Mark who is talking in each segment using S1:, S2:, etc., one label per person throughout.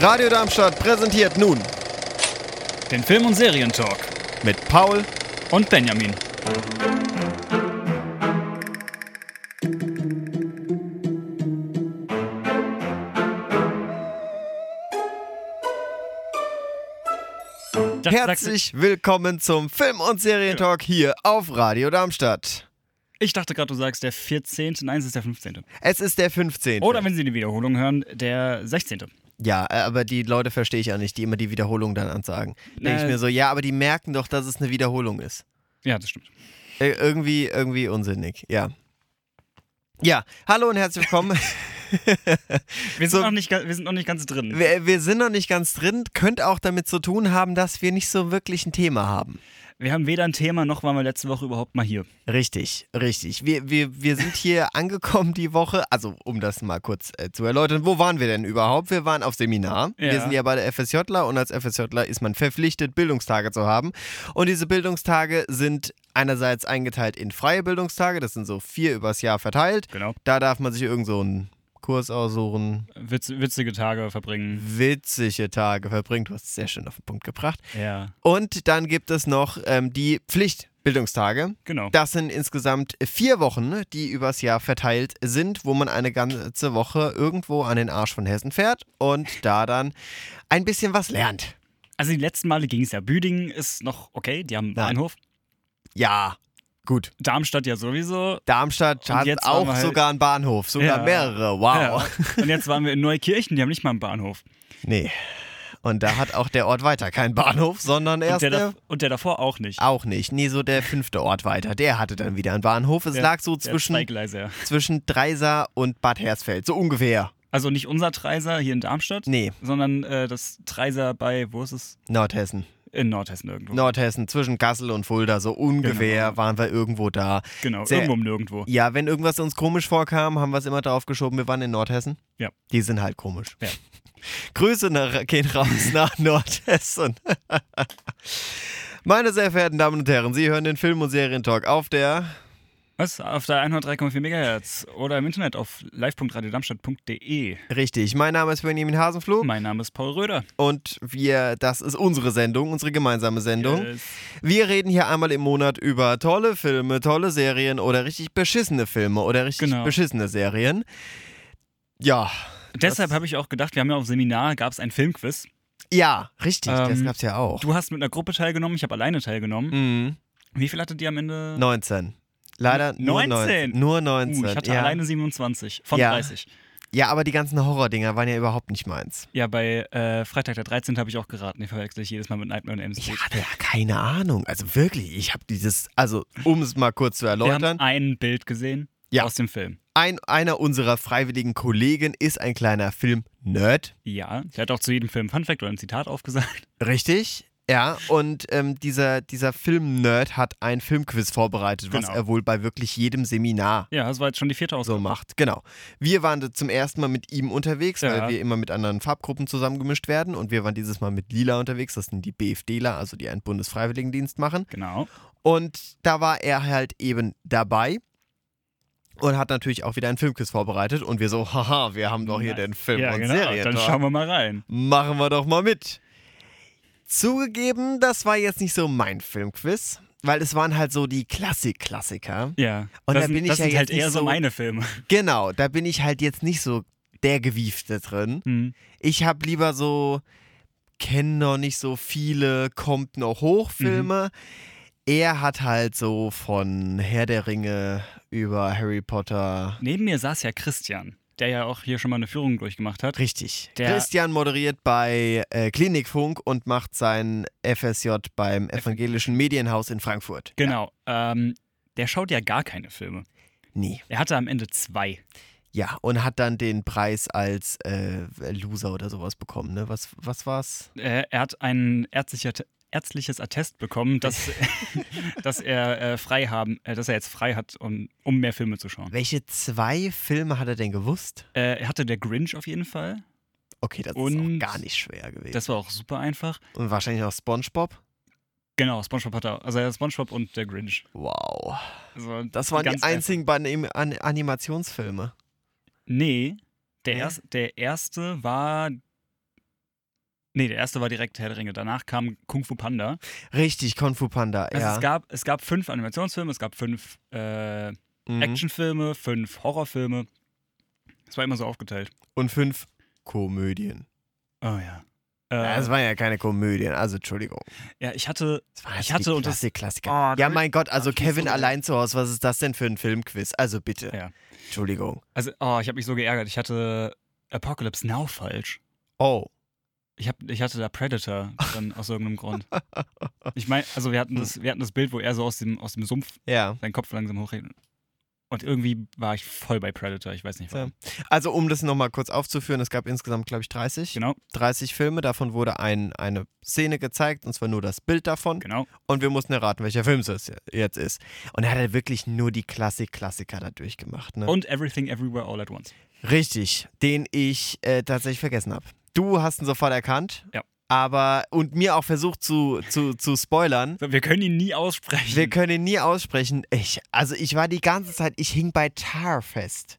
S1: Radio Darmstadt präsentiert nun
S2: Den Film- und Serientalk
S1: mit Paul.
S2: und Benjamin. Da-
S1: Herzlich willkommen zum Film- und Serientalk hier auf Radio Darmstadt.
S2: Ich dachte gerade, du sagst der 14. Nein, es ist der 15.
S1: Es ist der 15.
S2: Oder wenn Sie die Wiederholung hören, der 16.
S1: Ja, äh, aber die Leute verstehe ich ja nicht, die immer die Wiederholung dann ansagen. Denke
S2: Äh.
S1: ich mir so, ja, aber die merken doch, dass es eine Wiederholung ist.
S2: Ja, das stimmt.
S1: Äh, irgendwie, irgendwie unsinnig, ja. Ja, hallo und herzlich willkommen.
S2: Wir sind,
S1: So-
S2: noch, nicht, ga- wir sind noch nicht ganz drin.
S1: wir, wir sind noch nicht ganz drin, könnte auch damit zu tun haben, dass wir nicht so wirklich ein Thema haben.
S2: Wir haben weder ein Thema, noch waren wir letzte Woche überhaupt mal hier.
S1: Richtig, richtig. Wir, wir, wir sind hier angekommen die Woche. Also, um das mal kurz äh, zu erläutern, wo waren wir denn überhaupt? Wir waren auf Seminar.
S2: Ja.
S1: Wir sind ja beide FSJler und als FSJler ist man verpflichtet, Bildungstage zu haben. Und diese Bildungstage sind einerseits eingeteilt in freie Bildungstage, das sind so vier übers Jahr verteilt.
S2: Genau.
S1: Da darf man sich irgend so einen Kurs aussuchen,
S2: Witz, witzige Tage verbringen.
S1: witzige Tage verbringen. Du hast es sehr schön auf den Punkt gebracht.
S2: Ja,
S1: Und dann gibt es noch ähm, die Pflichtbildungstage.
S2: genau.
S1: Das sind insgesamt vier Wochen, die übers Jahr verteilt sind, wo man eine ganze Woche irgendwo an den Arsch von Hessen fährt und da dann ein bisschen was lernt.
S2: Also die letzten Male ging es ja. Büdingen ist noch okay, die haben einen
S1: Ja.
S2: Bahnhof.
S1: Ja, gut.
S2: Darmstadt ja sowieso.
S1: Darmstadt
S2: Und
S1: hat
S2: jetzt waren
S1: auch
S2: wir halt-
S1: sogar einen Bahnhof, sogar
S2: Ja.
S1: mehrere. Wow.
S2: Ja. Und jetzt waren wir in Neukirchen, die haben nicht mal einen Bahnhof.
S1: Nee. Und da hat auch der Ort weiter keinen Bahnhof, sondern
S2: Und
S1: erst
S2: der,
S1: der,
S2: da, und der davor auch nicht.
S1: auch nicht. Nee, so der fünfte Ort weiter. Der hatte dann wieder einen Bahnhof. Es
S2: Der-
S1: lag so
S2: Der
S1: zwischen,
S2: Zwei Gleise, ja.
S1: zwischen Dreiser und Bad Hersfeld. So ungefähr.
S2: Also nicht unser Treiser hier in Darmstadt,
S1: Nee,
S2: sondern äh, das Treiser bei, wo ist es?
S1: Nordhessen.
S2: In Nordhessen irgendwo.
S1: Nordhessen, zwischen Kassel und Fulda, so ungefähr waren wir irgendwo da.
S2: genau,
S1: Sehr-
S2: irgendwo im Nirgendwo.
S1: Ja, wenn irgendwas uns komisch vorkam, haben wir es immer drauf geschoben, wir waren in Nordhessen.
S2: Ja.
S1: Die sind halt komisch.
S2: Ja.
S1: Grüße nach, gehen raus nach Nordhessen. Meine sehr verehrten Damen und Herren, Sie hören den Film- und Serientalk auf der
S2: Was? Auf der 103,4 MHz oder im Internet auf live.radiodarmstadt.de.
S1: Richtig. Mein Name ist Benjamin Hasenflug
S2: Mein Name ist Paul Röder.
S1: und wir, das ist unsere Sendung, unsere gemeinsame Sendung.
S2: Yes.
S1: Wir reden hier einmal im Monat über tolle Filme, tolle Serien oder richtig beschissene Filme oder richtig
S2: Genau.
S1: beschissene Serien. Ja,
S2: Deshalb habe ich auch gedacht, wir haben ja auf Seminar, gab es ein Filmquiz.
S1: ja, richtig, das
S2: Ähm,
S1: gab's ja auch.
S2: Du hast mit einer Gruppe teilgenommen, ich habe alleine teilgenommen.
S1: Mhm.
S2: Wie viel hattet ihr am Ende?
S1: 19. Leider nur
S2: 19.
S1: 19. Nur
S2: Uh,
S1: 19.
S2: ich hatte
S1: ja.
S2: alleine 27 von
S1: Ja.
S2: 30.
S1: ja, aber die ganzen Horrordinger waren ja überhaupt nicht meins.
S2: Ja, bei äh, Freitag der 13. habe ich auch geraten. Den verwechsel ich jedes Mal mit Nightmare on Elm
S1: Ich
S2: Street.
S1: hatte ja keine Ahnung. Also wirklich, ich habe dieses, also um es mal kurz zu
S2: Wir haben
S1: erläutern,
S2: ein Bild gesehen
S1: Ja.
S2: aus dem Film.
S1: ein, einer unserer freiwilligen Kollegen ist ein kleiner Film-Nerd.
S2: Ja, der hat auch zu jedem Film Funfact oder ein Zitat aufgesagt.
S1: Richtig, ja. Und ähm, dieser, dieser Film-Nerd hat ein Filmquiz vorbereitet, was
S2: Genau.
S1: er wohl bei wirklich jedem Seminar
S2: Ja, das war jetzt schon die vierte Ausgabe.
S1: so macht. Genau. Wir waren da zum ersten Mal mit ihm unterwegs,
S2: Ja.
S1: weil wir immer mit anderen Farbgruppen zusammengemischt werden. Und wir waren dieses Mal mit Lila unterwegs. Das sind die BFDler, also die einen Bundesfreiwilligendienst machen.
S2: Genau.
S1: Und da war er halt eben dabei. Und hat natürlich auch wieder einen Filmquiz vorbereitet. Und wir so, haha, wir haben doch hier
S2: Nice.
S1: den Film
S2: ja,
S1: und
S2: genau.
S1: Serien.
S2: Dann schauen wir mal rein.
S1: Machen wir doch mal mit. Zugegeben, das war jetzt nicht so mein Filmquiz, weil es waren halt so die Klassik-Klassiker.
S2: Ja.
S1: Und
S2: das
S1: da
S2: sind,
S1: bin ich
S2: das
S1: ja
S2: sind halt
S1: jetzt nicht
S2: eher so
S1: so-
S2: meine Filme.
S1: Genau, da bin ich halt jetzt nicht so der Gewiefte drin.
S2: Hm.
S1: Ich habe lieber so, kenne noch nicht so viele, kommt noch hoch Filme. Er hat halt so von Herr der Ringe über Harry Potter.
S2: Neben mir saß ja Christian, der ja auch hier schon mal eine Führung durchgemacht hat.
S1: Richtig.
S2: Der-
S1: Christian moderiert bei äh, Klinikfunk und macht sein FSJ beim Evangelischen Medienhaus in Frankfurt.
S2: Genau. Ähm, der schaut ja gar keine Filme.
S1: Nie.
S2: Er hatte am Ende zwei.
S1: Ja, und hat dann den Preis als äh, Loser oder sowas bekommen, ne? Was, was war's?
S2: Äh, er hat ein ärztlicher, ärztliches Attest bekommen, dass, dass er äh, frei haben, äh, dass er jetzt frei hat, um, um mehr Filme zu schauen.
S1: Welche zwei Filme hat er denn gewusst?
S2: Äh, er hatte der Grinch auf jeden Fall.
S1: Okay, das ist auch
S2: Und-
S1: gar nicht schwer gewesen.
S2: Das war auch super einfach.
S1: und wahrscheinlich noch SpongeBob?
S2: Genau, SpongeBob hat er, also er hat SpongeBob und der Grinch.
S1: Wow.
S2: Also
S1: Das waren die
S2: ganz
S1: einzigen beiden Im- An Animationsfilme.
S2: ein- Nee, der,
S1: Hä?
S2: erst, der erste war Nee, der erste war direkt Herr der Ringe. Danach kam Kung Fu Panda.
S1: Richtig, Kung Fu Panda,
S2: Also
S1: ja.
S2: es, gab, es gab fünf Animationsfilme, es gab fünf äh,
S1: Mhm.
S2: Actionfilme, fünf Horrorfilme. Es war immer so aufgeteilt.
S1: Und fünf Komödien.
S2: Oh ja.
S1: Ja,
S2: Äh,
S1: es waren ja keine Komödien, also Entschuldigung.
S2: ja, ich hatte.
S1: Es waren
S2: Ich
S1: also
S2: hatte
S1: die
S2: und das-
S1: Klassik, Klassiker.
S2: Oh,
S1: ja,
S2: damit-
S1: mein Gott, also
S2: hab ich mich
S1: Kevin
S2: so-
S1: allein zu Hause, was ist das denn für ein Filmquiz? Also bitte.
S2: Ja.
S1: Entschuldigung.
S2: Also, oh, ich habe mich so geärgert. Ich hatte Apocalypse Now falsch.
S1: Oh,
S2: Ich, hab, ich hatte da Predator dann aus irgendeinem Grund. Ich meine, also wir hatten, das, wir hatten das Bild, wo er so aus dem, aus dem Sumpf
S1: ja.
S2: seinen Kopf langsam hochredet. Und irgendwie war ich voll bei Predator. Ich weiß nicht warum.
S1: Also um das nochmal kurz aufzuführen, es gab insgesamt, glaube ich, 30.
S2: Genau,
S1: 30 Filme, davon wurde ein, eine Szene gezeigt, und zwar nur das Bild davon.
S2: genau.
S1: Und wir mussten erraten, welcher Film es jetzt ist. Und er hat halt wirklich nur die Klassik-Klassiker da durchgemacht. Ne?
S2: Und Everything Everywhere All at Once.
S1: Richtig, den ich äh, tatsächlich vergessen habe. Du hast ihn sofort erkannt.
S2: Ja.
S1: Aber, und mir auch versucht zu, zu, zu spoilern.
S2: So, Wir können ihn nie aussprechen.
S1: Wir können ihn nie aussprechen. Ich, also ich war die ganze Zeit, ich hing bei Tar fest,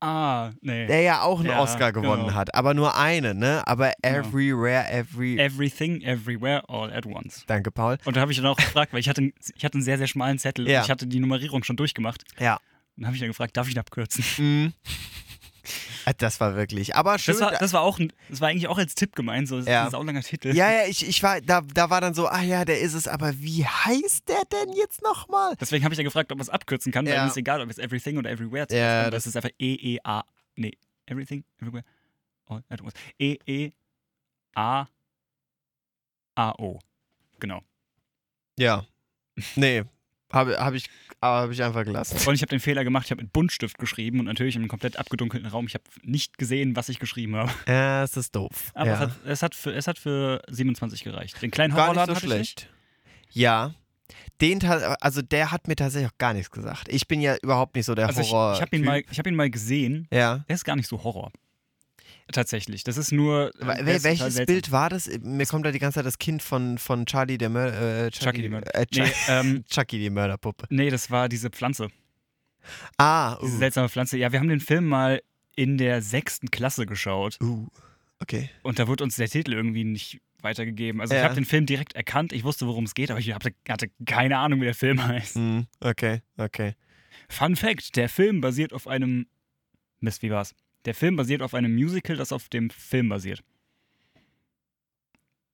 S2: ah, nee.
S1: der ja auch einen
S2: Ja,
S1: Oscar gewonnen
S2: genau.
S1: hat, aber nur einen, ne? Aber
S2: Genau. Äh.
S1: everywhere, every.
S2: Everything Everywhere All at Once.
S1: Danke, Paul.
S2: Und da habe ich dann auch gefragt, weil ich hatte, ich hatte einen sehr, sehr schmalen Zettel.
S1: Ja.
S2: Ich hatte die Nummerierung schon durchgemacht.
S1: Ja.
S2: Und dann habe ich dann gefragt, darf ich ihn abkürzen?
S1: Mm. Ah, Das war wirklich. Aber schön.
S2: Das war, das war auch ein, das war eigentlich auch als Tipp gemeint, so das
S1: Ja.
S2: ist ein saulanger Titel.
S1: ja, ja, ich, ich war, da, da war dann so, ah ja, der ist es, aber wie heißt der denn jetzt nochmal?
S2: Deswegen habe ich ja gefragt, ob man es abkürzen kann, weil
S1: Ja.
S2: mir ist egal, ob jetzt Everything oder Everywhere zu
S1: Ja,
S2: sagen,
S1: das-
S2: das ist einfach E E A. Nee, Everything Everywhere All at Once. E E A A O. Genau.
S1: Ja. Nee, habe hab ich, aber hab ich einfach gelassen.
S2: Und ich habe den Fehler gemacht, ich habe mit Buntstift geschrieben und natürlich in einem komplett abgedunkelten Raum. Ich habe nicht gesehen, was ich geschrieben habe.
S1: Ja, es ist doof.
S2: Aber
S1: ja.
S2: es, hat, es, hat für, es hat für 27 gereicht. Den kleinen
S1: gar nicht
S2: Horrorladen
S1: so
S2: hatte ich nicht.
S1: schlecht. Ja. Den, ta- also der hat mir tatsächlich auch gar nichts gesagt. Ich bin ja überhaupt nicht so der
S2: Also ich, ich
S1: Horror.
S2: habe ihn, mal- ich hab ihn mal gesehen.
S1: Ja.
S2: Der ist gar nicht so Horror. Tatsächlich. Das ist nur. äh,
S1: Wel-
S2: der ist total
S1: welches
S2: seltsam.
S1: Bild war das? Mir kommt da die ganze Zeit das Kind von, von Charlie der Mörder. Äh,
S2: Chucky die Mörder-
S1: Äh, Chuck-
S2: Nee, ähm,
S1: Chucky die Mörderpuppe.
S2: nee, das war diese Pflanze.
S1: Ah,
S2: Diese
S1: uh,
S2: seltsame Pflanze. Ja, wir haben den Film mal in der sechsten Klasse geschaut
S1: uh. Okay.
S2: und da wurde uns der Titel irgendwie nicht weitergegeben. Also ich
S1: Ja.
S2: habe den Film direkt erkannt, ich wusste, worum es geht, aber ich hatte, hatte keine Ahnung, wie der Film heißt.
S1: Hm, okay, okay.
S2: Fun Fact: Der Film basiert auf einem. Mist, wie war's? Der Film basiert auf einem Musical, das auf dem Film basiert.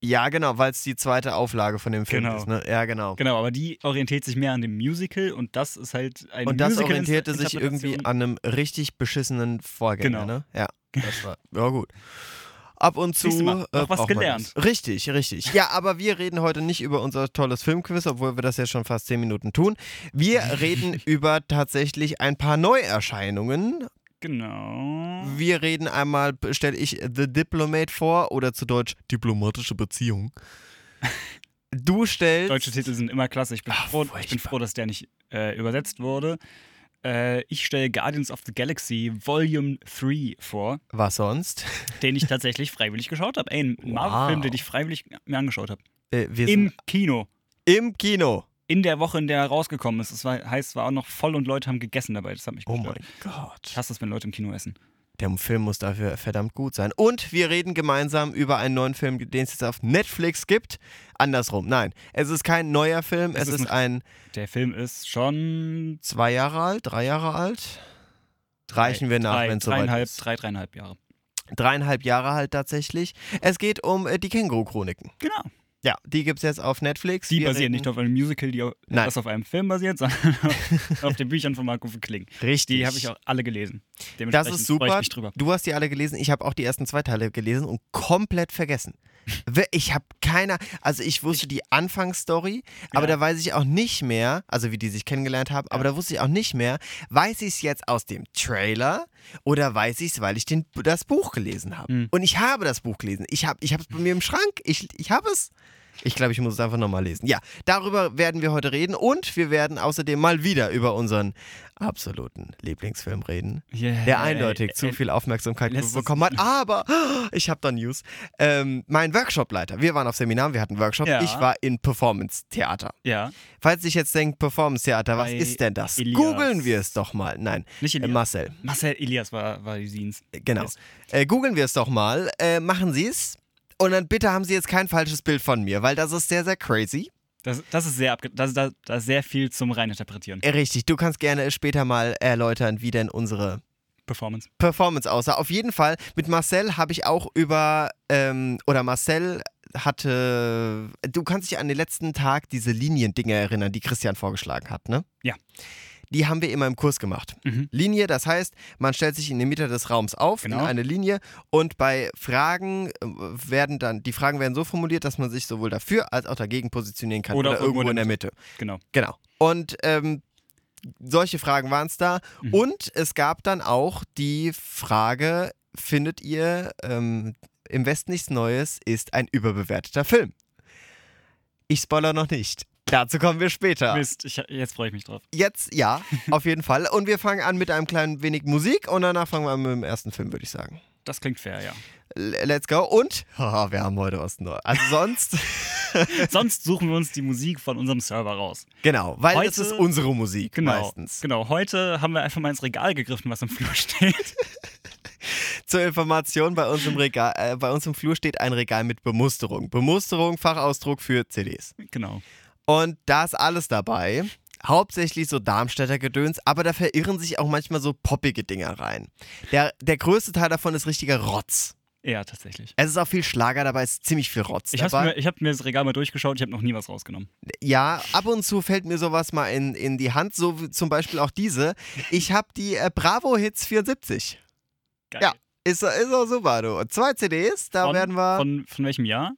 S1: Ja, genau, weil es die zweite Auflage von dem Film
S2: Genau.
S1: ist. Ne? Ja, genau.
S2: Genau, aber die orientiert sich mehr an dem Musical und das ist halt ein
S1: Und das
S2: Musical
S1: orientierte sich irgendwie
S2: Interpretation.
S1: an einem richtig beschissenen Vorgänger,
S2: Genau.
S1: ne? Ja, das war, ja gut. Ab und zu äh,
S2: Siehst du mal, noch was
S1: braucht man
S2: gelernt.
S1: Das. Richtig, richtig. Ja, aber wir reden heute nicht über unser tolles Filmquiz, obwohl wir das ja schon fast zehn Minuten tun. Wir reden über tatsächlich ein paar Neuerscheinungen.
S2: Genau.
S1: Wir reden einmal, stelle ich The Diplomat vor oder zu Deutsch diplomatische Beziehung. Du stellst
S2: Deutsche Titel sind immer klasse. Ich bin,
S1: Ach,
S2: froh, ich bin
S1: Ah, furchtbar.
S2: froh, dass der nicht äh, übersetzt wurde. Äh, ich stelle Guardians of the Galaxy Volume 3 vor,
S1: was sonst?
S2: den ich tatsächlich freiwillig geschaut habe. Ein Marvel-Film, den ich freiwillig mir angeschaut habe.
S1: Äh, wir
S2: Im
S1: sind
S2: Kino.
S1: im Kino.
S2: In der Woche, in der er rausgekommen ist. Das war, heißt, es war auch noch voll und Leute haben gegessen dabei. Das hat mich
S1: Oh
S2: gestört.
S1: mein Gott.
S2: Ich hasse es, wenn Leute im Kino essen.
S1: Der Film muss dafür verdammt gut sein. Und wir reden gemeinsam über einen neuen Film, den es jetzt auf Netflix gibt. Andersrum, nein. Es ist kein neuer Film, es,
S2: Es
S1: ist,
S2: ist
S1: ein
S2: Der Film ist schon.
S1: zwei Jahre alt, drei Jahre alt. Reichen wir nach,
S2: drei-
S1: wenn es soweit
S2: dreieinhalb,
S1: ist.
S2: Drei, dreieinhalb Jahre.
S1: Dreieinhalb Jahre alt tatsächlich. Es geht um äh, die Känguru-Chroniken.
S2: Genau.
S1: Ja, die gibt es jetzt auf Netflix.
S2: Die
S1: Wir reden-
S2: basieren nicht auf einem Musical, die, au-
S1: Nein.
S2: das auf einem Film basiert, sondern auf, auf den Büchern von Marco Kling.
S1: Richtig.
S2: Die habe ich auch alle gelesen.
S1: Das
S2: Dementsprechend
S1: ist
S2: freue Ich
S1: super.
S2: mich drüber.
S1: Du hast die alle gelesen. Ich habe auch die ersten zwei Teile gelesen und komplett vergessen. We- Ich habe keiner, also ich wusste die Anfangsstory, aber
S2: Ja.
S1: da weiß ich auch nicht mehr, also wie die sich kennengelernt haben, aber da wusste ich auch nicht mehr, weiß ich es jetzt aus dem Trailer oder weiß ich es, weil ich den, das Buch gelesen habe.
S2: Hm.
S1: Und ich habe das Buch gelesen. Ich habe ich es bei mir im Schrank. Ich, ich habe es. Ich glaube, ich muss es einfach nochmal lesen. Ja, darüber werden wir heute reden und wir werden außerdem mal wieder über unseren absoluten Lieblingsfilm reden
S2: Yeah.
S1: der eindeutig
S2: äh,
S1: zu viel Aufmerksamkeit
S2: letztes-
S1: bekommen hat. Aber ich habe da News. Ähm, mein Workshopleiter, wir waren auf Seminar, wir hatten Workshop.
S2: Ja.
S1: Ich war in Performance Theater.
S2: Ja,
S1: Falls ich jetzt denke, Performance Theater, was
S2: Bei
S1: ist denn das?
S2: Elias.
S1: Googeln wir es doch mal. Nein,
S2: nicht
S1: äh,
S2: Elias.
S1: Marcel,
S2: Marcel Elias war, war die Scenes.
S1: äh, genau.
S2: Yes.
S1: Äh, googeln wir es doch mal. Äh, machen Sie es. Und dann bitte haben Sie jetzt kein falsches Bild von mir, weil das ist sehr, sehr crazy.
S2: Das, das ist sehr abge das, da, da ist sehr viel zum Reininterpretieren.
S1: Äh, Richtig, du kannst gerne später mal erläutern, wie denn unsere
S2: Performance.
S1: Performance aussah. Auf jeden Fall, mit Marcel habe ich auch über, ähm, oder Marcel hatte, du kannst dich an den letzten Tag diese Liniendinger erinnern, die Christian vorgeschlagen hat, ne?
S2: Ja.
S1: Die haben wir immer im Kurs gemacht.
S2: Mhm.
S1: Linie, das heißt, man stellt sich in der Mitte des Raums auf,
S2: Genau.
S1: in eine Linie und bei Fragen äh, werden dann, die Fragen werden so formuliert, dass man sich sowohl dafür als auch dagegen positionieren kann
S2: Oder
S1: oder, irgendwo in der Mitte.
S2: Genau.
S1: Genau. Und ähm, solche Fragen waren es da.
S2: Mhm.
S1: Und es gab dann auch die Frage: Findet ihr ähm, im Westen nichts Neues ist ein überbewerteter Film? Ich spoiler noch nicht. Dazu kommen wir später.
S2: Mist, ich, jetzt freue ich mich drauf.
S1: Jetzt ja, auf jeden Fall. Und wir fangen an mit einem kleinen wenig Musik und danach fangen wir an mit dem ersten Film, würde ich sagen.
S2: Das klingt fair, ja.
S1: L let's go. Und haha, wir haben heute was Neues. Also sonst,
S2: Sonst suchen wir uns die Musik von unserem Server raus.
S1: genau, weil es
S2: Heute-
S1: ist unsere Musik
S2: Genau.
S1: meistens.
S2: Genau. Heute haben wir einfach mal ins Regal gegriffen, was im Flur steht.
S1: Zur Information, bei uns, im Regal, äh, bei uns im Flur steht ein Regal mit Bemusterung. Bemusterung, Fachausdruck für CDs.
S2: genau.
S1: Und da ist alles dabei. Hauptsächlich so Darmstädter Gedöns, aber da verirren sich auch manchmal so poppige Dinger rein. Der, der größte Teil davon ist richtiger Rotz.
S2: Ja, tatsächlich.
S1: Es ist auch viel Schlager dabei, es ist ziemlich viel Rotz
S2: Ich habe
S1: dabei.
S2: mir, ich hab mir das Regal mal durchgeschaut, ich habe noch nie was rausgenommen.
S1: Ja, ab und zu fällt mir sowas mal in, in die Hand, so wie zum Beispiel auch diese. Ich habe die äh, Bravo Hits 74.
S2: Geil.
S1: Ja. Ist, ist auch super, du. Zwei CDs, da
S2: Von-
S1: werden wir.
S2: Von, von welchem Jahr?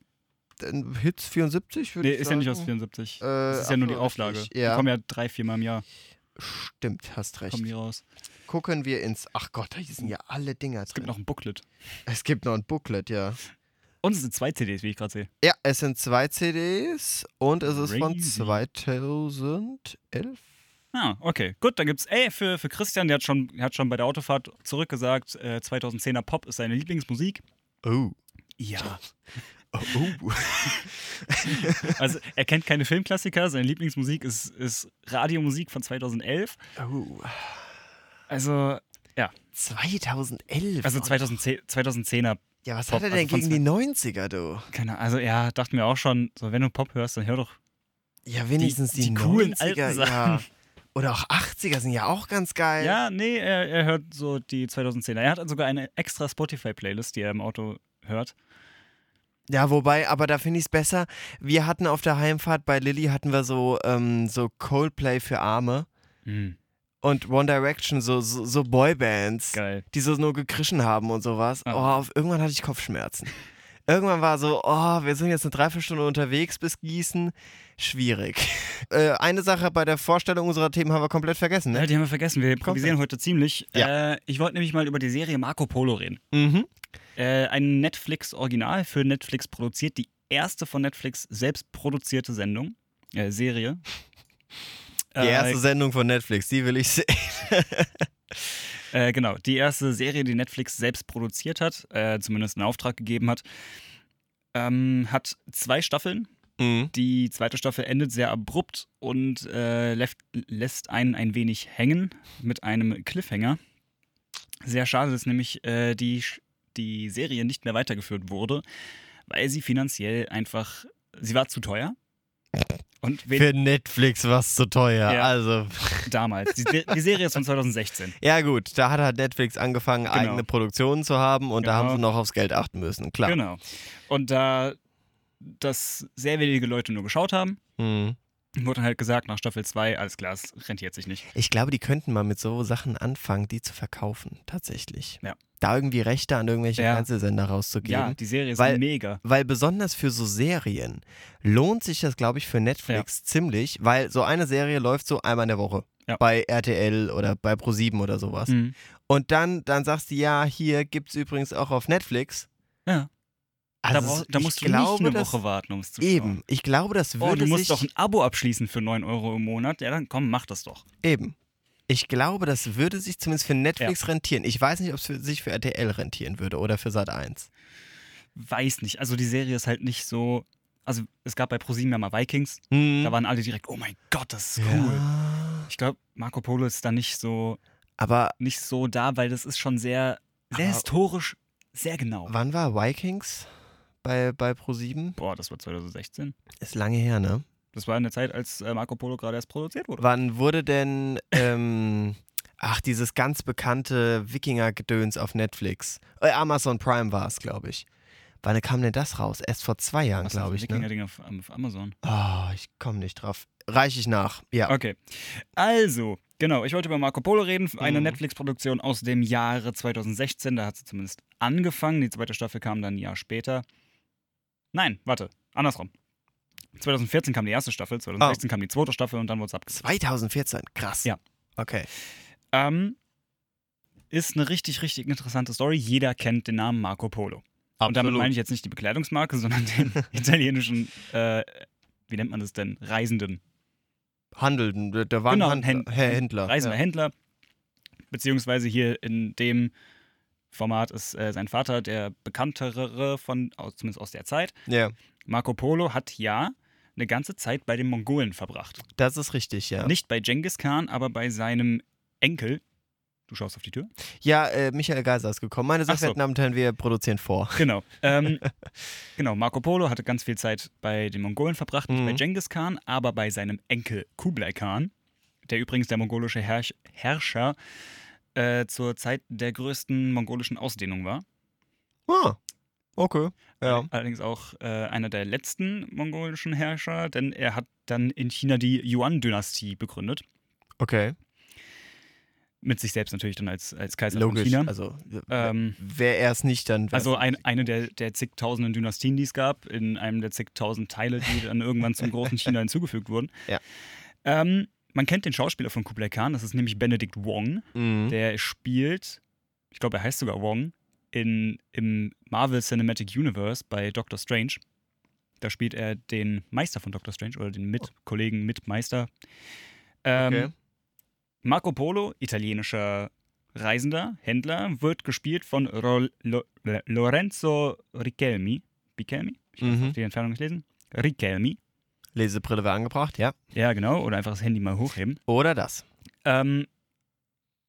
S1: Äh, Hits 74, ähm, würde
S2: Nee,
S1: ich
S2: ist ja
S1: sagen.
S2: nicht aus 74.
S1: Äh,
S2: das ist ja nur die Auflage.
S1: 58,
S2: Die
S1: Ja.
S2: kommen ja drei, viermal im Jahr
S1: Stimmt, hast recht.
S2: kommen die raus.
S1: Gucken wir ins. Ach Gott, da sind ja alle Dinger
S2: Es gibt
S1: drin.
S2: noch ein Booklet.
S1: es gibt noch ein Booklet, ja.
S2: Und es sind zwei CDs, wie ich gerade sehe.
S1: Ja, es sind zwei CDs und es ist von
S2: Crazy.
S1: 2011.
S2: Ah, okay. Gut, dann gibt's, ey, für, für Christian, der hat schon, der hat schon bei der Autofahrt zurückgesagt, äh, 2010er Pop ist seine Lieblingsmusik.
S1: Oh.
S2: Ja.
S1: Oh. oh.
S2: Also er kennt keine Filmklassiker, seine Lieblingsmusik ist, ist Radiomusik von 2011.
S1: oh.
S2: Also,
S1: 2011.
S2: also 2010, 2010er,
S1: ja, was
S2: Pop,
S1: hat er denn
S2: also von
S1: gegen die 90er, du?
S2: keine Ahnung, also ja, dachten wir auch schon, so wenn du Pop hörst, dann hör doch
S1: Ja, wenigstens die,
S2: die coolen
S1: 90er,
S2: alten
S1: ja. Oder auch 80er sind ja auch ganz geil.
S2: Ja, nee, er, er hört so die 2010er. Er hat sogar eine extra Spotify-Playlist, die er im Auto hört.
S1: Ja, wobei, aber da finde ich es besser. Wir hatten auf der Heimfahrt bei Lilly hatten wir so, ähm, so Coldplay für Arme Mhm. und One Direction, so, so, so Boybands,
S2: Geil.
S1: die so nur gekrischen haben und sowas.
S2: Ah.
S1: Oh, auf, irgendwann hatte ich Kopfschmerzen. Irgendwann war so, oh, wir sind jetzt eine Dreiviertelstunde unterwegs bis Gießen. Schwierig. Äh, eine Sache bei der Vorstellung unserer Themen haben wir komplett vergessen,
S2: Ja,
S1: ne?
S2: die haben wir vergessen. Wir improvisieren heute ziemlich.
S1: Ja.
S2: Äh, ich wollte nämlich mal über die Serie Marco Polo reden.
S1: Mhm.
S2: Äh, ein Netflix-Original für Netflix produziert. Die erste von Netflix selbst produzierte Sendung. Äh, Serie.
S1: Die erste Sendung von Netflix, die will ich sehen.
S2: Äh, genau, die erste Serie, die Netflix selbst produziert hat, äh, zumindest in Auftrag gegeben hat, ähm, hat zwei Staffeln.
S1: Mhm.
S2: Die zweite Staffel endet sehr abrupt und äh, läft, lässt einen ein wenig hängen mit einem Cliffhanger. Sehr schade, dass nämlich äh, die, Sch- die Serie nicht mehr weitergeführt wurde, weil sie finanziell einfach, sie war zu teuer. Und wen,
S1: Für Netflix war es zu teuer.
S2: Ja.
S1: Also,
S2: damals. Die, die Serie ist von 2016.
S1: Ja, gut, da hat halt Netflix angefangen,
S2: Genau.
S1: eigene Produktionen zu haben und da
S2: Genau.
S1: haben sie noch aufs Geld achten müssen, klar.
S2: Genau. Und da das sehr wenige Leute nur geschaut haben,
S1: Mhm.
S2: wurde dann halt gesagt, nach Staffel 2, alles klar, es rentiert sich nicht.
S1: Ich glaube, die könnten mal mit so Sachen anfangen, die zu verkaufen, tatsächlich.
S2: Ja.
S1: Da irgendwie Rechte an irgendwelche
S2: Ja.
S1: Fernsehsender rauszugeben.
S2: Ja, die Serie ist
S1: Weil-
S2: mega.
S1: Weil besonders für so Serien lohnt sich das, glaube ich, für Netflix ziemlich, weil so eine Serie läuft so einmal in der Woche.
S2: Ja.
S1: Bei RTL oder bei ProSieben oder sowas.
S2: Mhm.
S1: Und dann, dann sagst du, ja, hier gibt es übrigens auch auf Netflix.
S2: Ja.
S1: Also
S2: da, brauch,
S1: es-
S2: da
S1: ich
S2: musst du
S1: glaube,
S2: nicht eine
S1: das-
S2: Woche warten, um es zu schauen.
S1: Eben, ich glaube, das würde
S2: Oh, du musst
S1: sich
S2: doch ein Abo abschließen für 9 Euro im Monat. Ja, dann komm, mach das doch.
S1: eben. Ich glaube, das würde sich zumindest für Netflix rentieren. Ich weiß nicht, ob es für, sich für RTL rentieren würde oder für Sat 1.
S2: Weiß nicht. Also die Serie ist halt nicht so. Also es gab bei ProSieben ja mal Vikings. Da waren alle direkt, oh mein Gott, das ist cool.
S1: Hm. Mhm. Ja,
S2: Ich glaube, Marco Polo ist da nicht so,
S1: aber
S2: nicht so da, weil das ist schon sehr, sehr
S1: Aber-
S2: historisch, sehr genau.
S1: wann war Vikings? bei, bei Pro7.
S2: Boah, das war 2016.
S1: Ist lange her, ne?
S2: Das war in der Zeit, als äh, Marco Polo gerade erst produziert wurde.
S1: Wann wurde denn, ähm, ach, dieses ganz bekannte Wikinger-Gedöns auf Netflix? Äh, Amazon Prime war es, glaube ich. Wann kam denn das raus? Erst vor zwei Jahren,
S2: Was ist das
S1: glaube
S2: für
S1: ich.
S2: ein
S1: Ne?
S2: Wikinger-Ding auf, ähm, auf Amazon.
S1: Oh, ich komme nicht drauf. Reich ich nach. Ja.
S2: Okay. Also, genau, ich wollte über Marco Polo reden. Eine
S1: Mhm.
S2: Netflix-Produktion aus dem Jahre 2016. Da hat sie zumindest angefangen. Die zweite Staffel kam dann ein Jahr später. Nein, warte, andersrum. 2014 kam die erste Staffel, 2016
S1: Ah.
S2: kam die zweite Staffel und dann wurde es abgesetzt.
S1: 2014, krass.
S2: Ja.
S1: Okay.
S2: Ähm, ist eine richtig, richtig interessante Story. Jeder kennt den Namen Marco Polo. Und damit meine ich jetzt nicht die Bekleidungsmarke, sondern den italienischen, äh, wie nennt man das denn? Reisenden.
S1: Handeln, der, der war
S2: Genau,
S1: ein
S2: Händ-
S1: Händler. Händler.
S2: Reisender
S1: ja.
S2: Händler. Beziehungsweise hier in dem Format ist äh, sein Vater der bekanntere von, aus, zumindest aus der Zeit.
S1: ja,
S2: Marco Polo hat ja eine ganze Zeit bei den Mongolen verbracht.
S1: das ist richtig, ja.
S2: Nicht bei Genghis Khan, aber bei seinem Enkel. Du schaust auf die Tür?
S1: Ja, äh, Michael Geiser ist gekommen. Meine
S2: Ach so.
S1: Sachwertnamen teilen wir produzieren vor.
S2: Genau. Ähm, genau, Marco Polo hatte ganz viel Zeit bei den Mongolen verbracht, nicht
S1: Mhm.
S2: bei Genghis Khan, aber bei seinem Enkel Kublai Khan, der übrigens der mongolische Herrsch Herrscher äh, zur Zeit der größten mongolischen Ausdehnung war.
S1: Ah, okay. Ja.
S2: Allerdings auch äh, einer der letzten mongolischen Herrscher, denn er hat dann in China die Yuan-Dynastie begründet.
S1: Okay.
S2: Mit sich selbst natürlich dann als, als Kaiser von
S1: Logisch.
S2: China.
S1: Also,
S2: ähm,
S1: wer er es nicht, dann. wär's-
S2: Also ein, eine der, der zigtausenden Dynastien, die es gab, in einem der zigtausend Teile, die dann irgendwann zum großen China hinzugefügt wurden.
S1: Ja.
S2: Ähm, man kennt den Schauspieler von Kublai Khan, das ist nämlich Benedict Wong.
S1: Mhm.
S2: Der spielt, ich glaube, er heißt sogar Wong, in, im Marvel Cinematic Universe bei Doctor Strange. Da spielt er den Meister von Doctor Strange oder den Mitkollegen, Mitmeister. Ähm,
S1: Okay.
S2: Marco Polo, italienischer Reisender, Händler, wird gespielt von Ro Lo Lorenzo Riccelmi. Bichelmi? Ich kann
S1: Mhm.
S2: die Entfernung nicht lesen. Riccelmi.
S1: Lesebrille wäre angebracht, ja.
S2: Ja, genau. Oder einfach das Handy mal hochheben.
S1: Oder das.
S2: Ähm,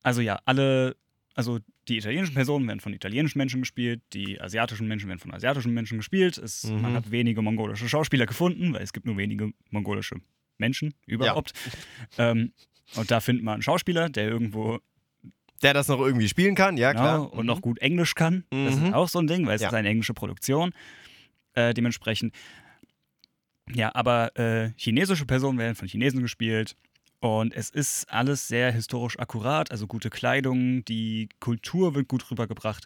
S2: also ja, alle, also die italienischen Personen werden von italienischen Menschen gespielt, die asiatischen Menschen werden von asiatischen Menschen gespielt. Es,
S1: Mhm.
S2: Man hat wenige mongolische Schauspieler gefunden, weil es gibt nur wenige mongolische Menschen überhaupt. Ähm, und da findet man einen Schauspieler, der irgendwo
S1: Der das noch irgendwie spielen kann, ja,
S2: genau,
S1: klar.
S2: und noch gut Englisch kann. Das ist
S1: Mhm.
S2: auch so ein Ding, weil es
S1: Ja.
S2: ist eine englische Produktion. Äh, dementsprechend. Ja, aber äh, chinesische Personen werden von Chinesen gespielt. Und es ist alles sehr historisch akkurat, also gute Kleidung, die Kultur wird gut rübergebracht.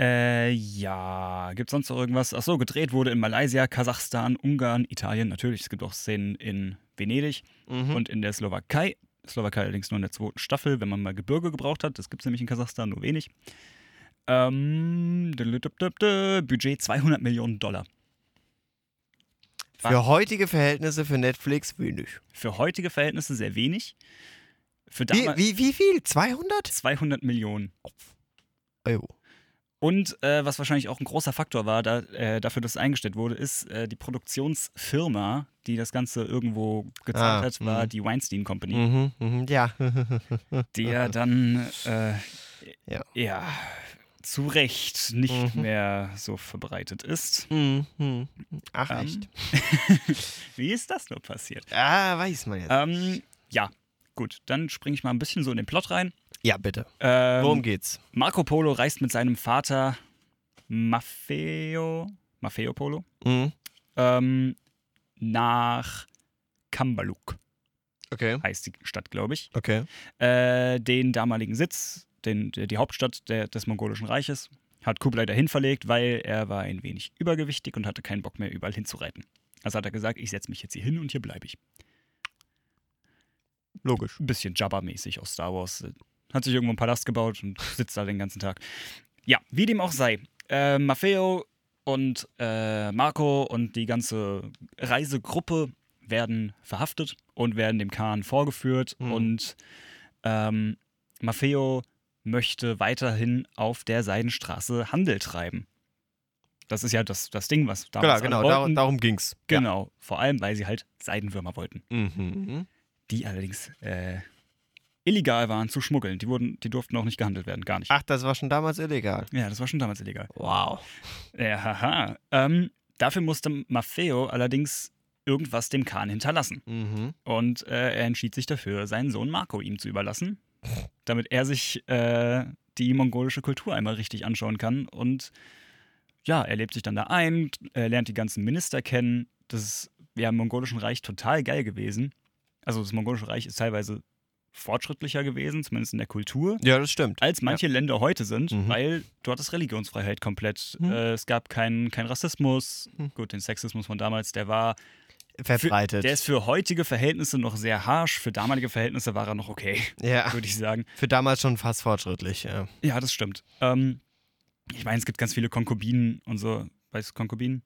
S2: Äh, ja, gibt sonst noch irgendwas? Ach so, gedreht wurde in Malaysia, Kasachstan, Ungarn, Italien natürlich. Es gibt auch Szenen in Venedig
S1: Mhm.
S2: und in der Slowakei. Slowakei allerdings nur in der zweiten Staffel, wenn man mal Gebirge gebraucht hat. Das gibt es nämlich in Kasachstan nur wenig. Ähm, dü-dü-dü-dü-dü, Budget 200 Millionen Dollar.
S1: für heutige Verhältnisse für Netflix wenig.
S2: Für heutige Verhältnisse sehr wenig. Für
S1: Wie,
S2: damals
S1: wie, wie viel? 200
S2: 200 Millionen.
S1: Euro.
S2: Und äh, was wahrscheinlich auch ein großer Faktor war, da, äh, dafür, dass es eingestellt wurde, ist, äh, die Produktionsfirma, die das Ganze irgendwo gezahlt
S1: Ah,
S2: hat, war
S1: mhm.
S2: die Weinstein Company.
S1: Mhm, mhm, ja.
S2: der dann äh, ja.
S1: Ja.
S2: zu Recht nicht
S1: Mhm.
S2: mehr so verbreitet ist.
S1: Mhm. Ach,
S2: Ähm,
S1: echt.
S2: Wie ist das nur passiert?
S1: Ah, weiß man jetzt.
S2: Ähm, ja, gut, dann springe ich mal ein bisschen so in den Plot rein.
S1: ja, bitte. Worum
S2: Ähm,
S1: geht's?
S2: Marco Polo reist mit seinem Vater Maffeo, Maffeo Polo
S1: Mhm.
S2: ähm, nach Kambaluk,
S1: Okay.
S2: heißt die Stadt, glaube ich.
S1: Okay.
S2: äh, den damaligen Sitz, den, der- die Hauptstadt der, des Mongolischen Reiches, hat Kublai dahin verlegt, weil er war ein wenig übergewichtig und hatte keinen Bock mehr, überall hinzureiten. Also hat er gesagt, ich setze mich jetzt hier hin und hier bleibe ich.
S1: Logisch.
S2: Ein bisschen Jabba-mäßig aus Star Wars. Hat sich irgendwo einen Palast gebaut und sitzt da den ganzen Tag. Ja, wie dem auch sei. Äh, Maffeo und äh, Marco und die ganze Reisegruppe werden verhaftet und werden dem Khan vorgeführt.
S1: Mhm.
S2: Und ähm, Maffeo möchte weiterhin auf der Seidenstraße Handel treiben. Das ist ja das, das Ding, was
S1: Klar,
S2: damals
S1: genau.
S2: alle
S1: Darum,
S2: wollten.
S1: darum ging's.
S2: genau, vor allem, weil sie halt Seidenwürmer wollten
S1: Ja. Mhm.
S2: die allerdings äh, illegal waren zu schmuggeln. Die, wurden, die durften auch nicht gehandelt werden, gar nicht.
S1: Ach, das war schon damals illegal.
S2: Ja, das war schon damals illegal.
S1: Wow.
S2: Ja, haha. Ähm, dafür musste Maffeo allerdings irgendwas dem Khan hinterlassen.
S1: Mhm.
S2: Und äh, er entschied sich dafür, seinen Sohn Marco ihm zu überlassen, damit er sich äh, die mongolische Kultur einmal richtig anschauen kann. Und ja, er lebt sich dann da ein, äh, lernt die ganzen Minister kennen. Das ist ja im mongolischen Reich total geil gewesen. Also das mongolische Reich ist teilweise fortschrittlicher gewesen, zumindest in der Kultur,
S1: Ja, das stimmt.
S2: als manche Länder heute sind,
S1: Mhm.
S2: weil du hattest Religionsfreiheit komplett.
S1: Mhm.
S2: Äh, es gab keinen kein Rassismus.
S1: Mhm.
S2: Gut, den Sexismus von damals, der war
S1: Verbreitet.
S2: der ist für heutige Verhältnisse noch sehr harsch, für damalige Verhältnisse war er noch okay,
S1: ja,
S2: würde ich sagen.
S1: für damals schon fast fortschrittlich. Ja.
S2: Ja, das stimmt. Ähm, ich meine, es gibt ganz viele Konkubinen und so. Weißt du, Konkubinen?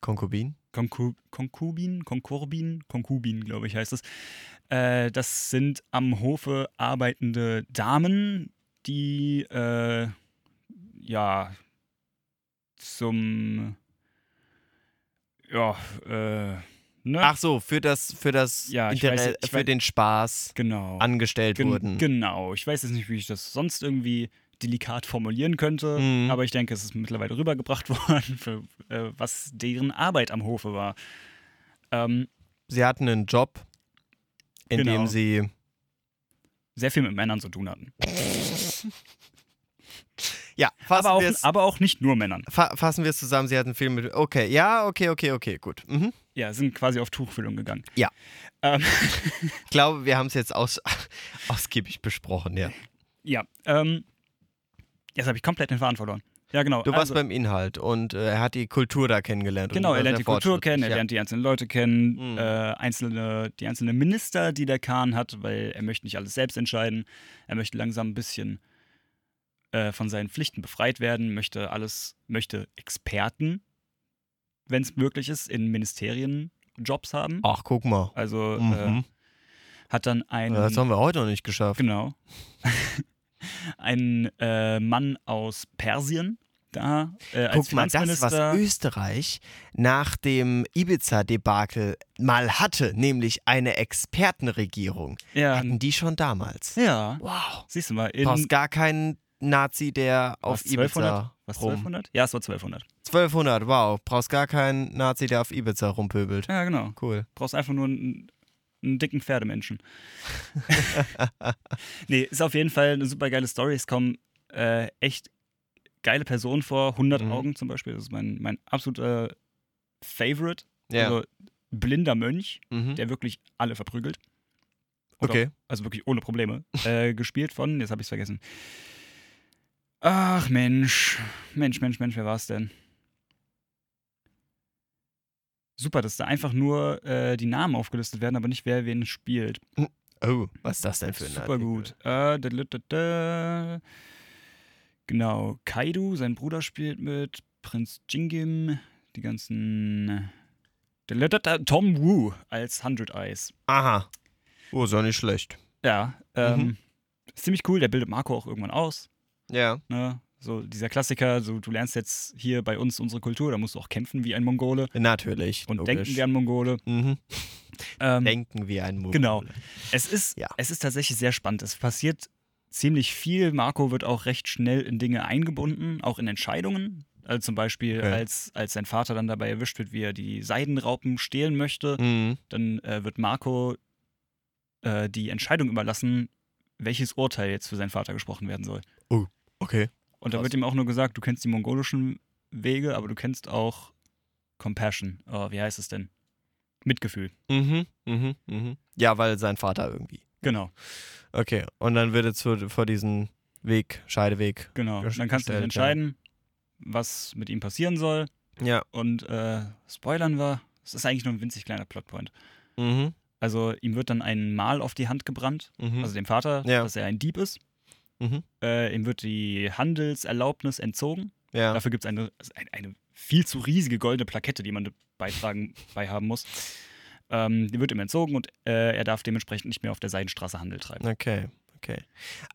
S1: Konkubin?
S2: Konku Konkubin, Konkurbin, Konkubin, glaube ich, heißt es. Äh, das sind am Hofe arbeitende Damen, die äh, ja zum ja äh, ne?
S1: Ach so, für das, für das
S2: Ja, ich
S1: Interesse-
S2: weiß- ich
S1: für
S2: weiß-
S1: den Spaß
S2: genau.
S1: angestellt
S2: Gen-
S1: wurden.
S2: Genau. Ich weiß jetzt nicht, wie ich das sonst irgendwie delikat formulieren könnte,
S1: Mhm.
S2: aber ich denke, es ist mittlerweile rübergebracht worden, für, äh, was deren Arbeit am Hofe war. Ähm,
S1: Sie hatten einen Job, in
S2: Genau.
S1: dem sie.
S2: sehr viel mit Männern zu tun hatten.
S1: Ja, fassen
S2: Aber auch,
S1: wir es.
S2: aber auch nicht nur Männern.
S1: Fa fassen wir es zusammen, sie hatten viel mit. Okay, ja, okay, okay, okay, gut. Mhm.
S2: Ja, sind quasi auf Tuchfüllung gegangen.
S1: Ja.
S2: Ähm,
S1: Ich glaube, wir haben es jetzt aus ausgiebig besprochen, ja.
S2: ja. Ähm, jetzt habe ich komplett den Faden verloren. Ja, genau.
S1: Du warst
S2: also-
S1: beim Inhalt und äh, er hat die Kultur da kennengelernt. und
S2: Genau,
S1: war
S2: er lernt
S1: sehr
S2: die Kultur
S1: fortschrittlich,
S2: kennen, er
S1: ja.
S2: lernt die einzelnen Leute kennen,
S1: Mhm.
S2: äh, einzelne, die einzelnen Minister, die der Khan hat, weil er möchte nicht alles selbst entscheiden. Er möchte langsam ein bisschen äh, von seinen Pflichten befreit werden, möchte alles, möchte Experten, wenn es möglich ist, in Ministerien Jobs haben.
S1: Ach, guck mal.
S2: Also
S1: Mhm.
S2: äh, hat dann einen,
S1: das haben wir heute noch nicht geschafft.
S2: genau, einen äh, Mann aus Persien da äh, als
S1: Guck mal, das, was
S2: Finanzminister.
S1: Österreich nach dem Ibiza-Debakel mal hatte, nämlich eine Expertenregierung,
S2: ja,
S1: hatten die schon damals.
S2: Ähm, ja,
S1: Wow.
S2: siehst du mal,
S1: Du
S2: in,
S1: brauchst gar keinen Nazi, der auf
S2: War's
S1: Ibiza
S2: Was,
S1: rum.
S2: 1200? Ja, es war 1200.
S1: 1200, wow. Brauchst gar keinen Nazi, der auf Ibiza rumpöbelt.
S2: Ja, genau.
S1: Cool.
S2: Brauchst einfach nur einen, einen dicken Pferdemenschen. nee, ist auf jeden Fall eine super geile Story. Es kommen äh, echt geile Personen vor. 100
S1: Mhm.
S2: Augen zum Beispiel. Das ist mein, mein absoluter Favorite.
S1: Ja.
S2: Also blinder Mönch,
S1: mhm.
S2: der wirklich alle verprügelt. Oder
S1: Okay.
S2: also wirklich ohne Probleme, äh, gespielt von, jetzt habe ich es vergessen. Ach Mensch, Mensch, Mensch, Mensch, wer war es denn? Super, dass da einfach nur äh, die Namen aufgelistet werden, aber nicht wer wen spielt.
S1: Oh, was ist das denn für ein
S2: Super
S1: Artikel?
S2: gut. Äh, da, da, da, da. Genau, Kaidu, sein Bruder spielt mit, Prinz Jingim, die ganzen... Da, da, da, da, Tom Wu als Hundred Eyes.
S1: Aha. Oh, ist ja nicht schlecht.
S2: Ja, ähm,
S1: Mhm.
S2: ist ziemlich cool. Der bildet Marco auch irgendwann aus.
S1: Ja.
S2: Ne? So dieser Klassiker, so du lernst jetzt hier bei uns unsere Kultur, da musst du auch kämpfen wie ein Mongole
S1: Natürlich.
S2: und
S1: logisch.
S2: denken wie ein Mongole.
S1: Mhm.
S2: Ähm,
S1: Denken wir ein Mugel.
S2: Genau. es ist,
S1: Ja.
S2: es ist tatsächlich sehr spannend. Es passiert ziemlich viel. Marco wird auch recht schnell in Dinge eingebunden, auch in Entscheidungen. Also zum Beispiel,
S1: Okay.
S2: als, als sein Vater dann dabei erwischt wird, wie er die Seidenraupen stehlen möchte,
S1: Mhm.
S2: dann äh, wird Marco äh, die Entscheidung überlassen, welches Urteil jetzt für seinen Vater gesprochen werden soll.
S1: Okay.
S2: Und da
S1: Krass.
S2: wird ihm auch nur gesagt, du kennst die mongolischen Wege, aber du kennst auch Compassion. Oh, wie heißt es denn? Mitgefühl.
S1: Mhm. Mhm. Mhm. Ja, weil sein Vater irgendwie.
S2: Genau,
S1: Okay. Und dann wird er zu, vor diesen Weg, Scheideweg.
S2: genau. Und dann kannst du dich
S1: Gestellt, ja.
S2: entscheiden, was mit ihm passieren soll.
S1: Ja.
S2: Und äh, spoilern wir, es ist eigentlich nur ein winzig kleiner Plotpoint.
S1: Mhm.
S2: Also ihm wird dann ein Mal auf die Hand gebrannt,
S1: Mhm.
S2: also dem Vater,
S1: Ja.
S2: dass er ein Dieb ist.
S1: mhm.
S2: Äh, ihm wird die Handelserlaubnis entzogen.
S1: Ja.
S2: Dafür gibt es eine, eine, eine viel zu riesige goldene Plakette, die man beitragen, beihaben muss. Ähm, die wird ihm entzogen und äh, er darf dementsprechend nicht mehr auf der Seidenstraße Handel treiben.
S1: Okay. Okay.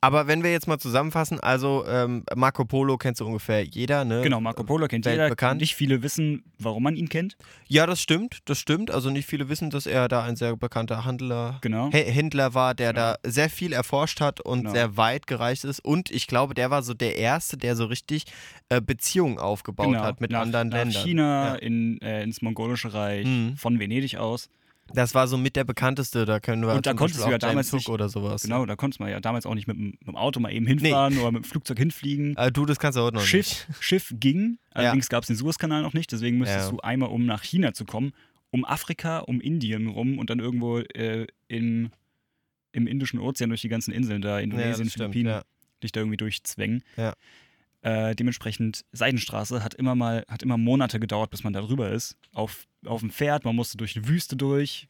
S1: Aber wenn wir jetzt mal zusammenfassen, also ähm, Marco Polo kennt so ungefähr jeder, ne?
S2: Genau, Marco Polo kennt jeder.
S1: weltbekannt.
S2: Nicht viele wissen, warum man ihn kennt.
S1: Ja, das stimmt, das stimmt. Also nicht viele wissen, dass er da ein sehr bekannter Handler,
S2: Genau.
S1: Hä- Händler war, der da sehr viel erforscht hat und
S2: Genau.
S1: sehr weit gereicht ist. Und ich glaube, der war so der Erste, der so richtig äh, Beziehungen aufgebaut
S2: genau.
S1: hat halt mit
S2: nach,
S1: anderen
S2: nach
S1: Ländern.
S2: China,
S1: Ja.
S2: in, äh, ins mongolische Reich,
S1: Mhm.
S2: von Venedig aus.
S1: Das war so mit der bekannteste, da können wir
S2: Und da
S1: zum
S2: konntest
S1: Beispiel
S2: du ja
S1: auch James
S2: damals
S1: Cook
S2: nicht-
S1: oder sowas.
S2: Genau, da konnte man ja damals auch nicht mit, dem- mit dem Auto mal eben hinfahren oder mit dem Flugzeug hinfliegen.
S1: Äh, du, das kannst du heute noch nicht.
S2: Schiff, Schiff ging, allerdings gab es den Suezkanal noch nicht, deswegen müsstest
S1: Ja.
S2: du einmal um nach China zu kommen, um Afrika, um Indien rum und dann irgendwo äh, im, im Indischen Ozean durch die ganzen Inseln
S1: Ja,
S2: da, Indonesien,
S1: das stimmt.
S2: Philippinen,
S1: Ja.
S2: dich da irgendwie durchzwängen.
S1: Ja.
S2: Äh, dementsprechend Seidenstraße hat immer mal, hat immer Monate gedauert, bis man da drüber ist. Auf, auf dem Pferd, man musste durch die Wüste durch.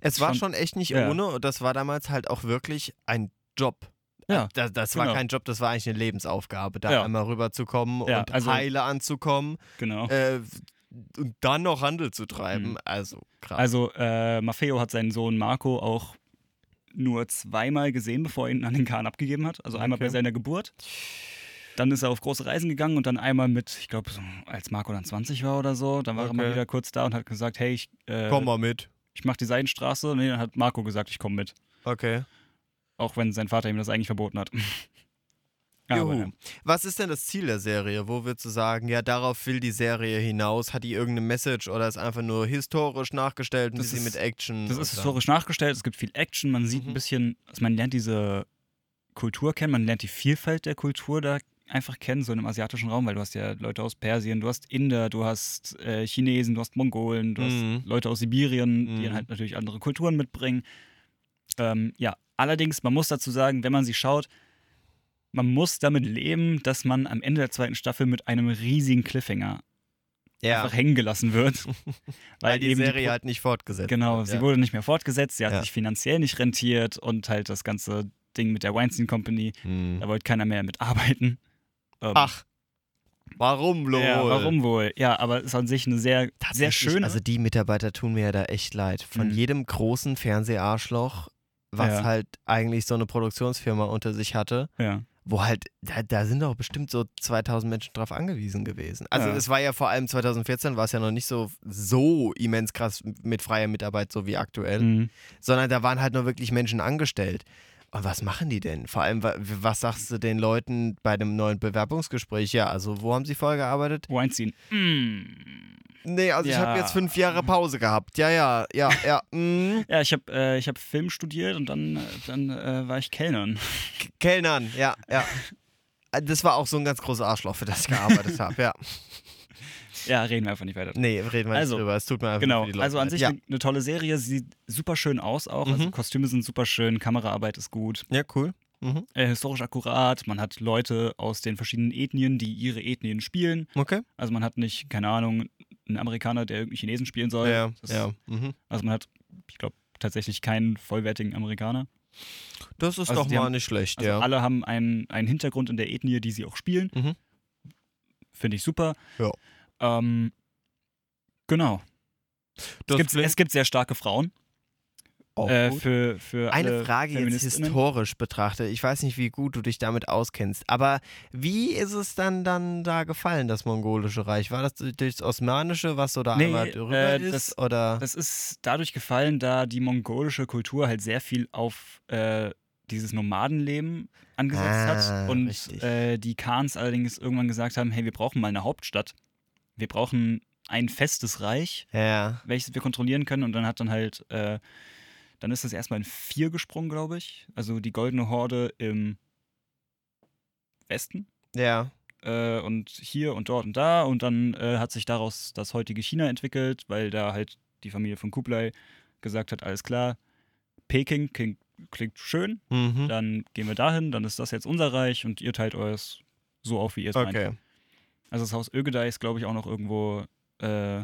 S1: Es war
S2: Schon-
S1: schon echt nicht
S2: ja.
S1: ohne und das war damals halt auch wirklich ein Job.
S2: Ja,
S1: Das, das war
S2: genau.
S1: kein Job, das war eigentlich eine Lebensaufgabe, da
S2: Ja.
S1: einmal rüberzukommen
S2: Ja,
S1: und
S2: also-
S1: heile anzukommen
S2: genau.
S1: äh, und dann noch Handel zu treiben. Also krass.
S2: Mhm. Also äh, Maffeo hat seinen Sohn Marco auch nur zweimal gesehen, bevor er ihn an den Kahn abgegeben hat. Also einmal
S1: Okay.
S2: bei seiner Geburt. Dann ist er auf große Reisen gegangen und dann einmal mit, ich glaube, so, als Marco dann 20 war oder so, dann war er mal
S1: Okay.
S2: wieder kurz da und hat gesagt, hey, ich, äh,
S1: Komm mal mit.
S2: ich mache die Seidenstraße. Und dann hat Marco gesagt, ich komme mit.
S1: Okay.
S2: Auch wenn sein Vater ihm das eigentlich verboten hat. Aber,
S1: Juhu.
S2: ja.
S1: Was ist denn das Ziel der Serie? Wo würdest du sagen, ja, darauf will die Serie hinaus? Hat die irgendeine Message oder ist einfach nur historisch nachgestellt ein
S2: Das
S1: bisschen
S2: ist-
S1: mit Action?
S2: Das ist
S1: und dann-
S2: historisch nachgestellt, es gibt viel Action, man sieht
S1: Mhm.
S2: ein bisschen, also man lernt diese Kultur kennen, man lernt die Vielfalt der Kultur da einfach kennen, so in einem asiatischen Raum, weil du hast ja Leute aus Persien, du hast Inder, du hast äh, Chinesen, du hast Mongolen, du
S1: Mhm.
S2: hast Leute aus Sibirien, die
S1: Mhm.
S2: dann halt natürlich andere Kulturen mitbringen. Ähm, ja, allerdings, man muss dazu sagen, wenn man sie schaut, man muss damit leben, dass man am Ende der zweiten Staffel mit einem riesigen Cliffhanger
S1: Ja,
S2: einfach hängen gelassen wird.
S1: weil die
S2: eben die
S1: Serie
S2: Pro-
S1: halt nicht fortgesetzt
S2: Genau,
S1: wird,
S2: sie
S1: ja.
S2: wurde nicht mehr fortgesetzt, sie hat
S1: Ja.
S2: sich finanziell nicht rentiert und halt das ganze Ding mit der Weinstein Company,
S1: Hm.
S2: da wollte keiner mehr mitarbeiten. Ähm,
S1: Ach, warum, Lowell?
S2: ja, warum wohl? Ja, aber es ist an sich eine sehr, sehr
S1: Tatsächlich,
S2: schöne.
S1: Also die Mitarbeiter tun mir ja da echt leid. Von
S2: Mhm.
S1: jedem großen Fernseharschloch, was
S2: Ja.
S1: halt eigentlich so eine Produktionsfirma unter sich hatte,
S2: ja,
S1: wo halt, da, da sind doch bestimmt so 2000 Menschen drauf angewiesen gewesen. Also
S2: Ja.
S1: es war ja vor allem 2014 war es ja noch nicht so, so immens krass mit freier Mitarbeit, so wie aktuell,
S2: mhm.
S1: sondern da waren halt nur wirklich Menschen angestellt. Und was machen die denn? Vor allem, wa- was sagst du den Leuten bei dem neuen Bewerbungsgespräch? Ja, also wo haben sie vorher gearbeitet?
S2: Weinstein. Mm.
S1: Nee, also ich
S2: Ja.
S1: habe jetzt fünf Jahre Pause gehabt. Ja, ja, ja, ja. Mm,
S2: Ja, ich habe äh, ich hab Film studiert und dann, äh, dann äh, war ich Kellnern.
S1: K- Kellnern, ja, ja. Das war auch so ein ganz großes Arschloch, für das ich gearbeitet habe, ja.
S2: Ja, reden wir einfach nicht weiter.
S1: Nee, reden wir nicht
S2: Also,
S1: drüber. Es tut mir einfach
S2: Genau,
S1: für die Leute halt.
S2: also an sich
S1: leid.
S2: eine, eine tolle Serie, sie sieht super schön aus auch.
S1: Mhm.
S2: Also Kostüme sind super schön, Kameraarbeit ist gut.
S1: Ja, ja cool. Mhm.
S2: äh, historisch akkurat. Man hat Leute aus den verschiedenen Ethnien, die ihre Ethnien spielen.
S1: Okay.
S2: Also man hat nicht, keine Ahnung, einen Amerikaner, der irgendeinen Chinesen spielen soll.
S1: ja,
S2: Das-
S1: ja. Mhm.
S2: Also man hat, ich glaube, tatsächlich keinen vollwertigen Amerikaner.
S1: Das ist
S2: Also
S1: doch
S2: die
S1: mal
S2: haben-
S1: nicht schlecht,
S2: Also
S1: ja.
S2: alle haben einen, einen Hintergrund in der Ethnie, die sie auch spielen.
S1: Mhm.
S2: Finde ich super.
S1: Ja.
S2: Ähm, genau.
S1: Das
S2: Es gibt,
S1: klingt
S2: es gibt sehr starke Frauen.
S1: auch
S2: Äh,
S1: gut.
S2: für, für
S1: Eine
S2: alle
S1: Frage jetzt
S2: Feministinnen.
S1: historisch betrachtet. Ich weiß nicht, wie gut du dich damit auskennst, aber wie ist es dann dann da gefallen, das mongolische Reich? War das durch das Osmanische, was so da
S2: Nee,
S1: einmal drüber
S2: äh,
S1: ist?
S2: das-
S1: oder?
S2: Das ist dadurch gefallen, da die mongolische Kultur halt sehr viel auf äh, dieses Nomadenleben angesetzt
S1: Ah,
S2: hat und
S1: richtig.
S2: äh, die Khans allerdings irgendwann gesagt haben, hey, wir brauchen mal eine Hauptstadt. Wir brauchen ein festes Reich,
S1: ja.
S2: welches wir kontrollieren können und dann hat dann halt, äh, dann ist das erstmal in vier gesprungen, glaube ich. Also die goldene Horde im Westen
S1: Ja.
S2: äh, und hier und dort und da und dann äh, hat sich daraus das heutige China entwickelt, weil da halt die Familie von Kublai gesagt hat, alles klar, Peking klingt, klingt schön,
S1: Mhm.
S2: dann gehen wir dahin, dann ist das jetzt unser Reich und ihr teilt euers so auf, wie ihr es meint.
S1: Okay.
S2: Also das Haus Ögedei ist, glaube ich, auch noch irgendwo, äh,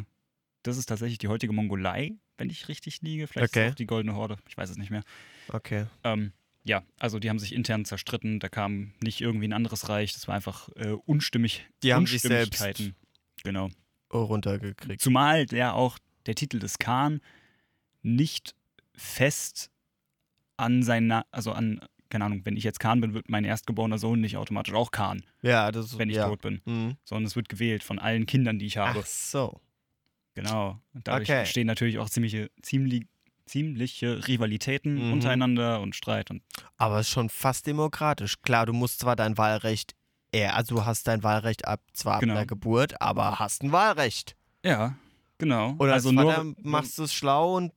S2: das ist tatsächlich die heutige Mongolei, wenn ich richtig liege, vielleicht ist
S1: Okay.
S2: es auch die Goldene Horde, ich weiß es nicht mehr.
S1: Okay.
S2: Ähm, ja, also die haben sich intern zerstritten, da kam nicht irgendwie ein anderes Reich, das war einfach äh, unstimmig.
S1: Die haben sich
S2: Unstimmigkeiten.
S1: selbst
S2: Genau.
S1: runtergekriegt.
S2: Zumal ja auch der Titel des Khan nicht fest an seinen, Na also an, keine Ahnung, wenn ich jetzt Khan bin, wird mein erstgeborener Sohn nicht automatisch auch Khan,
S1: Ja, das
S2: wenn ich
S1: ja.
S2: tot bin.
S1: Mhm.
S2: Sondern es wird gewählt von allen Kindern, die ich habe.
S1: Ach so.
S2: Genau. Und dadurch
S1: Okay.
S2: entstehen natürlich auch ziemliche, ziemlich, ziemliche Rivalitäten
S1: Mhm.
S2: untereinander und Streit und
S1: Aber ist schon fast demokratisch. Klar, du musst zwar dein Wahlrecht, äh, also du hast dein Wahlrecht ab zwar
S2: Genau.
S1: ab der Geburt, aber hast ein Wahlrecht.
S2: ja, genau.
S1: Und
S2: also
S1: als
S2: nur
S1: Vater machst du es schlau und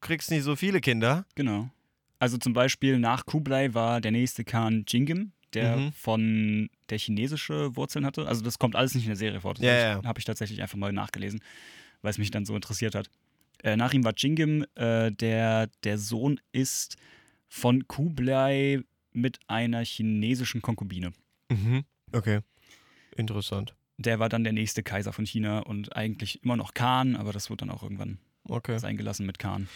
S1: kriegst nicht so viele Kinder.
S2: Genau. Also zum Beispiel nach Kublai war der nächste Khan Jingim, der
S1: Mhm.
S2: von der chinesische Wurzeln hatte. Also das kommt alles nicht in der Serie vor. Das
S1: Ja,
S2: habe ich, hab ich tatsächlich einfach mal nachgelesen, weil es mich dann so interessiert hat. Äh, nach ihm war Jingim, äh, der der Sohn ist von Kublai mit einer chinesischen Konkubine.
S1: Mhm. Okay. Interessant.
S2: Der war dann der nächste Kaiser von China und eigentlich immer noch Khan, aber das wurde dann auch irgendwann
S1: Okay.
S2: sein gelassen mit Khan.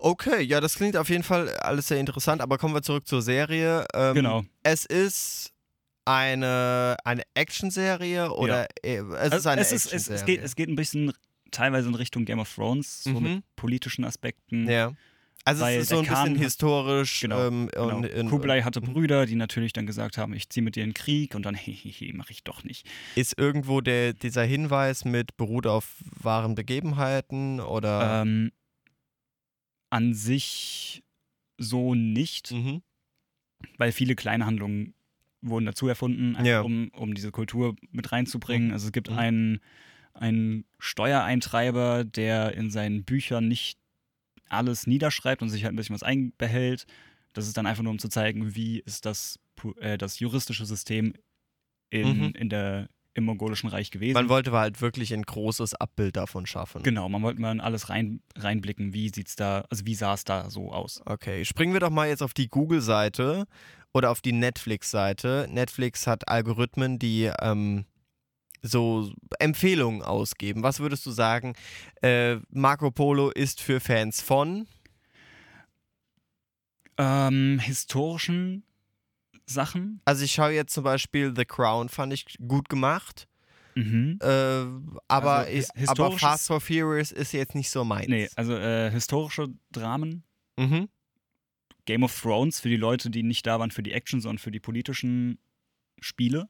S1: Okay, ja, das klingt auf jeden Fall alles sehr interessant, aber kommen wir zurück zur Serie. Ähm,
S2: Genau.
S1: Es ist eine, eine Action-Serie oder äh, es ist
S2: Also
S1: eine
S2: es, ist, es, es, geht,
S1: Action-Serie.
S2: es geht ein bisschen teilweise in Richtung Game of Thrones, so
S1: Mhm.
S2: mit politischen Aspekten.
S1: Ja. Also
S2: Weil
S1: es ist so
S2: der
S1: ein
S2: Khan
S1: bisschen
S2: hat-
S1: historisch.
S2: Genau,
S1: ähm,
S2: Genau.
S1: und, in- mhm.
S2: Kublai hatte Brüder, die natürlich dann gesagt haben, ich ziehe mit dir in den Krieg und dann, hehehe, mache ich doch nicht.
S1: Ist irgendwo der, dieser Hinweis mit beruht auf wahren Begebenheiten oder.
S2: Ähm, an sich so nicht,
S1: mhm.
S2: weil viele kleine Handlungen wurden dazu erfunden, einfach
S1: Ja.
S2: um, um diese Kultur mit reinzubringen. Also es gibt
S1: Mhm.
S2: einen, einen Steuereintreiber, der in seinen Büchern nicht alles niederschreibt und sich halt ein bisschen was einbehält. Das ist dann einfach nur, um zu zeigen, wie ist das, pu- äh, das juristische System in,
S1: Mhm.
S2: in der, im mongolischen Reich gewesen.
S1: Man wollte halt wirklich ein großes Abbild davon schaffen.
S2: genau, man wollte mal in alles rein, reinblicken, wie sieht's da, also wie sah es da so aus.
S1: Okay, springen wir doch mal jetzt auf die Google-Seite oder auf die Netflix-Seite. Netflix hat Algorithmen, die ähm, so Empfehlungen ausgeben. Was würdest du sagen? Äh, Marco Polo ist für Fans von.
S2: Ähm, historischen Sachen.
S1: Also ich schaue jetzt zum Beispiel The Crown, fand ich gut gemacht.
S2: Mhm.
S1: Äh, aber,
S2: Also,
S1: ich,
S2: hi-
S1: aber
S2: historisches-
S1: Fast for Furious ist jetzt nicht so meins.
S2: Nee, also äh, historische Dramen.
S1: Mhm.
S2: Game of Thrones für die Leute, die nicht da waren für die Action, sondern für die politischen Spiele.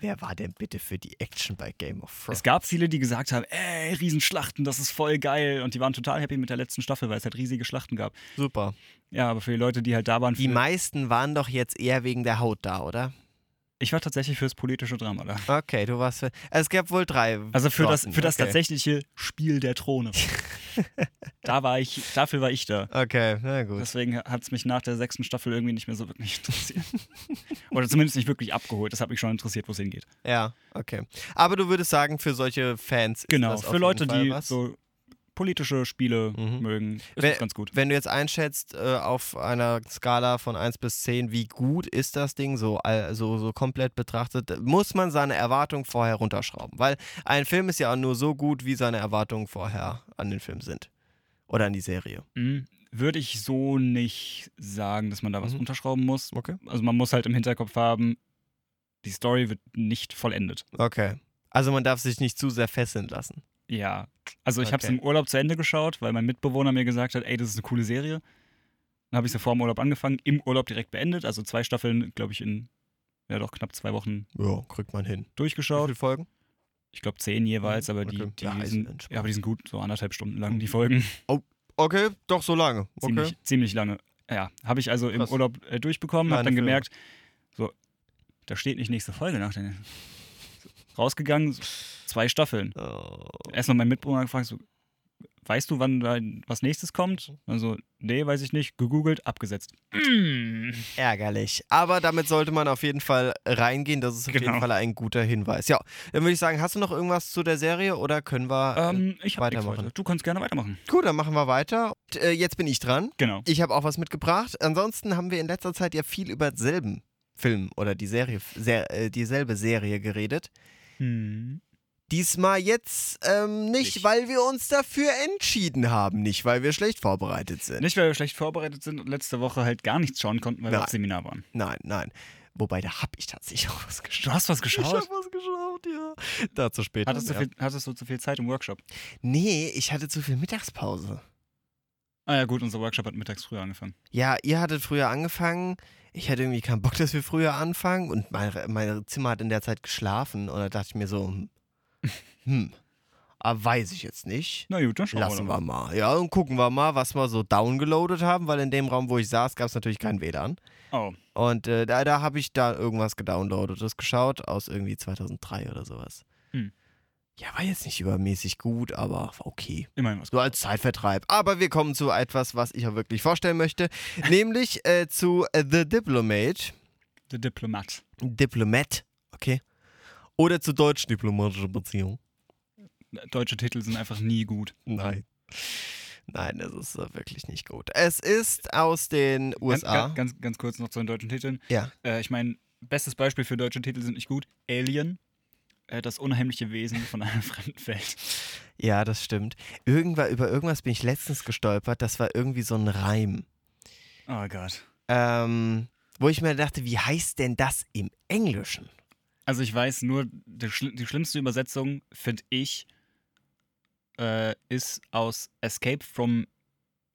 S1: Wer war denn bitte für die Action bei Game of Thrones?
S2: Es gab viele, die gesagt haben, ey, Riesenschlachten, das ist voll geil. Und die waren total happy mit der letzten Staffel, weil es halt riesige Schlachten gab.
S1: Super.
S2: Ja, aber für die Leute, die halt da waren,
S1: Die
S2: für,
S1: meisten waren doch jetzt eher wegen der Haut da, oder?
S2: ich war tatsächlich fürs politische Drama da.
S1: Okay, du warst. Für, es gab wohl drei.
S2: Also für das,
S1: Sorten,
S2: für das
S1: okay.
S2: tatsächliche Spiel der Throne. da war ich, dafür war ich da.
S1: Okay, na gut.
S2: Deswegen hat es mich nach der sechsten Staffel irgendwie nicht mehr so wirklich interessiert. Oder zumindest nicht wirklich abgeholt. Das hat mich schon interessiert, wo es hingeht.
S1: ja, okay. Aber du würdest sagen, für solche Fans. Ist
S2: Genau,
S1: das auf
S2: für Leute,
S1: jeden Fall
S2: die
S1: was?
S2: so politische Spiele
S1: Mhm.
S2: mögen, ist
S1: Wer-
S2: das ganz gut.
S1: Wenn du jetzt einschätzt, äh, auf einer Skala von 1 bis 10, wie gut ist das Ding so, all- so, so komplett betrachtet, muss man seine Erwartung vorher runterschrauben. Weil ein Film ist ja auch nur so gut, wie seine Erwartungen vorher an den Film sind. Oder an die Serie.
S2: Mhm. Würde ich so nicht sagen, dass man da was
S1: Mhm.
S2: unterschrauben muss.
S1: Okay.
S2: Also man muss halt im Hinterkopf haben, die Story wird nicht vollendet.
S1: Okay. Also man darf sich nicht zu sehr fesseln lassen.
S2: Ja. Also ich habe es
S1: Okay.
S2: im Urlaub zu Ende geschaut, weil mein Mitbewohner mir gesagt hat, ey, das ist eine coole Serie. Dann habe ich sie vor dem Urlaub angefangen, im Urlaub direkt beendet. Also zwei Staffeln, glaube ich, in ja doch knapp zwei Wochen
S1: Ja, kriegt man hin. Wie
S2: durchgeschaut.
S1: viele Folgen?
S2: Ich glaube zehn jeweils,
S1: Mhm.
S2: aber die,
S1: Okay.
S2: die,
S1: Ja, ist
S2: sind,
S1: entspannt. Mhm.
S2: ja, aber die sind gut, so anderthalb Stunden lang, die Folgen.
S1: Okay, doch so lange.
S2: ziemlich,
S1: Okay.
S2: ziemlich lange. Ja, habe ich also im
S1: Krass.
S2: Urlaub äh, durchbekommen, habe
S1: Kleine
S2: dann
S1: Filme.
S2: gemerkt, so, da steht nicht nächste Folge nach. Der, rausgegangen, so, zwei Staffeln.
S1: Oh.
S2: Erstmal mein Mitbewohner gefragt, so, weißt du, wann da was nächstes kommt? Also, nee, weiß ich nicht. Gegoogelt, abgesetzt. Mm.
S1: Ärgerlich. Aber damit sollte man auf jeden Fall reingehen. Das ist auf jeden
S2: Genau.
S1: Fall ein guter Hinweis. Ja, dann würde ich sagen, hast du noch irgendwas zu der Serie oder können wir.
S2: Ähm, ich habe nichts
S1: Weitermachen.
S2: heute. Du kannst gerne weitermachen.
S1: Gut, dann machen wir weiter. Und, äh, jetzt bin ich dran.
S2: Genau.
S1: Ich habe auch was mitgebracht. Ansonsten haben wir in letzter Zeit ja viel über denselben Film oder die Serie, sehr, äh, dieselbe Serie geredet.
S2: Hm.
S1: Diesmal jetzt ähm, nicht,
S2: Nicht.
S1: weil wir uns dafür entschieden haben, nicht weil wir schlecht vorbereitet sind.
S2: Nicht, weil wir schlecht vorbereitet sind und letzte Woche halt gar nichts schauen konnten, weil wir
S1: Nein.
S2: auf Seminar waren.
S1: Nein, nein. Wobei, da habe ich tatsächlich auch was geschaut.
S2: Du hast was
S1: Ich
S2: geschaut?
S1: habe was geschaut, ja. Dazu später.
S2: Hattest du,
S1: mehr.
S2: viel, hattest du zu viel Zeit im Workshop?
S1: Nee, ich hatte zu viel Mittagspause.
S2: Ah ja, gut, unser Workshop hat mittags früher angefangen.
S1: Ja, ihr hattet früher angefangen. Ich hatte irgendwie keinen Bock, dass wir früher anfangen. Und mein, mein Zimmer hat in der Zeit geschlafen. Und da dachte ich mir so, hm, hm aber weiß ich jetzt nicht.
S2: Na gut, dann schauen
S1: Lassen
S2: wir
S1: wir
S2: mal.
S1: mal. Ja, und gucken wir mal, was wir so downgeloadet haben, weil in dem Raum, wo ich saß, gab es natürlich kein WLAN.
S2: Oh,
S1: Und äh, da, da habe ich da irgendwas gedownloadetes geschaut, aus irgendwie 2003 oder sowas.
S2: Hm.
S1: Ja, war jetzt nicht übermäßig gut, aber war okay.
S2: immerhin was.
S1: So als Zeitvertreib. Aber wir kommen zu etwas, was ich auch wirklich vorstellen möchte, nämlich äh, zu äh, The Diplomat.
S2: Der Diplomat.
S1: Diplomat, okay. Oder zu deutsch diplomatische Beziehung.
S2: Deutsche Titel sind einfach nie gut.
S1: Nein. Nein, es ist äh, wirklich nicht gut. Es ist aus den USA.
S2: Ganz, ganz, ganz kurz noch zu den deutschen Titeln.
S1: Ja.
S2: Äh, ich meine, bestes Beispiel für deutsche Titel sind nicht gut. Alien. Äh, das unheimliche Wesen von einer fremden Welt.
S1: Ja, das stimmt. Irgendwann, über irgendwas bin ich letztens gestolpert. Das war irgendwie so ein Reim.
S2: Oh Gott.
S1: Ähm, wo ich mir dachte, wie heißt denn das im Englischen?
S2: Also ich weiß nur, die, schli- die schlimmste Übersetzung, finde ich, äh, ist aus Escape from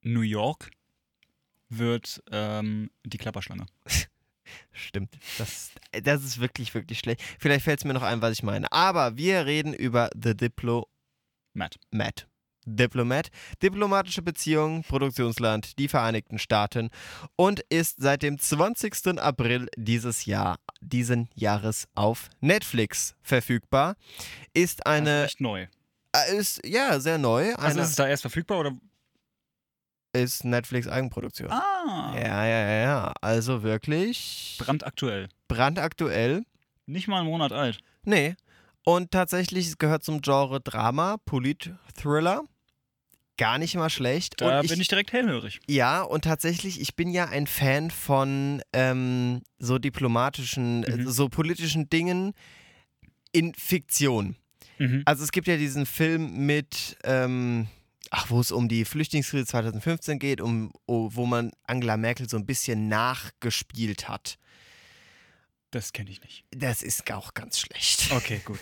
S2: New York wird ähm, die Klapperschlange.
S1: Stimmt. Das, das ist wirklich, wirklich schlecht. Vielleicht fällt es mir noch ein, was ich meine. Aber wir reden über The Diplo
S2: Matt.
S1: Matt. Diplomat, diplomatische Beziehungen, Produktionsland, die Vereinigten Staaten und ist seit dem 20. April dieses Jahr, diesen Jahres auf Netflix verfügbar. Ist
S2: das
S1: eine,
S2: ist Also echt neu.
S1: äh, ist ja sehr neu,
S2: Also
S1: eine,
S2: ist es da erst verfügbar oder?
S1: ist Netflix Eigenproduktion.
S2: Ah!
S1: Ja, ja, ja, ja, also wirklich
S2: Brandaktuell.
S1: brandaktuell.
S2: Nicht mal einen Monat alt.
S1: Nee. Und tatsächlich, es gehört zum Genre Drama, Polit-Thriller. Gar nicht mal schlecht.
S2: Da
S1: und
S2: bin ich direkt hellhörig.
S1: Ja, und tatsächlich, ich bin ja ein Fan von ähm, so diplomatischen,
S2: Mhm.
S1: äh, so politischen Dingen in Fiktion.
S2: Mhm.
S1: Also es gibt ja diesen Film mit, ähm, ach, wo es um die Flüchtlingskrise 2015 geht, um, oh, wo man Angela Merkel so ein bisschen nachgespielt hat.
S2: Das kenne ich nicht.
S1: Das ist auch ganz schlecht.
S2: Okay, gut.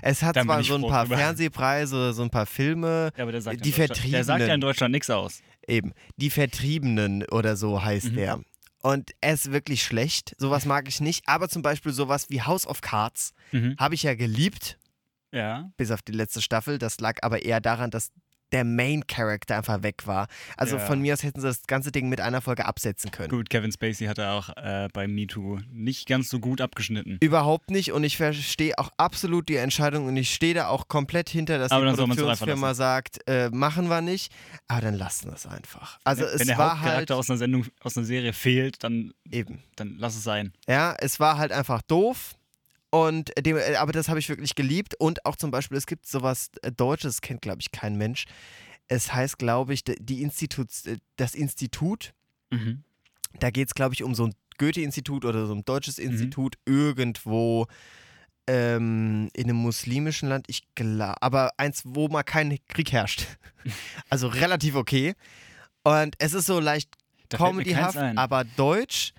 S1: Es hat
S2: Dann bin
S1: zwar
S2: ich
S1: so ein
S2: froh
S1: paar
S2: drüber.
S1: Fernsehpreise oder so ein paar Filme,
S2: Ja, aber der sagt,
S1: Die
S2: in Deutschland- der sagt ja
S1: Vertriebenen.
S2: in Deutschland nichts aus.
S1: Eben. Die Vertriebenen oder so heißt
S2: Mhm.
S1: der. Und er ist wirklich schlecht. Sowas mag ich nicht. Aber zum Beispiel sowas wie House of Cards
S2: Mhm.
S1: habe ich ja geliebt,
S2: Ja.
S1: bis auf die letzte Staffel. Das lag aber eher daran, dass der Main Character einfach weg war. Also
S2: Ja.
S1: von mir aus hätten sie das ganze Ding mit einer Folge absetzen können.
S2: Gut, Kevin Spacey hat er auch äh, bei Me Too nicht ganz so gut abgeschnitten.
S1: Überhaupt nicht und ich verstehe auch absolut die Entscheidung und ich stehe da auch komplett hinter, dass
S2: Aber
S1: die
S2: dann soll man's doch einfach
S1: Produktionsfirma sagt, äh, machen wir nicht, aber dann lassen wir es einfach. Also
S2: wenn,
S1: es
S2: wenn der
S1: war halt
S2: Hauptcharakter aus einer Sendung, aus einer Serie fehlt, dann,
S1: eben.
S2: dann lass es sein.
S1: Ja, es war halt einfach doof. Und dem, äh, aber das habe ich wirklich geliebt. Und auch zum Beispiel, es gibt sowas äh, Deutsches, kennt, glaube ich, kein Mensch. Es heißt, glaube ich, d- die Institut, äh, das Institut.
S2: Mhm.
S1: Da geht es, glaube ich, um so ein Goethe-Institut oder so ein deutsches
S2: Mhm.
S1: Institut irgendwo ähm, in einem muslimischen Land. Ich glaube, aber eins, wo mal kein Krieg herrscht. Also relativ okay. Und es ist so leicht
S2: Da fällt mir keins
S1: Comedyhaft,
S2: ein.
S1: aber deutsch.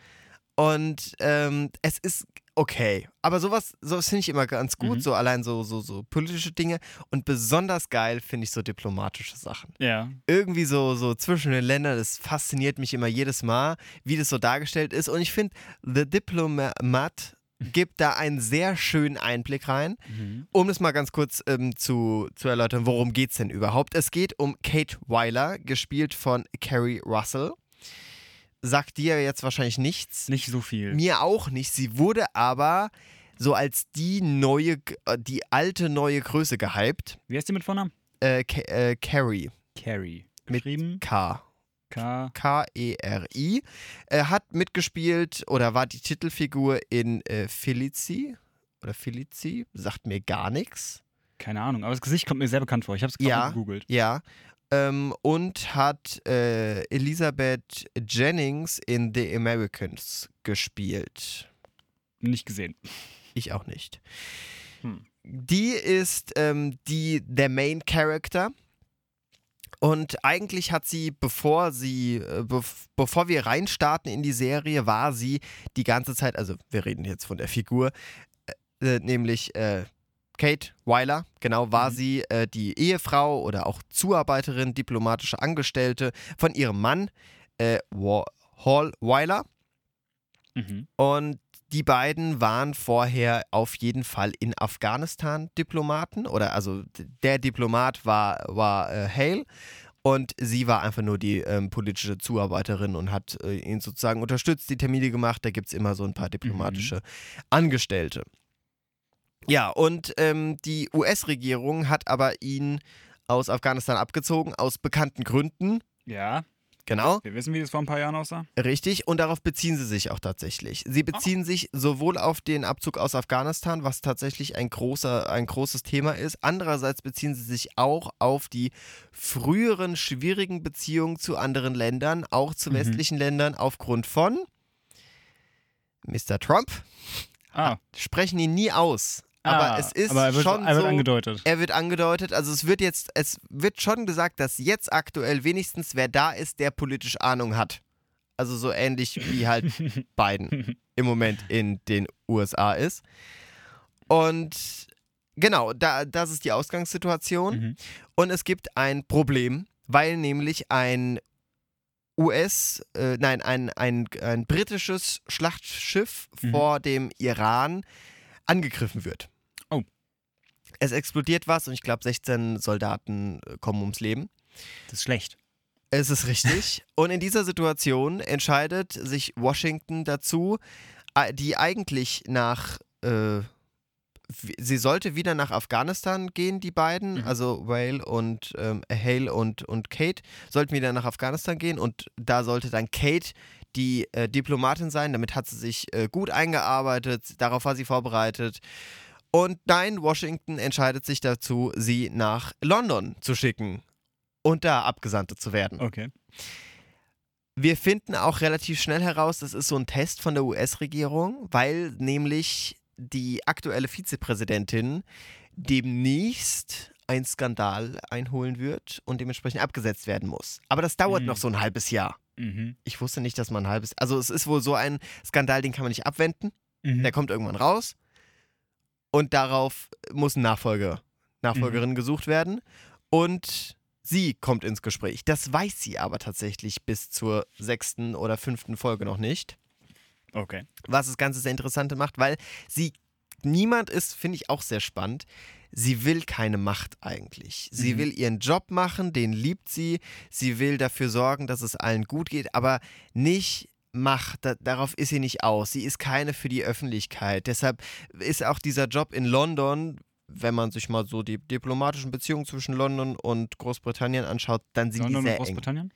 S1: Und ähm, es ist okay. Aber sowas, sowas finde ich immer ganz gut,
S2: Mhm.
S1: so allein so, so, so politische Dinge. Und besonders geil finde ich so diplomatische Sachen.
S2: Ja.
S1: Irgendwie so, so zwischen den Ländern, das fasziniert mich immer jedes Mal, wie das so dargestellt ist. Und ich finde, The Diplomat gibt da einen sehr schönen Einblick rein.
S2: Mhm.
S1: Um das mal ganz kurz ähm, zu, zu erläutern, worum geht es denn überhaupt? Es geht um Kate Weiler, gespielt von Carrie Russell. Sagt dir jetzt wahrscheinlich nichts.
S2: Nicht so viel.
S1: Mir auch nicht. Sie wurde aber so als die neue, äh, die alte neue Größe gehypt.
S2: Wie heißt die mit Vornamen?
S1: Äh, Ca- äh, Carrie,
S2: Carrie.
S1: Mit-
S2: Geschrieben
S1: K. E
S2: K.
S1: K-E-R-I. Äh, hat mitgespielt oder war die Titelfigur in äh, Felici. Oder Felici. Sagt mir gar nichts.
S2: Keine Ahnung, aber das Gesicht kommt mir sehr bekannt vor. Ich habe es gerade
S1: Ja.
S2: mal gegoogelt.
S1: Ja. Ähm, und hat äh, Elisabeth Jennings in The Americans gespielt.
S2: Nicht gesehen.
S1: Ich auch nicht.
S2: Hm.
S1: Die ist ähm, die, der Main Character. Und eigentlich hat sie, bevor sie, äh, bev bevor wir reinstarten in die Serie, war sie die ganze Zeit, also wir reden jetzt von der Figur, äh, äh, nämlich äh, Kate Weiler, genau, war
S2: Mhm.
S1: sie äh, die Ehefrau oder auch Zuarbeiterin, diplomatische Angestellte von ihrem Mann äh, Wa- Hall Weiler.
S2: Mhm.
S1: Und die beiden waren vorher auf jeden Fall in Afghanistan Diplomaten oder also d- der Diplomat war, war äh, Hale und sie war einfach nur die ähm, politische Zuarbeiterin und hat äh, ihn sozusagen unterstützt, die Termine gemacht. Da gibt es immer so ein paar diplomatische Angestellte. Ja, und ähm, die US-Regierung hat aber ihn aus Afghanistan abgezogen, aus bekannten Gründen.
S2: Ja,
S1: Genau.
S2: wir wissen, wie das vor ein paar Jahren aussah.
S1: Richtig, und darauf beziehen sie sich auch tatsächlich. Sie beziehen sich sowohl auf den Abzug aus Afghanistan, was tatsächlich ein, großer, ein großes Thema ist, andererseits beziehen sie sich auch auf die früheren schwierigen Beziehungen zu anderen Ländern, auch zu
S2: Mhm.
S1: westlichen Ländern, aufgrund von Mr. Trump.
S2: Ah,
S1: Sprechen ihn nie aus, aber
S2: ah,
S1: es ist
S2: aber er wird,
S1: schon
S2: er wird
S1: so.
S2: angedeutet.
S1: Er wird angedeutet, also es wird jetzt, es wird schon gesagt, dass jetzt aktuell wenigstens wer da ist, der politisch Ahnung hat. Also so ähnlich wie halt Biden im Moment in den USA ist. Und genau, da, das ist die Ausgangssituation.
S2: Mhm.
S1: Und es gibt ein Problem, weil nämlich ein US, äh, nein, ein, ein, ein britisches Schlachtschiff
S2: Mhm.
S1: vor dem Iran angegriffen wird.
S2: Oh.
S1: Es explodiert was und ich glaube, 16 Soldaten äh, kommen ums Leben.
S2: Das ist schlecht.
S1: Es ist richtig. Und in dieser Situation entscheidet sich Washington dazu, äh, die eigentlich nach. Äh, w- sie sollte wieder nach Afghanistan gehen, die beiden,
S2: Mhm.
S1: also Whale und ähm, Hale und, und Kate, sollten wieder nach Afghanistan gehen und da sollte dann Kate die äh, Diplomatin sein. Damit hat sie sich äh, gut eingearbeitet, darauf war sie vorbereitet. Und nein, Washington entscheidet sich dazu, sie nach London zu schicken und da Abgesandte zu werden.
S2: Okay.
S1: Wir finden auch relativ schnell heraus, das ist so ein Test von der US-Regierung, weil nämlich die aktuelle Vizepräsidentin demnächst einen Skandal einholen wird und dementsprechend abgesetzt werden muss. Aber das dauert
S2: Mhm.
S1: noch so ein halbes Jahr.
S2: Mhm.
S1: Ich wusste nicht, dass man ein halbes. Also es ist wohl so ein Skandal, den kann man nicht abwenden.
S2: Mhm.
S1: Der kommt irgendwann raus. Und darauf muss ein Nachfolger, Nachfolgerin gesucht werden. Und sie kommt ins Gespräch. Das weiß sie aber tatsächlich bis zur sechsten oder fünften Folge noch nicht.
S2: Okay.
S1: Was das Ganze sehr interessant macht, weil sie niemand ist, finde ich auch sehr spannend. Sie will keine Macht eigentlich. Sie
S2: Mhm.
S1: will ihren Job machen, den liebt sie. Sie will dafür sorgen, dass es allen gut geht, aber nicht Macht. Da, darauf ist sie nicht aus. Sie ist keine für die Öffentlichkeit. Deshalb ist auch dieser Job in London, wenn man sich mal so die diplomatischen Beziehungen zwischen London und Großbritannien anschaut, dann sind
S2: London
S1: die
S2: und
S1: sehr eng.
S2: Großbritannien?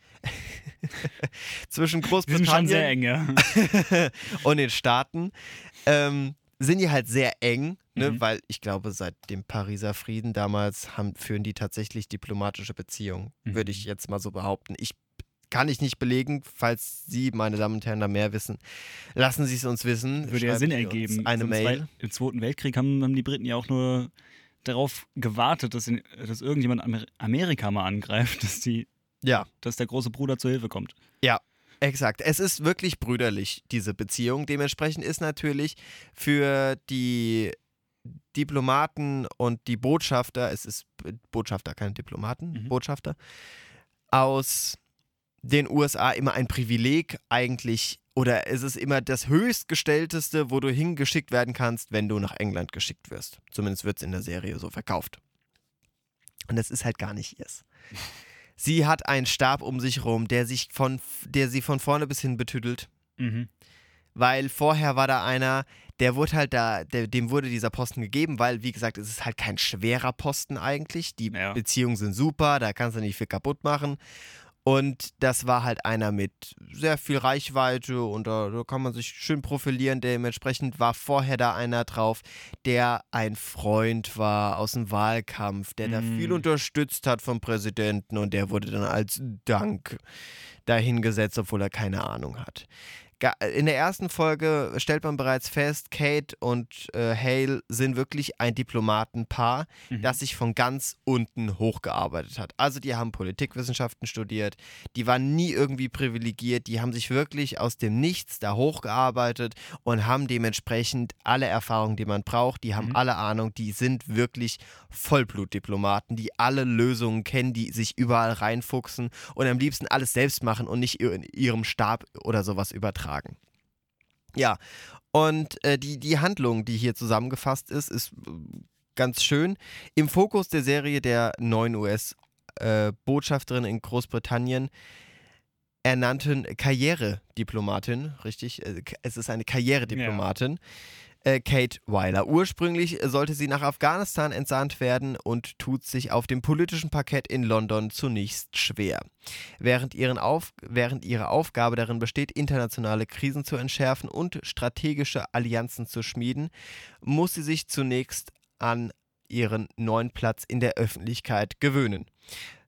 S1: Zwischen
S2: Die sind schon sehr
S1: Großbritannien
S2: eng, ja.
S1: und den Staaten ähm, sind die halt sehr eng, ne?
S2: Mhm.
S1: weil ich glaube, seit dem Pariser Frieden damals haben, führen die tatsächlich diplomatische Beziehungen,
S2: Mhm.
S1: würde ich jetzt mal so behaupten. Ich kann ich nicht belegen, falls Sie, meine Damen und Herren, da mehr wissen. Lassen Sie es uns wissen.
S2: Würde ja
S1: Schreiben
S2: Sinn
S1: Sie uns
S2: ergeben.
S1: Eine
S2: So im,
S1: Mail.
S2: Zwei, Im Zweiten Weltkrieg haben, haben die Briten ja auch nur darauf gewartet, dass, in, dass irgendjemand Amer Amerika mal angreift, dass, die,
S1: Ja.
S2: dass der große Bruder zur Hilfe kommt.
S1: Exakt. Es ist wirklich brüderlich, diese Beziehung. Dementsprechend ist natürlich für die Diplomaten und die Botschafter, es ist B- Botschafter, keine Diplomaten,
S2: Mhm.
S1: Botschafter, aus den USA immer ein Privileg eigentlich oder es ist immer das höchstgestellteste, wo du hingeschickt werden kannst, wenn du nach England geschickt wirst. Zumindest wird es in der Serie so verkauft. Und das ist halt gar nicht ihrs. Sie hat einen Stab um sich rum, der, sich von, der sie von vorne bis hin betüdelt.
S2: Mhm.
S1: Weil vorher war da einer, der wurde halt da, der, dem wurde dieser Posten gegeben, weil, wie gesagt, es ist halt kein schwerer Posten eigentlich. Die
S2: Ja.
S1: Beziehungen sind super, da kannst du nicht viel kaputt machen. Und das war halt einer mit sehr viel Reichweite und da, da kann man sich schön profilieren. Dementsprechend war vorher da einer drauf, der ein Freund war aus dem Wahlkampf, der da
S2: Mm.
S1: viel unterstützt hat vom Präsidenten und der wurde dann als Dank dahingesetzt, obwohl er keine Ahnung hat. Ga- In der ersten Folge stellt man bereits fest, Kate und äh, Hale sind wirklich ein Diplomatenpaar,
S2: Mhm.
S1: das sich von ganz unten hochgearbeitet hat. Also die haben Politikwissenschaften studiert, die waren nie irgendwie privilegiert, die haben sich wirklich aus dem Nichts da hochgearbeitet und haben dementsprechend alle Erfahrungen, die man braucht, die haben
S2: Mhm.
S1: alle Ahnung, die sind wirklich Vollblutdiplomaten, die alle Lösungen kennen, die sich überall reinfuchsen und am liebsten alles selbst machen und nicht in ihrem Stab oder sowas übertragen. Ja, und äh, die, die Handlung, die hier zusammengefasst ist, ist äh, ganz schön. Im Fokus der Serie der neuen US-Botschafterin in Großbritannien ernannten Karrierediplomatin, richtig? Äh, K- Es ist eine Karrierediplomatin. äh, Kate Weiler. Ursprünglich äh, sollte sie nach Afghanistan entsandt werden und tut sich auf dem politischen Parkett in London zunächst schwer. Während, ihren auf, während ihre Aufgabe darin besteht, internationale Krisen zu entschärfen und strategische Allianzen zu schmieden, muss sie sich zunächst an ihren neuen Platz in der Öffentlichkeit gewöhnen.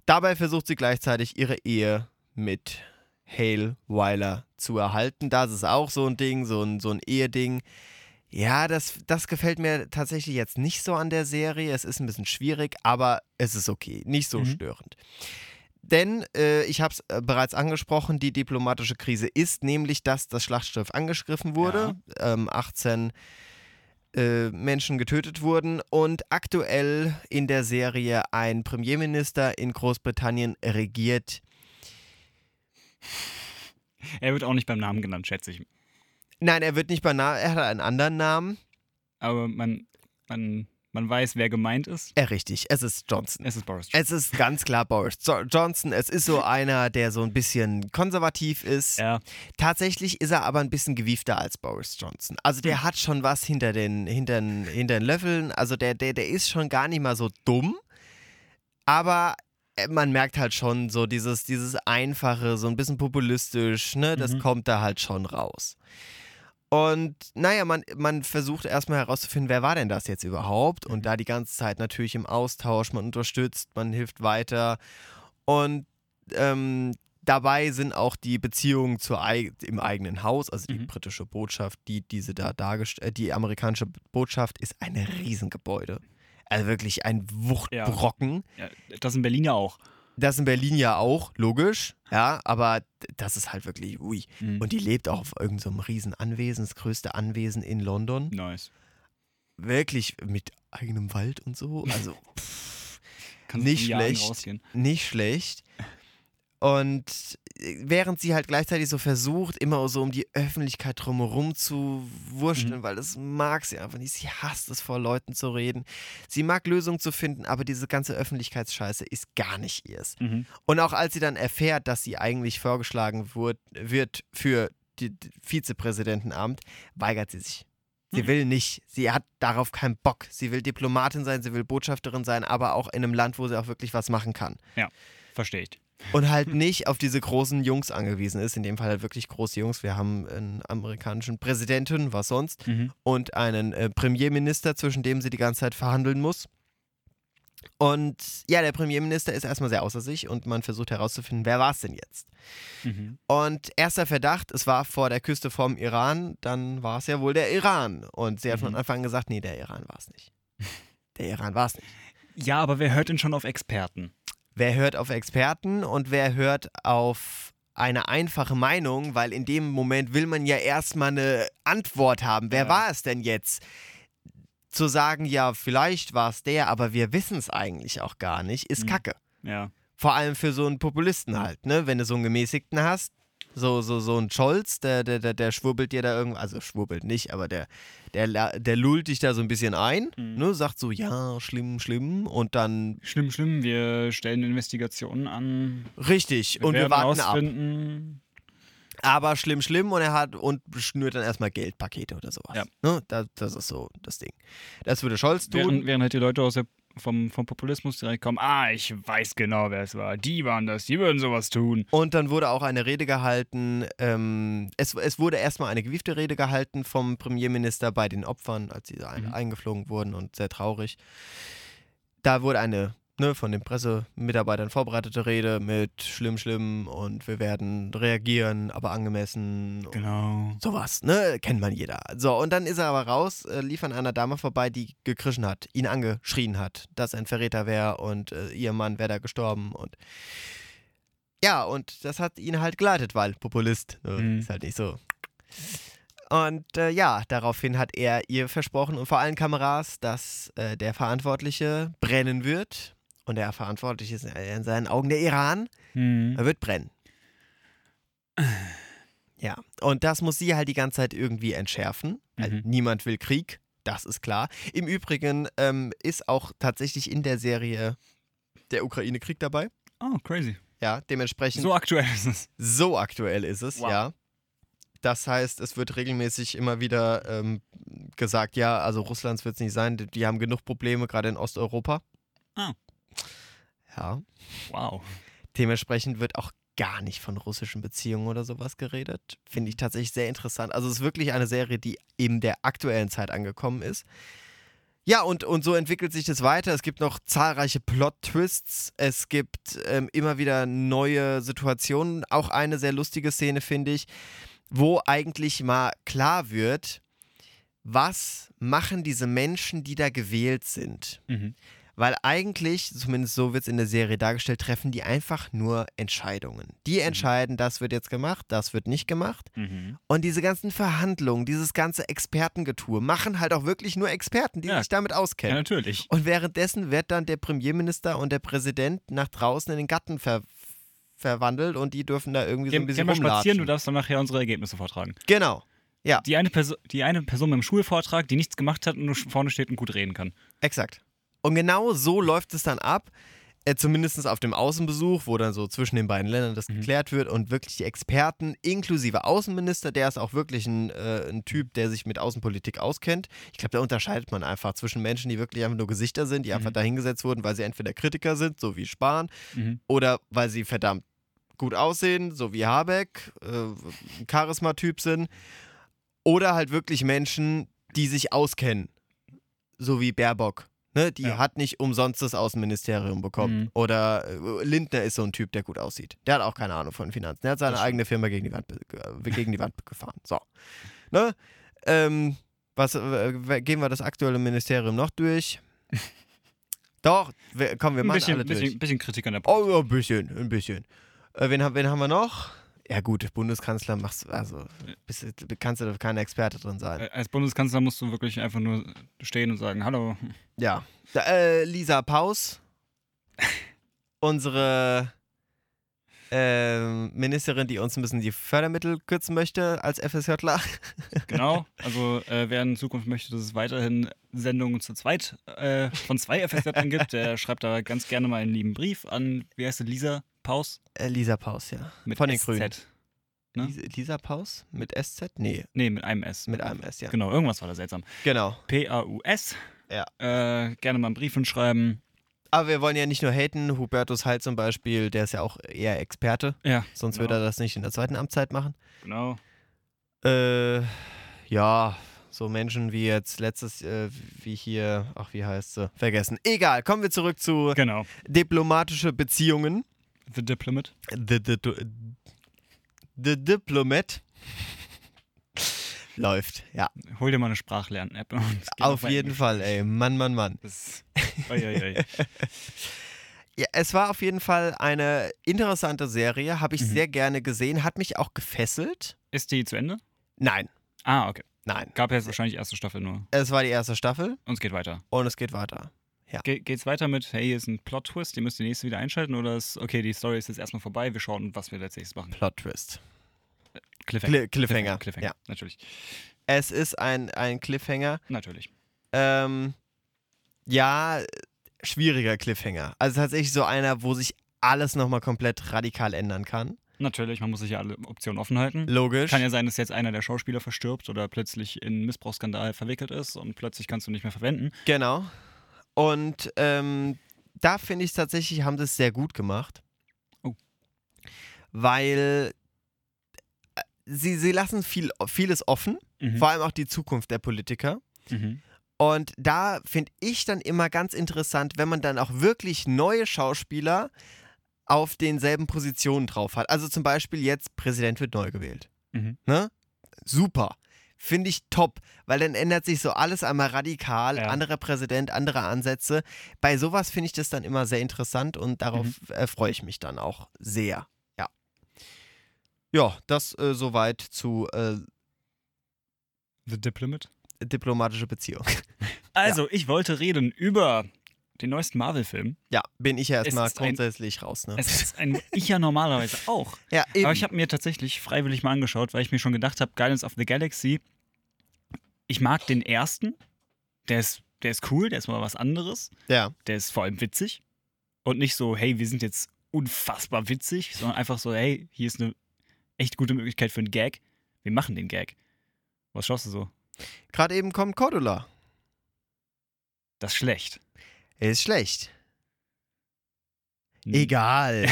S1: Dabei versucht sie gleichzeitig ihre Ehe mit Hale Weiler zu erhalten. Das ist auch so ein Ding, so ein, so ein Eheding. Ja, das, das gefällt mir tatsächlich jetzt nicht so an der Serie. Es ist ein bisschen schwierig, aber es ist okay. Nicht so
S2: Mhm.
S1: störend. Denn, äh, ich habe es äh, bereits angesprochen, die diplomatische Krise ist nämlich, dass das Schlachtschiff angegriffen wurde. Ähm, 18 äh, Menschen getötet wurden und aktuell in der Serie ein Premierminister in Großbritannien regiert.
S2: Er wird auch nicht beim Namen genannt, schätze ich.
S1: Nein, er wird nicht banal, er hat einen anderen Namen.
S2: Aber man, man, man weiß, wer gemeint ist.
S1: Äh, richtig, es ist Johnson.
S2: Es ist Boris Johnson.
S1: Es ist ganz klar Boris Jo- Johnson. Es ist so einer, der so ein bisschen konservativ ist.
S2: Ja,
S1: Tatsächlich ist er aber ein bisschen gewiefter als Boris Johnson. Also der hat schon was hinter den, hinter den, hinter den Löffeln. Also der, der, der ist schon gar nicht mal so dumm. Aber äh, man merkt halt schon so dieses, dieses Einfache, so ein bisschen populistisch, ne? Das
S2: Mhm.
S1: kommt da halt schon raus. Und naja, man, man versucht erstmal herauszufinden, wer war denn das jetzt überhaupt? Und da die ganze Zeit natürlich im Austausch, man unterstützt, man hilft weiter. Und ähm, dabei sind auch die Beziehungen zur eig im eigenen Haus, also die
S2: Mhm.
S1: britische Botschaft, die diese da dargest- äh, die amerikanische Botschaft ist ein Riesengebäude. Also wirklich ein Wuchtbrocken.
S2: ja, das in Berlin ja auch.
S1: Das in Berlin ja auch, logisch, ja, aber das ist halt wirklich, ui.
S2: Mhm.
S1: Und die lebt auch auf irgendeinem so einem riesen Anwesen, das größte Anwesen in London.
S2: nice.
S1: Wirklich mit eigenem Wald und so. Also
S2: Kannst
S1: Nicht
S2: in Jahren
S1: schlecht.
S2: Rausgehen.
S1: nicht schlecht. Und äh, während sie halt gleichzeitig so versucht, immer so um die Öffentlichkeit drumherum zu wursteln, weil das mag sie einfach nicht. Sie hasst es, vor Leuten zu reden. Sie mag Lösungen zu finden, aber diese ganze Öffentlichkeitsscheiße ist gar nicht ihrs.
S2: Mhm.
S1: Und auch als sie dann erfährt, dass sie eigentlich vorgeschlagen wurd, wird für die die Vizepräsidentenamt, weigert sie sich. Sie
S2: Hm.
S1: will nicht. Sie hat darauf keinen Bock. Sie will Diplomatin sein, sie will Botschafterin sein, aber auch in einem Land, wo sie auch wirklich was machen kann.
S2: Verstehe ich.
S1: Und halt nicht auf diese großen Jungs angewiesen ist. In dem Fall halt wirklich große Jungs. Wir haben einen amerikanischen Präsidenten, was sonst
S2: Mhm.
S1: und einen äh, Premierminister, zwischen dem sie die ganze Zeit verhandeln muss. Und ja, der Premierminister ist erstmal sehr außer sich und man versucht herauszufinden, wer war es denn jetzt?
S2: Mhm.
S1: Und erster Verdacht, es war vor der Küste vom Iran, dann war es ja wohl der Iran. Und sie hat
S2: Mhm.
S1: von Anfang an gesagt, nee, der Iran war es nicht. Der Iran war es nicht.
S2: Ja, aber wer hört denn schon auf Experten?
S1: Wer hört auf Experten und wer hört auf eine einfache Meinung, weil in dem Moment will man ja erstmal eine Antwort haben. Wer
S2: Ja.
S1: war es denn jetzt? Zu sagen, ja, vielleicht war es der, aber wir wissen es eigentlich auch gar nicht, ist
S2: Mhm.
S1: Kacke.
S2: Ja.
S1: Vor allem für so einen Populisten
S2: Hm.
S1: halt, ne? Wenn du so einen Gemäßigten hast, so, so, so einen Scholz, der, der, der, der schwurbelt dir da irgendwas, also schwurbelt nicht, aber der, der, la- der lullt dich da so ein bisschen ein,
S2: Mhm.
S1: ne? Sagt so, ja, schlimm, schlimm, und dann
S2: Schlimm, schlimm. Wir stellen Investigationen an.
S1: richtig, und wir
S2: werden
S1: warten ab.
S2: rausfinden.
S1: Aber schlimm, schlimm und er hat und schnürt dann erstmal Geldpakete oder sowas.
S2: Ja.
S1: Ne? Das, das ist so das Ding. Das würde Scholz tun.
S2: Während, während halt die Leute aus der, vom, vom Populismus direkt kommen, ah, ich weiß genau, wer es war. Die waren das, die würden sowas tun.
S1: und dann wurde auch eine Rede gehalten. Ähm, es, es wurde erstmal eine gewiefte Rede gehalten vom Premierminister bei den Opfern, als sie ein,
S2: Mhm.
S1: eingeflogen wurden und sehr traurig. Da wurde eine ne, von den Pressemitarbeitern vorbereitete Rede mit schlimm, schlimm und wir werden reagieren, aber angemessen. und
S2: Genau.
S1: Sowas, ne? Kennt man jeder. So, und dann ist er aber raus, äh, lief an einer Dame vorbei, die gekrischen hat, ihn angeschrien hat, dass er ein Verräter wäre und äh, ihr Mann wäre da gestorben und. Ja, und das hat ihn halt geleitet, weil Populist. Ne?
S2: Mhm.
S1: Ist halt nicht so. Und äh, ja, daraufhin hat er ihr versprochen und vor allen Kameras, dass äh, der Verantwortliche brennen wird. Und der Verantwortliche ist in seinen Augen der Iran.
S2: Hm.
S1: Er wird brennen. Ja, und das muss sie halt die ganze Zeit irgendwie entschärfen. Also
S2: Mhm.
S1: niemand will Krieg, das ist klar. Im Übrigen ähm, ist auch tatsächlich in der Serie der Ukraine-Krieg dabei.
S2: Oh, crazy.
S1: Ja, dementsprechend so,
S2: So aktuell ist es.
S1: aktuell ist es,
S2: Wow.
S1: ja. Das heißt, es wird regelmäßig immer wieder ähm, gesagt, ja, also Russlands wird es nicht sein, die, die haben genug Probleme, gerade in Osteuropa.
S2: Ah.
S1: Ja.
S2: Wow.
S1: Dementsprechend wird auch gar nicht von russischen Beziehungen oder sowas geredet. Finde ich tatsächlich sehr interessant. Also es ist wirklich eine Serie, die eben der aktuellen Zeit angekommen ist. Ja, und, und so entwickelt sich das weiter. Es gibt noch zahlreiche Plot-Twists. Es gibt ähm, immer wieder neue Situationen. Auch eine sehr lustige Szene, finde ich, wo eigentlich mal klar wird, was machen diese Menschen, die da gewählt sind.
S2: Mhm.
S1: Weil eigentlich, zumindest so wird es in der Serie dargestellt, treffen die einfach nur Entscheidungen. Die entscheiden, das wird jetzt gemacht, das wird nicht gemacht.
S2: Mhm.
S1: Und diese ganzen Verhandlungen, dieses ganze Expertengetue machen halt auch wirklich nur Experten, die
S2: Ja.
S1: sich damit
S2: Ja,
S1: auskennen.
S2: natürlich.
S1: Und währenddessen wird dann der Premierminister und der Präsident nach draußen in den Garten ver verwandelt und die dürfen da irgendwie so
S2: Geh,
S1: ein
S2: geh
S1: bisschen
S2: mal spazieren, du
S1: rumlatschen.
S2: darfst dann nachher unsere Ergebnisse vortragen.
S1: Genau,
S2: Die eine, Perso die eine Person mit dem Schulvortrag, die nichts gemacht hat und nur vorne steht und gut reden kann.
S1: exakt. Und genau so läuft es dann ab. äh, zumindest auf dem Außenbesuch, wo dann so zwischen den beiden Ländern das geklärt wird und wirklich die Experten inklusive Außenminister, der ist auch wirklich ein, äh, ein Typ, der sich mit Außenpolitik auskennt. Ich glaube, da unterscheidet man einfach zwischen Menschen, die wirklich einfach nur Gesichter sind, die einfach dahingesetzt wurden, weil sie entweder Kritiker sind, so wie Spahn,
S2: Mhm.
S1: oder weil sie verdammt gut aussehen, so wie Habeck, äh, ein Charismatyp sind, oder halt wirklich Menschen, die sich auskennen, so wie Baerbock. Ne, die
S2: Ja.
S1: hat nicht umsonst das Außenministerium bekommen.
S2: Mhm.
S1: Oder äh, Lindner ist so ein Typ, der gut aussieht. Der hat auch keine Ahnung von Finanzen. Der hat seine
S2: Das stimmt.
S1: eigene Firma gegen die Wand, be- äh, gegen die Wand gefahren. So. Ne? Ähm, was, äh, gehen wir das aktuelle Ministerium noch durch? Doch, wir, komm, wir
S2: Ein
S1: machen
S2: bisschen,
S1: alle durch.
S2: bisschen, bisschen Kritik an der
S1: Oh, ja, ein bisschen, ein bisschen. Äh, wen, haben- wen haben wir noch? Ja gut, Bundeskanzler machst also bist, du- kannst du kein Experte drin sein.
S2: Äh, Als Bundeskanzler musst du wirklich einfach nur stehen und sagen, hallo.
S1: Ja. Da, äh, Lisa Paus, unsere ähm, Ministerin, die uns ein bisschen die Fördermittel kürzen möchte als FSJler.
S2: Genau. Also äh, wer in Zukunft möchte, dass es weiterhin Sendungen zu zweit äh, von zwei FSZern gibt, der schreibt da ganz gerne mal einen lieben Brief an, wie heißt sie, Lisa Paus?
S1: Äh, Lisa Paus, ja.
S2: Mit
S1: Von den
S2: SZ.
S1: Grünen.
S2: Ne?
S1: Lisa, Lisa Paus mit SZ? Nee,
S2: Nee, mit einem S.
S1: mit einem S, ja.
S2: Genau, irgendwas war da seltsam.
S1: Genau.
S2: P-A-U-S.
S1: Ja.
S2: Äh, gerne mal einen Brief hinschreiben.
S1: Aber wir wollen ja nicht nur haten. Hubertus Heil zum Beispiel, der ist ja auch eher Experte.
S2: Ja.
S1: Sonst
S2: genau,
S1: würde er das nicht in der zweiten Amtszeit machen.
S2: Genau.
S1: Äh, ja, so Menschen wie jetzt letztes, äh, wie hier, ach, wie heißt sie? Vergessen. Egal, kommen wir zurück zu
S2: Genau.
S1: diplomatische Beziehungen.
S2: The Diplomat.
S1: The, the, the, the Diplomat läuft, ja.
S2: Hol dir mal eine Sprachlern-App. und geh
S1: Auf
S2: mal-
S1: jeden Fall, ey. Mann, Mann, Mann.
S2: Genau, Das, oi, oi, oi.
S1: Ja, es war auf jeden Fall eine interessante Serie, habe ich
S2: Mhm.
S1: sehr gerne gesehen, hat mich auch gefesselt.
S2: Ist die zu Ende?
S1: Nein,
S2: Ah, okay.
S1: nein.
S2: Gab jetzt wahrscheinlich erste Staffel nur.
S1: Es war die erste Staffel
S2: Uns geht weiter.
S1: und es geht weiter.
S2: Ge geht's weiter mit, hey, hier ist ein Plot-Twist, ihr müsst die nächste wieder einschalten oder ist, okay, die Story ist jetzt erstmal vorbei, wir schauen, was wir letztlich machen.
S1: Plot Twist. Cli
S2: Cliffhanger.
S1: Cliffhanger.
S2: Cliffhanger,
S1: Ja.
S2: natürlich.
S1: Es ist ein, ein Cliffhanger.
S2: Natürlich.
S1: Ähm, ja, schwieriger Cliffhanger. Also tatsächlich so einer, wo sich alles nochmal komplett radikal ändern kann.
S2: Natürlich, man muss sich ja alle Optionen offen halten.
S1: Logisch.
S2: Kann ja sein, dass jetzt einer der Schauspieler verstirbt oder plötzlich in einen Missbrauchsskandal verwickelt ist und plötzlich kannst du nicht mehr verwenden.
S1: Genau. Und ähm, da finde ich tatsächlich, haben sie es sehr gut gemacht.
S2: Oh.
S1: Weil äh, sie, sie lassen viel, vieles offen,
S2: Mhm.
S1: vor allem auch die Zukunft der Politiker.
S2: Mhm.
S1: Und da finde ich dann immer ganz interessant, wenn man dann auch wirklich neue Schauspieler auf denselben Positionen drauf hat. Also zum Beispiel jetzt Präsident wird neu gewählt.
S2: Mhm.
S1: Ne? Super. Finde ich top, weil dann ändert sich so alles einmal radikal.
S2: Ja.
S1: Anderer Präsident, andere Ansätze. Bei sowas finde ich das dann immer sehr interessant und darauf
S2: Mhm.
S1: äh, freue ich mich dann auch sehr. Ja. Ja, das äh, soweit zu äh,
S2: The Diplomat.
S1: diplomatische Beziehung.
S2: Also, ich wollte reden über den neuesten Marvel-Film.
S1: Ja, bin ich ja erstmal
S2: ist ein-
S1: grundsätzlich raus. Ne?
S2: Es ist ein, ich ja normalerweise auch.
S1: Ja, eben.
S2: Aber ich habe mir tatsächlich freiwillig mal angeschaut, weil ich mir schon gedacht habe, Guardians of the Galaxy, ich mag den ersten. Der ist, der ist cool, der ist mal was anderes.
S1: ja,
S2: Der ist vor allem witzig. Und nicht so, hey, wir sind jetzt unfassbar witzig, sondern einfach so, hey, hier ist eine echt gute Möglichkeit für einen Gag. Wir machen den Gag. Was schaust du so?
S1: gerade eben kommt Cordula.
S2: Das ist schlecht.
S1: Er ist schlecht.
S2: Hm.
S1: Egal.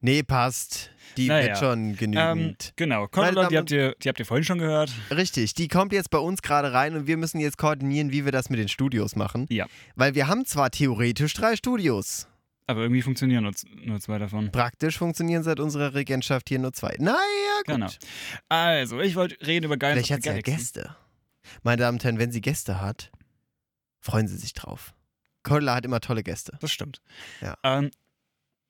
S1: nee, passt. Die
S2: Naja.
S1: wird schon
S2: Ähm,
S1: genügend.
S2: genau,
S1: Meine
S2: Cordula,
S1: Damen
S2: die
S1: und-
S2: habt, ihr, die habt ihr vorhin schon gehört.
S1: Richtig, die kommt jetzt bei uns gerade rein und wir müssen jetzt koordinieren, wie wir das mit den Studios machen.
S2: Ja.
S1: Weil wir haben zwar theoretisch drei Studios.
S2: Aber irgendwie funktionieren nur, z- nur zwei davon.
S1: Praktisch funktionieren seit unserer Regentschaft hier nur zwei. Naja, gut.
S2: Genau. Also, ich wollte reden über Guardians
S1: Vielleicht hat
S2: of
S1: sie
S2: the
S1: ja
S2: Galaxy.
S1: Gäste. Meine Damen und Herren, wenn sie Gäste hat, freuen sie sich drauf. Cordula hat immer tolle Gäste.
S2: Das stimmt.
S1: Ja.
S2: Ähm,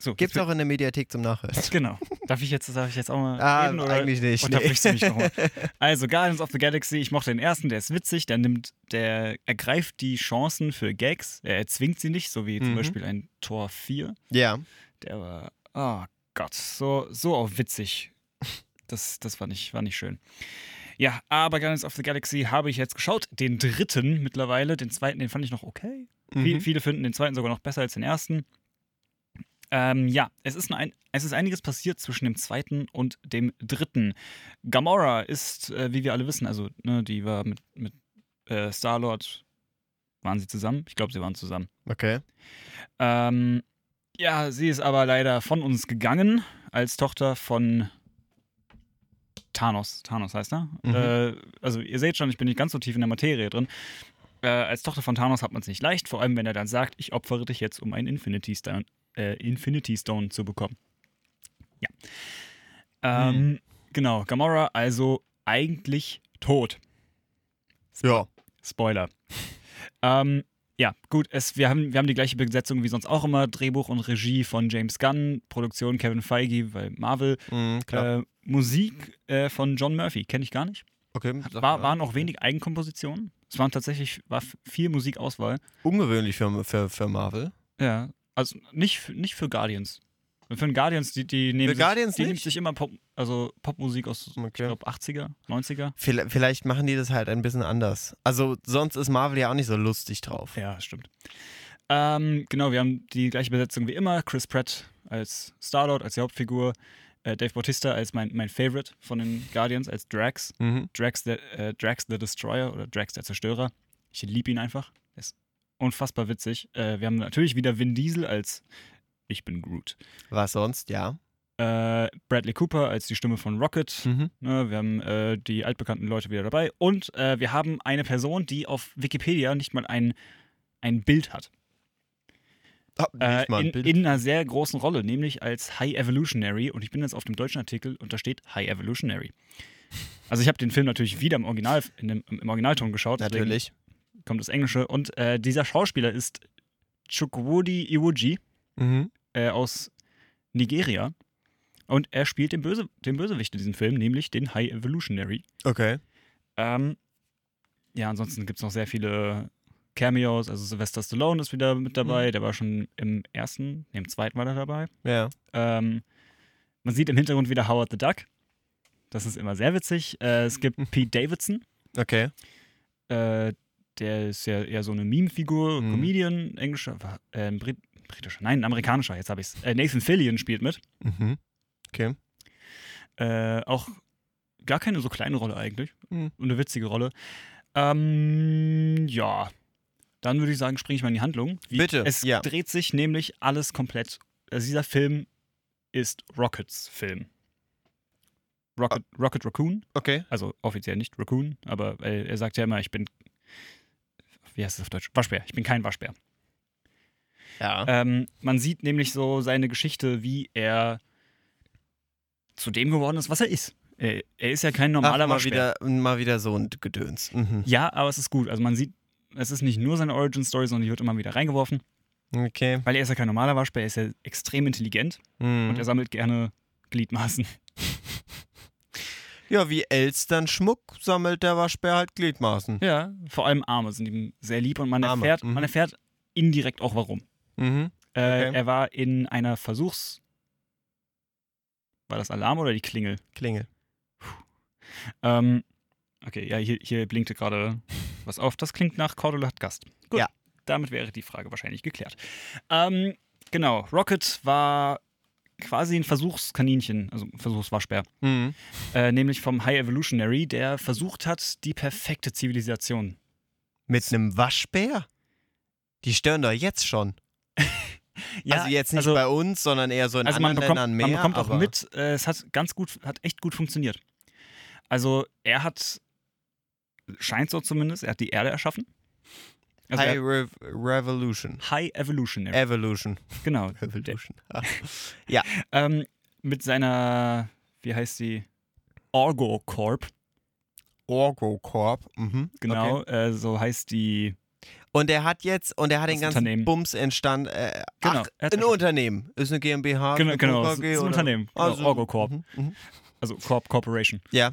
S2: so,
S1: Gibt's
S2: jetzt
S1: auch in der Mediathek zum Nachhören.
S2: bin- Genau. Darf ich jetzt, darf ich jetzt auch mal
S1: Ah,
S2: reden? Oder
S1: eigentlich nicht.
S2: unterbrichst du mich nochmal? Also, Guardians of the Galaxy, ich mochte den ersten, der ist witzig, der nimmt, der ergreift die Chancen für Gags, er erzwingt sie nicht, so wie zum
S1: Mhm.
S2: Beispiel ein Tor 4.
S1: Ja,
S2: Der war, oh Gott, so, so auch witzig. Das, das war, nicht, war nicht schön. Ja, aber Guardians of the Galaxy habe ich jetzt geschaut. Den dritten mittlerweile, den zweiten, den fand ich noch okay. Viel,
S1: mhm.
S2: viele finden den zweiten sogar noch besser als den ersten. Ähm, ja, es ist, ein, es ist einiges passiert zwischen dem zweiten und dem dritten. Gamora ist, äh, wie wir alle wissen, also ne, die war mit, mit äh, Star-Lord, waren sie zusammen? Ich glaube, sie waren zusammen.
S1: okay.
S2: Ähm, ja, sie ist aber leider von uns gegangen als Tochter von Thanos. Thanos heißt er.
S1: Mhm.
S2: Äh, also ihr seht schon, ich bin nicht ganz so tief in der Materie drin. Äh, als Tochter von Thanos hat man es nicht leicht, vor allem wenn er dann sagt, ich opfere dich jetzt, um einen Infinity Stone, äh, Infinity Stone zu bekommen. Ja. Ähm, Genau, Gamora also eigentlich tot.
S1: Ja.
S2: Spoiler. ähm, ja, gut, es, wir, haben, wir haben die gleiche Besetzung wie sonst auch immer. Drehbuch und Regie von James Gunn, Produktion Kevin Feige, weil Marvel,
S1: Mhm, klar.
S2: äh, Musik äh, von John Murphy, kenne ich gar nicht.
S1: okay. sag
S2: War,
S1: mal.
S2: waren auch wenig Eigenkompositionen. Es waren tatsächlich war f- viel Musikauswahl.
S1: Ungewöhnlich für, für, für Marvel.
S2: Ja, also nicht, f- nicht für Guardians. Für den Guardians, die, die nehmen
S1: Für
S2: sich,
S1: Guardians
S2: die nehmen
S1: nicht?
S2: sich immer Pop, also Popmusik aus, ich
S1: Okay.
S2: glaube, 80er, 90er.
S1: Vielleicht, vielleicht machen die das halt ein bisschen anders. Also sonst ist Marvel ja auch nicht so lustig drauf.
S2: Ja, stimmt. Ähm, genau, wir haben die gleiche Besetzung wie immer. Chris Pratt als Star-Lord, als die Hauptfigur. Äh, Dave Bautista als mein, mein Favorite von den Guardians, als Drax.
S1: Mhm.
S2: Drax the, äh, Drax the Destroyer oder Drax der Zerstörer. Ich liebe ihn einfach. Er ist unfassbar witzig. Äh, wir haben natürlich wieder Vin Diesel als Ich bin Groot.
S1: Was sonst, ja.
S2: Äh, Bradley Cooper als die Stimme von Rocket.
S1: Mhm.
S2: Ne, wir haben äh, die altbekannten Leute wieder dabei. Und äh, wir haben eine Person, die auf Wikipedia nicht mal ein, ein Bild hat.
S1: Ah,
S2: Äh,
S1: nicht mal ein
S2: in,
S1: Bild.
S2: in einer sehr großen Rolle, nämlich als High Evolutionary. Und ich bin jetzt auf dem deutschen Artikel und da steht High Evolutionary. Also ich habe den Film natürlich wieder im Original, in dem, im Originalton geschaut. deswegen
S1: Natürlich.
S2: Kommt das Englische. Und äh, dieser Schauspieler ist Chukwudi Iwoji
S1: Mhm.
S2: äh, aus Nigeria. Und er spielt den, Böse, den Bösewicht in diesem Film, nämlich den High Evolutionary.
S1: Okay.
S2: Ähm, ja, ansonsten gibt es noch sehr viele Cameos. Also Sylvester Stallone ist wieder mit dabei.
S1: Mhm.
S2: Der war schon im ersten, nee, im zweiten war er dabei.
S1: Ja.
S2: Ähm, man sieht im Hintergrund wieder Howard the Duck. Das ist immer sehr witzig. Äh, es gibt Pete Davidson.
S1: Okay.
S2: Äh, der ist ja eher so eine Meme-Figur,
S1: Mhm.
S2: Comedian, englischer, äh, ein Brit britischer, nein, ein amerikanischer, jetzt habe ich es. Äh, Nathan Fillion spielt mit.
S1: Mhm. Okay.
S2: Äh, auch gar keine so kleine Rolle eigentlich.
S1: Mhm.
S2: Und eine witzige Rolle. Ähm, ja. Dann würde ich sagen, springe ich mal in die Handlung. Wie-
S1: Bitte,
S2: Es
S1: ja.
S2: dreht sich nämlich alles komplett. Also dieser Film ist Rockets Film. Rocket, Rocket Raccoon,
S1: Okay.
S2: also offiziell nicht Raccoon, aber äh, er sagt ja immer, ich bin wie heißt es auf Deutsch? Waschbär. Ich bin kein Waschbär.
S1: Ja.
S2: Ähm, man sieht nämlich so seine Geschichte, wie er zu dem geworden ist, was er ist. Er, er ist ja kein normaler
S1: Ach, mal
S2: Waschbär.
S1: wieder, mal wieder so ein Gedöns. Mhm.
S2: Ja, aber es ist gut. Also man sieht, es ist nicht nur seine Origin-Story, sondern die wird immer wieder reingeworfen.
S1: Okay.
S2: Weil er ist ja kein normaler Waschbär, er ist ja extrem intelligent
S1: Mhm.
S2: und er sammelt gerne Gliedmaßen.
S1: Ja, wie Elstern Schmuck sammelt der Waschbär halt Gliedmaßen.
S2: Ja. Vor allem Arme sind ihm sehr lieb und man
S1: Arme,
S2: erfährt,
S1: mhm.
S2: man erfährt indirekt auch warum.
S1: Mhm.
S2: Äh,
S1: Okay.
S2: Er war in einer Versuchs. War das Alarm oder die Klingel?
S1: Klingel.
S2: Ähm, okay, ja, hier, hier blinkte gerade was auf. Das klingt nach Cordula hat Gast. Gut,
S1: Ja.
S2: damit wäre die Frage wahrscheinlich geklärt. Ähm, genau, Rocket war quasi ein Versuchskaninchen, also ein Versuchswaschbär.
S1: Mhm.
S2: Äh, nämlich vom High Evolutionary, der versucht hat, die perfekte Zivilisation.
S1: Mit einem Waschbär? Die stören doch jetzt schon. also jetzt nicht
S2: also,
S1: bei uns, sondern eher so in
S2: also man
S1: anderen
S2: bekommt,
S1: Ländern mehr.
S2: man bekommt auch
S1: aber
S2: mit, äh, es hat ganz gut, hat echt gut funktioniert. Also er hat, scheint so zumindest, er hat die Erde erschaffen. Also
S1: High
S2: er,
S1: Rev Revolution.
S2: High Evolutionary.
S1: Evolution.
S2: Genau.
S1: Revolution.
S2: Ähm, mit seiner, wie heißt sie? Orgo Corp,
S1: Orgocorp. Mhm. Okay.
S2: genau. Äh, so heißt die.
S1: Und er hat jetzt, und er hat
S2: Das
S1: den ganzen
S2: Unternehmen.
S1: Bums entstanden. Äh, ach,
S2: Genau, er hat
S1: ein
S2: erschaffen.
S1: Unternehmen. Ist eine GmbH?
S2: Genau,
S1: eine
S2: genau.
S1: KKG
S2: Das ist ein
S1: oder-
S2: Unternehmen. Genau,
S1: Also-
S2: Orgo Corp.
S1: Mhm, mhm.
S2: Also Corp Corporation.
S1: Ja.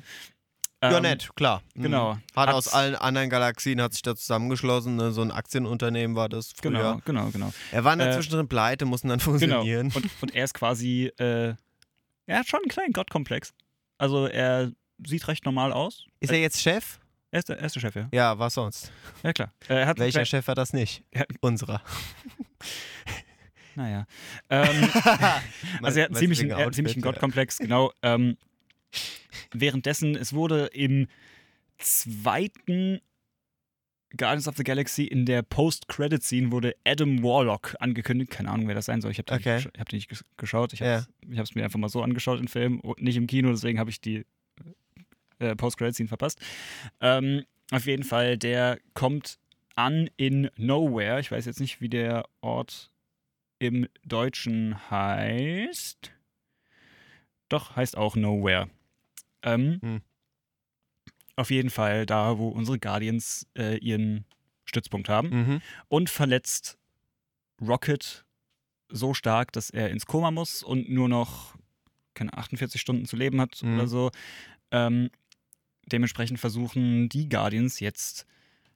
S1: ja,
S2: Ähm,
S1: nett, klar. Mhm.
S2: Genau.
S1: Hat
S2: Hat's-
S1: aus allen anderen Galaxien hat sich da zusammengeschlossen. Ne? So ein Aktienunternehmen war das früher.
S2: Genau, genau, genau.
S1: Er war dann
S2: Äh,
S1: zwischendrin pleite, mussten dann
S2: genau.
S1: fusionieren.
S2: Und, und er ist quasi. Äh, er hat schon einen kleinen Gottkomplex. Also er sieht recht normal aus.
S1: Ist er jetzt Chef?
S2: Er ist der erste Chef, ja.
S1: Ja, was sonst?
S2: Ja, klar. Äh, Er hat
S1: Welcher Chef war das nicht?
S2: Ja. Also
S1: Unserer.
S2: Naja. Ähm, Also er hat
S1: Meinst
S2: einen
S1: du
S2: ziemlichen,
S1: wegen
S2: er hat einen ziemlichen
S1: Outfit?
S2: Gottkomplex, genau. Ähm, währenddessen, es wurde im zweiten Guardians of the Galaxy in der Post-Credit-Scene wurde Adam Warlock angekündigt. Keine Ahnung, wer das sein soll. Ich habe den,
S1: Okay.
S2: nicht gesch- ich hab den nicht ges- geschaut. Ich
S1: Ja.
S2: habe es mir einfach mal so angeschaut im Film und nicht im Kino, deswegen habe ich die äh, Post-Credit-Scene verpasst. Ähm, auf jeden Fall, der kommt an in Nowhere. Ich weiß jetzt nicht, wie der Ort im Deutschen heißt. Doch, heißt auch Nowhere. Ähm,
S1: Hm.
S2: Auf jeden Fall da, wo unsere Guardians äh, ihren Stützpunkt haben.
S1: Mhm.
S2: Und verletzt Rocket so stark, dass er ins Koma muss und nur noch, keine 48 Stunden zu leben hat
S1: Mhm.
S2: oder so. Ähm, dementsprechend versuchen die Guardians jetzt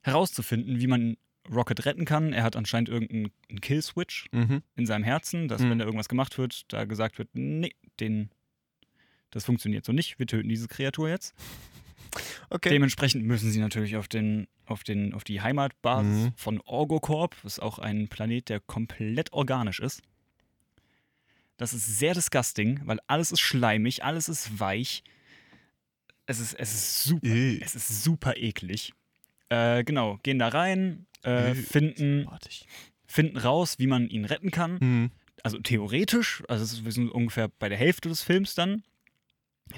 S2: herauszufinden, wie man Rocket retten kann. Er hat anscheinend irgendeinen Kill-Switch
S1: Mhm.
S2: in seinem Herzen, dass
S1: Mhm.
S2: wenn da irgendwas gemacht wird, da gesagt wird, nee, den, das funktioniert so nicht, wir töten diese Kreatur jetzt.
S1: Okay.
S2: Dementsprechend müssen sie natürlich auf, den, auf, den, auf die Heimatbasis
S1: Mhm.
S2: von Orgocorp, das ist auch ein Planet, der komplett organisch ist. Das ist sehr disgusting, weil alles ist schleimig, alles ist weich. Es ist, es ist super,
S1: Ih.
S2: es ist super eklig. Äh, genau, gehen da rein, äh,
S1: Ih.
S2: finden, finden raus, wie man ihn retten kann
S1: Mhm.
S2: also theoretisch, also es ist- wir sind ungefähr bei der Hälfte des Films dann.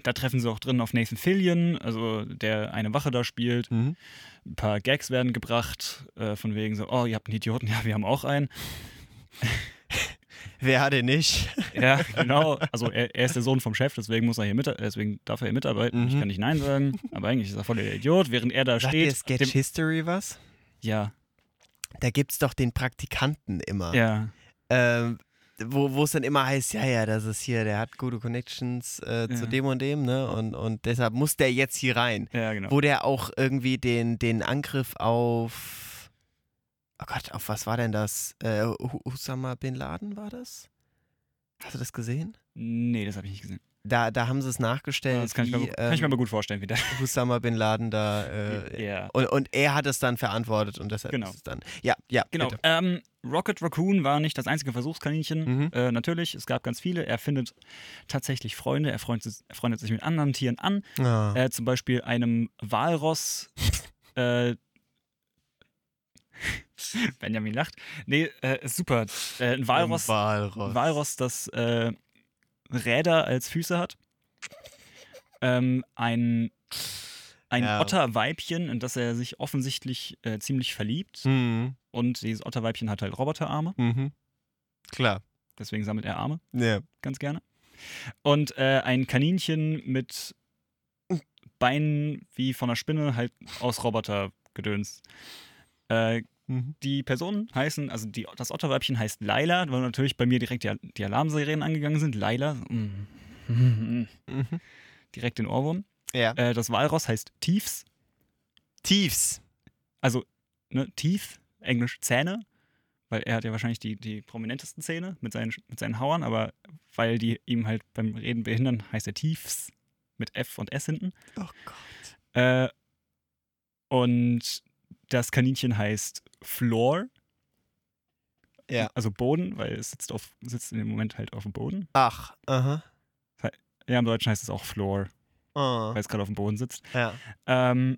S2: Da treffen sie auch drin auf Nathan Fillion, also der eine Wache da spielt.
S1: Mhm.
S2: Ein paar Gags werden gebracht, äh, von wegen so, oh, ihr habt einen Idioten, ja, wir haben auch einen.
S1: Wer hat den nicht?
S2: Ja, genau. Also er, er ist der Sohn vom Chef, deswegen muss er hier mit, deswegen darf er hier mitarbeiten. Ich
S1: Mhm.
S2: kann nicht Nein sagen, aber eigentlich ist er voll der Idiot, während er da
S1: Sagt
S2: steht.
S1: dir Sketch
S2: dem,
S1: History was?
S2: ja,
S1: Da gibt's doch den Praktikanten immer.
S2: ja.
S1: ähm, wo wo es dann immer heißt, ja, ja, das ist hier, der hat gute Connections äh, zu
S2: Ja.
S1: dem und dem, ne? Und, und deshalb muss der jetzt hier rein.
S2: Ja, genau.
S1: Wo der auch irgendwie den, den Angriff auf. Oh Gott, auf was war denn das? Äh, Hu- Osama Bin Laden war das? Hast du das gesehen?
S2: Nee, das habe ich nicht gesehen.
S1: Da, da haben sie es nachgestellt,
S2: Das kann ich,
S1: wie
S2: mir, kann ich
S1: Äh,
S2: mir
S1: ähm,
S2: aber gut vorstellen, wie das.
S1: Osama Bin Laden da. Äh,
S2: ja.
S1: und, und er hat es dann verantwortet und deshalb
S2: Genau.
S1: ist es dann. Ja, ja,
S2: Genau.
S1: bitte.
S2: Ähm, Rocket Raccoon war nicht das einzige Versuchskaninchen.
S1: Mhm.
S2: Äh, natürlich, es gab ganz viele. Er findet tatsächlich Freunde. Er freundet, er freundet sich mit anderen Tieren an.
S1: Ah.
S2: Äh, zum Beispiel einem Walross. äh, Benjamin lacht. Nee, äh, ist super. Äh, ein Walross,
S1: Walross.
S2: Walross, das äh, Räder als Füße hat. Ähm, ein ein
S1: Ja.
S2: Otterweibchen, in das er sich offensichtlich äh, ziemlich verliebt.
S1: Mhm.
S2: Und dieses Otterweibchen hat halt Roboterarme,
S1: Mhm. Klar.
S2: deswegen sammelt er Arme
S1: Ja.
S2: ganz gerne. Und äh, ein Kaninchen mit Beinen wie von einer Spinne, halt aus Robotergedöns. Äh,
S1: Mhm.
S2: die Personen heißen, also die, das Otterweibchen heißt Laila, weil natürlich bei mir direkt die, die Alarmsirenen angegangen sind. Laila, mm, mm, mm,
S1: Mhm.
S2: direkt den Ohrwurm.
S1: Ja.
S2: Äh, das Walross heißt Tiefs,
S1: Tiefs.
S2: also ne, Teeth, englisch Zähne, weil er hat ja wahrscheinlich die, die prominentesten Zähne mit seinen, mit seinen Hauern, aber weil die ihm halt beim Reden behindern, heißt er Tiefs mit F und S hinten.
S1: Oh Gott.
S2: Äh, und das Kaninchen heißt Floor.
S1: Ja.
S2: Also Boden, weil es sitzt, auf, sitzt in dem Moment halt auf dem Boden.
S1: Ach. Aha.
S2: Ja, im Deutschen heißt es auch Floor,
S1: Oh.
S2: weil es gerade auf dem Boden sitzt.
S1: Ja.
S2: Ähm,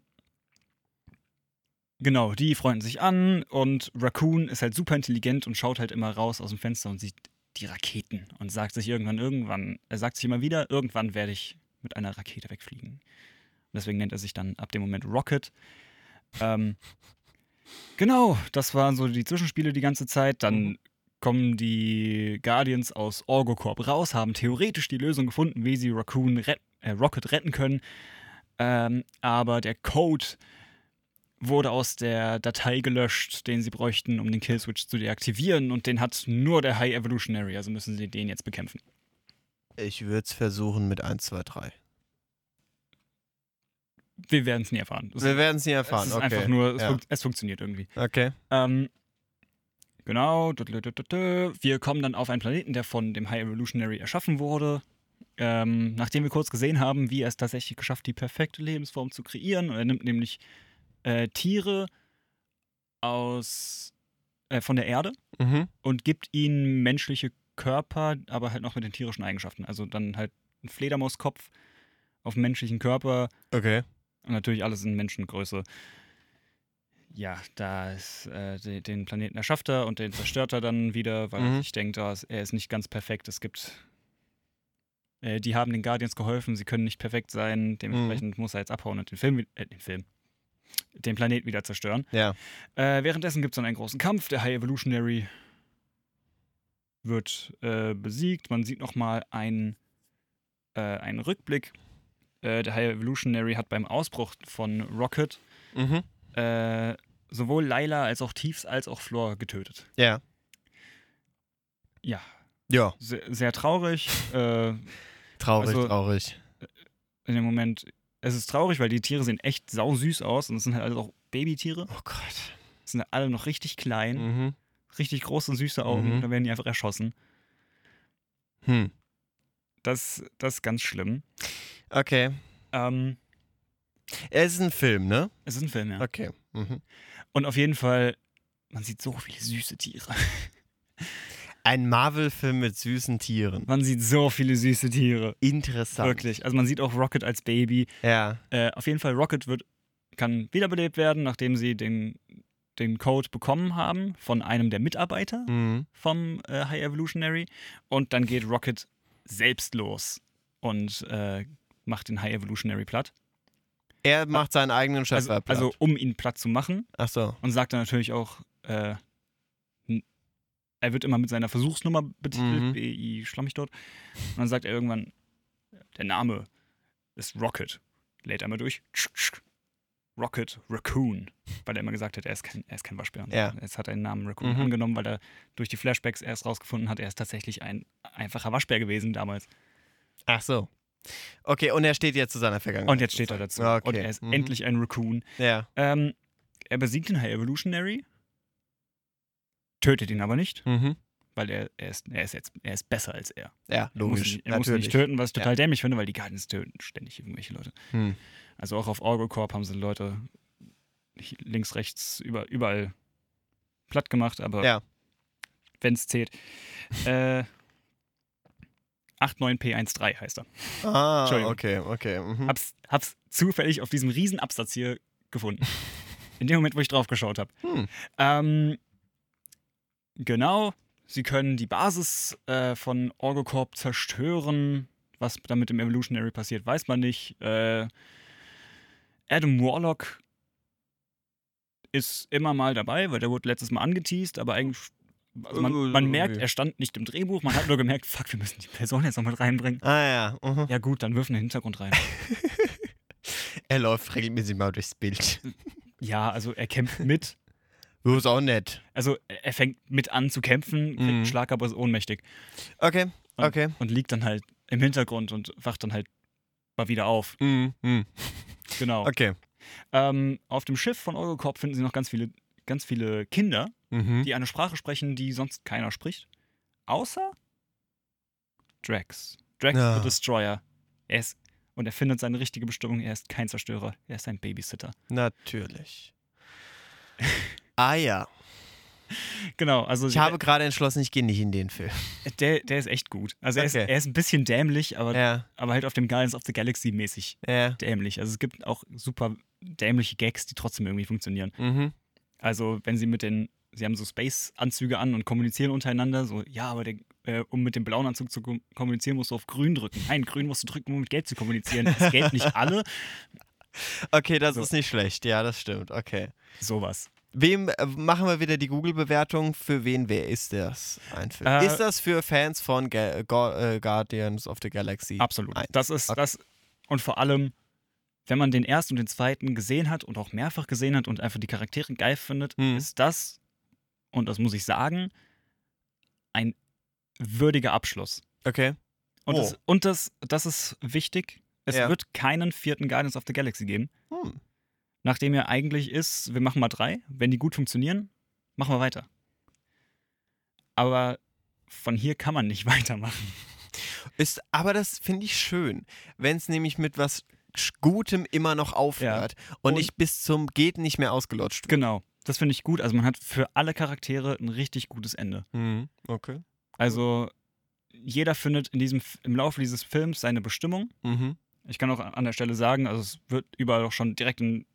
S2: genau, die freunden sich an und Raccoon ist halt super intelligent und schaut halt immer raus aus dem Fenster und sieht die Raketen und sagt sich irgendwann, irgendwann, er sagt sich immer wieder, irgendwann werde ich mit einer Rakete wegfliegen. Und deswegen nennt er sich dann ab dem Moment Rocket. Ähm, genau, das waren so die Zwischenspiele die ganze Zeit. Dann
S1: Mhm.
S2: kommen die Guardians aus Orgocorp raus, haben theoretisch die Lösung gefunden, wie sie Raccoon ret äh, Rocket retten können. Ähm, aber der Code wurde aus der Datei gelöscht, den sie bräuchten, um den Killswitch zu deaktivieren. Und den hat nur der High Evolutionary, also müssen sie den jetzt bekämpfen.
S1: Ich würde es versuchen mit 1, 2, 3.
S2: Wir werden es nie erfahren. Es,
S1: Wir werden es nie erfahren.
S2: es ist
S1: okay.
S2: einfach nur, es,
S1: ja.
S2: funkt, es funktioniert irgendwie.
S1: Okay.
S2: Ähm, genau. dü- dü- dü- dü- dü. Wir kommen dann auf einen Planeten, der von dem High Evolutionary erschaffen wurde. Ähm, nachdem wir kurz gesehen haben, wie er es tatsächlich geschafft, die perfekte Lebensform zu kreieren. Und er nimmt nämlich äh, Tiere aus äh, von der Erde
S1: Mhm.
S2: und gibt ihnen menschliche Körper, aber halt noch mit den tierischen Eigenschaften. Also dann halt ein Fledermauskopf auf dem menschlichen Körper
S1: Okay.
S2: und natürlich alles in Menschengröße. Ja, da ist äh, de- den Planeten erschafft er und den zerstört er dann wieder, weil
S1: Mhm.
S2: ich denke, er ist nicht ganz perfekt. Es gibt. Äh, die haben den Guardians geholfen, sie können nicht perfekt sein. Dementsprechend muss er jetzt abhauen und den Film, wi- äh, den Film, den Planeten wieder zerstören.
S1: Ja.
S2: Äh, währenddessen gibt es dann einen großen Kampf. Der High Evolutionary wird äh, besiegt. Man sieht nochmal einen, äh, einen Rückblick. Äh, der High Evolutionary hat beim Ausbruch von Rocket
S1: Mhm.
S2: äh, sowohl Laila als auch Tiefs als auch Flor getötet.
S1: Ja.
S2: Ja,
S1: Ja.
S2: sehr, sehr traurig. äh,
S1: Traurig,
S2: Also-
S1: traurig.
S2: in dem Moment, es ist traurig, weil die Tiere sehen echt sausüß aus und es sind halt alles auch Babytiere.
S1: Oh Gott.
S2: Es sind alle noch richtig klein,
S1: Mhm.
S2: richtig große, süße Augen.
S1: Mhm.
S2: Da werden die einfach erschossen.
S1: Hm.
S2: Das, das ist ganz schlimm.
S1: Okay.
S2: Ähm,
S1: Es ist ein Film, ne?
S2: es ist ein Film, ja.
S1: Okay. Mhm.
S2: Und auf jeden Fall, man sieht so viele süße Tiere.
S1: Ein Marvel-Film mit süßen Tieren.
S2: Man sieht so viele süße Tiere.
S1: Interessant.
S2: Wirklich. Also man sieht auch Rocket als Baby.
S1: Ja.
S2: Äh, auf jeden Fall, Rocket wird, kann wiederbelebt werden, nachdem sie den, den Code bekommen haben von einem der Mitarbeiter
S1: Mhm.
S2: vom äh, High Evolutionary. Und dann geht Rocket selbst los und äh, macht den High Evolutionary platt.
S1: Er macht seinen eigenen Chef
S2: Also,
S1: platt.
S2: also um ihn platt zu machen.
S1: Ach so.
S2: Und sagt dann natürlich auch, äh, n- er wird immer mit seiner Versuchsnummer betitelt,
S1: Mhm.
S2: BI schlammig dort. Und dann sagt er irgendwann, der Name ist Rocket. Lädt einmal durch. Tsch, tsch. Rocket Raccoon. Weil er immer gesagt hat, er ist kein, er ist kein Waschbär.
S1: Ja.
S2: Jetzt hat er den Namen Raccoon
S1: Mhm.
S2: angenommen, weil er durch die Flashbacks erst rausgefunden hat, er ist tatsächlich ein einfacher Waschbär gewesen damals.
S1: Ach so. Okay, und er steht jetzt zu seiner Vergangenheit.
S2: Und jetzt steht er dazu.
S1: Okay.
S2: Und er ist
S1: Mhm.
S2: endlich ein Raccoon.
S1: Ja.
S2: Ähm, er besiegt den High Evolutionary, tötet ihn aber nicht,
S1: Mhm.
S2: weil er, er, ist, er ist jetzt er ist besser als er.
S1: Ja,
S2: Er muss,
S1: logisch.
S2: ihn- er muss ihn
S1: Natürlich.
S2: nicht töten, was ich total dämlich finde, weil die Guardians töten ständig irgendwelche Leute.
S1: Hm.
S2: Also auch auf Orgocorp haben sie Leute hi- links, rechts, über, überall platt gemacht, aber
S1: Ja.
S2: wenn es zählt. äh, 89P13 heißt er.
S1: Ah,
S2: Entschuldigung.
S1: okay, okay. Mhm.
S2: Hab's, hab's zufällig auf diesem Riesenabsatz hier gefunden. In dem Moment, wo ich drauf geschaut habe.
S1: Hm.
S2: Ähm, genau, sie können die Basis äh, von Orgocorp zerstören. Was damit im Evolutionary passiert, weiß man nicht. Äh, Adam Warlock ist immer mal dabei, weil der wurde letztes Mal angeteased, aber eigentlich. Also
S1: Äh,
S2: man, man merkt, er stand nicht im Drehbuch, man hat nur gemerkt, fuck, wir müssen die Person jetzt noch mit reinbringen.
S1: Ah ja. mhm.
S2: Ja, gut, dann wirfen wir den Hintergrund rein.
S1: Er läuft regelmäßig mal durchs Bild.
S2: Ja, also er kämpft mit.
S1: Du ist auch nett.
S2: Also er fängt mit an zu kämpfen, kriegt einen
S1: Mhm.
S2: Schlag, aber ist ohnmächtig.
S1: Okay,
S2: Und,
S1: okay.
S2: und liegt dann halt im Hintergrund und wacht dann halt mal wieder auf.
S1: Mhm, mhm.
S2: Genau.
S1: Okay.
S2: Ähm, auf dem Schiff von Eurocop finden sie noch ganz viele, ganz viele Kinder,
S1: Mhm.
S2: die eine Sprache sprechen, die sonst keiner spricht. Außer Drax. Drax
S1: Ja.
S2: the Destroyer. Er ist, und er findet seine richtige Bestimmung, er ist kein Zerstörer, er ist ein Babysitter.
S1: Natürlich. Ah ja.
S2: Genau, also
S1: Ich habe gerade entschlossen, ich gehe nicht in den Film.
S2: der, der ist echt gut. Also er, ist,
S1: Okay.
S2: er ist ein bisschen dämlich, aber,
S1: Ja,
S2: aber halt auf dem Guardians of the Galaxy mäßig
S1: ja.
S2: dämlich. Also es gibt auch super dämliche Gags, die trotzdem irgendwie funktionieren.
S1: Mhm.
S2: Also, wenn sie mit den, sie haben so Space-Anzüge an und kommunizieren untereinander, so, ja, aber der, äh, um mit dem blauen Anzug zu kom- kommunizieren, musst du auf grün drücken. Nein, grün musst du drücken, um mit gelb zu kommunizieren. Das gelb nicht alle.
S1: Okay, das
S2: So.
S1: ist nicht schlecht. Ja, das stimmt. Okay.
S2: Sowas.
S1: Wem äh, machen wir wieder die Google-Bewertung? Für wen wer ist das? Ein Film.
S2: Äh,
S1: ist das für Fans von Ga Ga äh, Guardians of the Galaxy?
S2: Absolut.
S1: Eins.
S2: Das ist
S1: Okay.
S2: das. Und vor allem, wenn man den ersten und den zweiten gesehen hat und auch mehrfach gesehen hat und einfach die Charaktere geil findet,
S1: Mhm.
S2: ist das, und das muss ich sagen, ein würdiger Abschluss.
S1: Okay.
S2: Und,
S1: Oh.
S2: das, und das, das ist wichtig. Es
S1: Ja.
S2: wird keinen vierten Guardians of the Galaxy geben.
S1: Hm.
S2: nachdem ja eigentlich ist, wir machen mal drei, wenn die gut funktionieren, machen wir weiter. Aber von hier kann man nicht weitermachen.
S1: Ist, aber das finde ich schön, wenn es nämlich mit was Sch- Gutem immer noch aufhört und,
S2: Und-
S1: nicht bis zum Geht nicht mehr ausgelutscht wird.
S2: Genau. Das finde ich gut. Also man hat für alle Charaktere ein richtig gutes Ende.
S1: Mhm. Okay.
S2: Also jeder findet in diesem, im Laufe dieses Films seine Bestimmung.
S1: Mhm.
S2: Ich kann auch an der Stelle sagen, also es wird überall auch schon direkt in,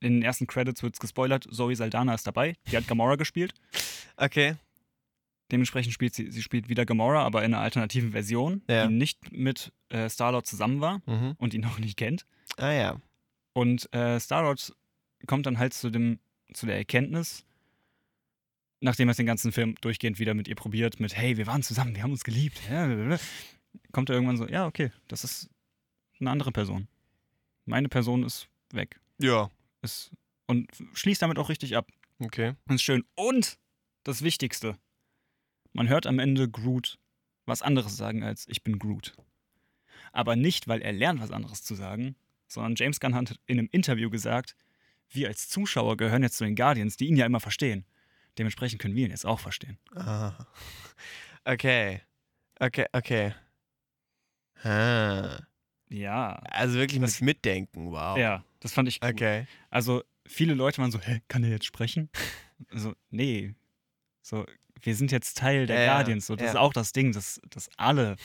S2: in den ersten Credits wird es gespoilert, Zoe Saldana ist dabei. Die hat Gamora gespielt.
S1: Okay.
S2: Dementsprechend spielt sie, sie spielt wieder Gamora, aber in einer alternativen Version,
S1: Ja.
S2: die nicht mit äh, Star-Lord zusammen war.
S1: Mhm.
S2: und ihn auch nicht kennt.
S1: Ah ja.
S2: Und äh, Star-Lord kommt dann halt zu, dem, zu der Erkenntnis, nachdem er es den ganzen Film durchgehend wieder mit ihr probiert, mit hey, wir waren zusammen, wir haben uns geliebt, ja, blablabla, kommt er irgendwann so, ja, okay, das ist eine andere Person. Meine Person ist weg.
S1: Ja.
S2: Ist, und schließt damit auch richtig ab.
S1: Okay.
S2: Das ist schön. Und das Wichtigste, man hört am Ende Groot was anderes sagen als ich bin Groot. Aber nicht, weil er lernt, was anderes zu sagen, sondern James Gunn hat in einem Interview gesagt, wir als Zuschauer gehören jetzt zu den Guardians, die ihn ja immer verstehen. Dementsprechend können wir ihn jetzt auch verstehen.
S1: Ah. Okay. Okay, okay. Ah.
S2: Ja.
S1: Also wirklich
S2: Das-
S1: mit Mitdenken, wow.
S2: Ja, das fand ich gut.
S1: Okay.
S2: Also viele Leute waren so, hä, kann er jetzt sprechen? so, nee. So, wir sind jetzt Teil der
S1: Ja, ja,
S2: Guardians. So, das
S1: ja.
S2: ist auch das Ding, dass, dass alle,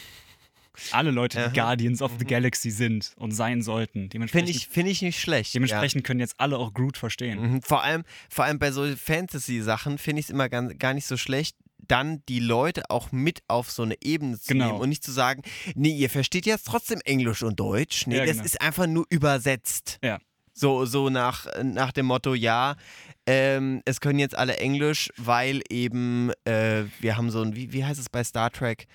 S2: alle Leute
S1: Aha.
S2: die Guardians of the
S1: Mhm.
S2: Galaxy sind und sein sollten. Dementsprechend,
S1: Finde ich, find ich nicht schlecht. ja.
S2: dementsprechend können jetzt alle auch Groot verstehen.
S1: Mhm. Vor allem, vor allem bei so Fantasy-Sachen finde ich es immer ganz, gar nicht so schlecht, dann die Leute auch mit auf so eine Ebene zu
S2: Genau.
S1: nehmen und nicht zu sagen, nee, ihr versteht jetzt trotzdem Englisch und Deutsch. Nee,
S2: Ja,
S1: das
S2: genau.
S1: ist einfach nur übersetzt.
S2: Ja.
S1: So, so nach, nach dem Motto, ja, ähm, es können jetzt alle Englisch, weil eben äh, wir haben so ein, wie, wie heißt es bei Star Trek?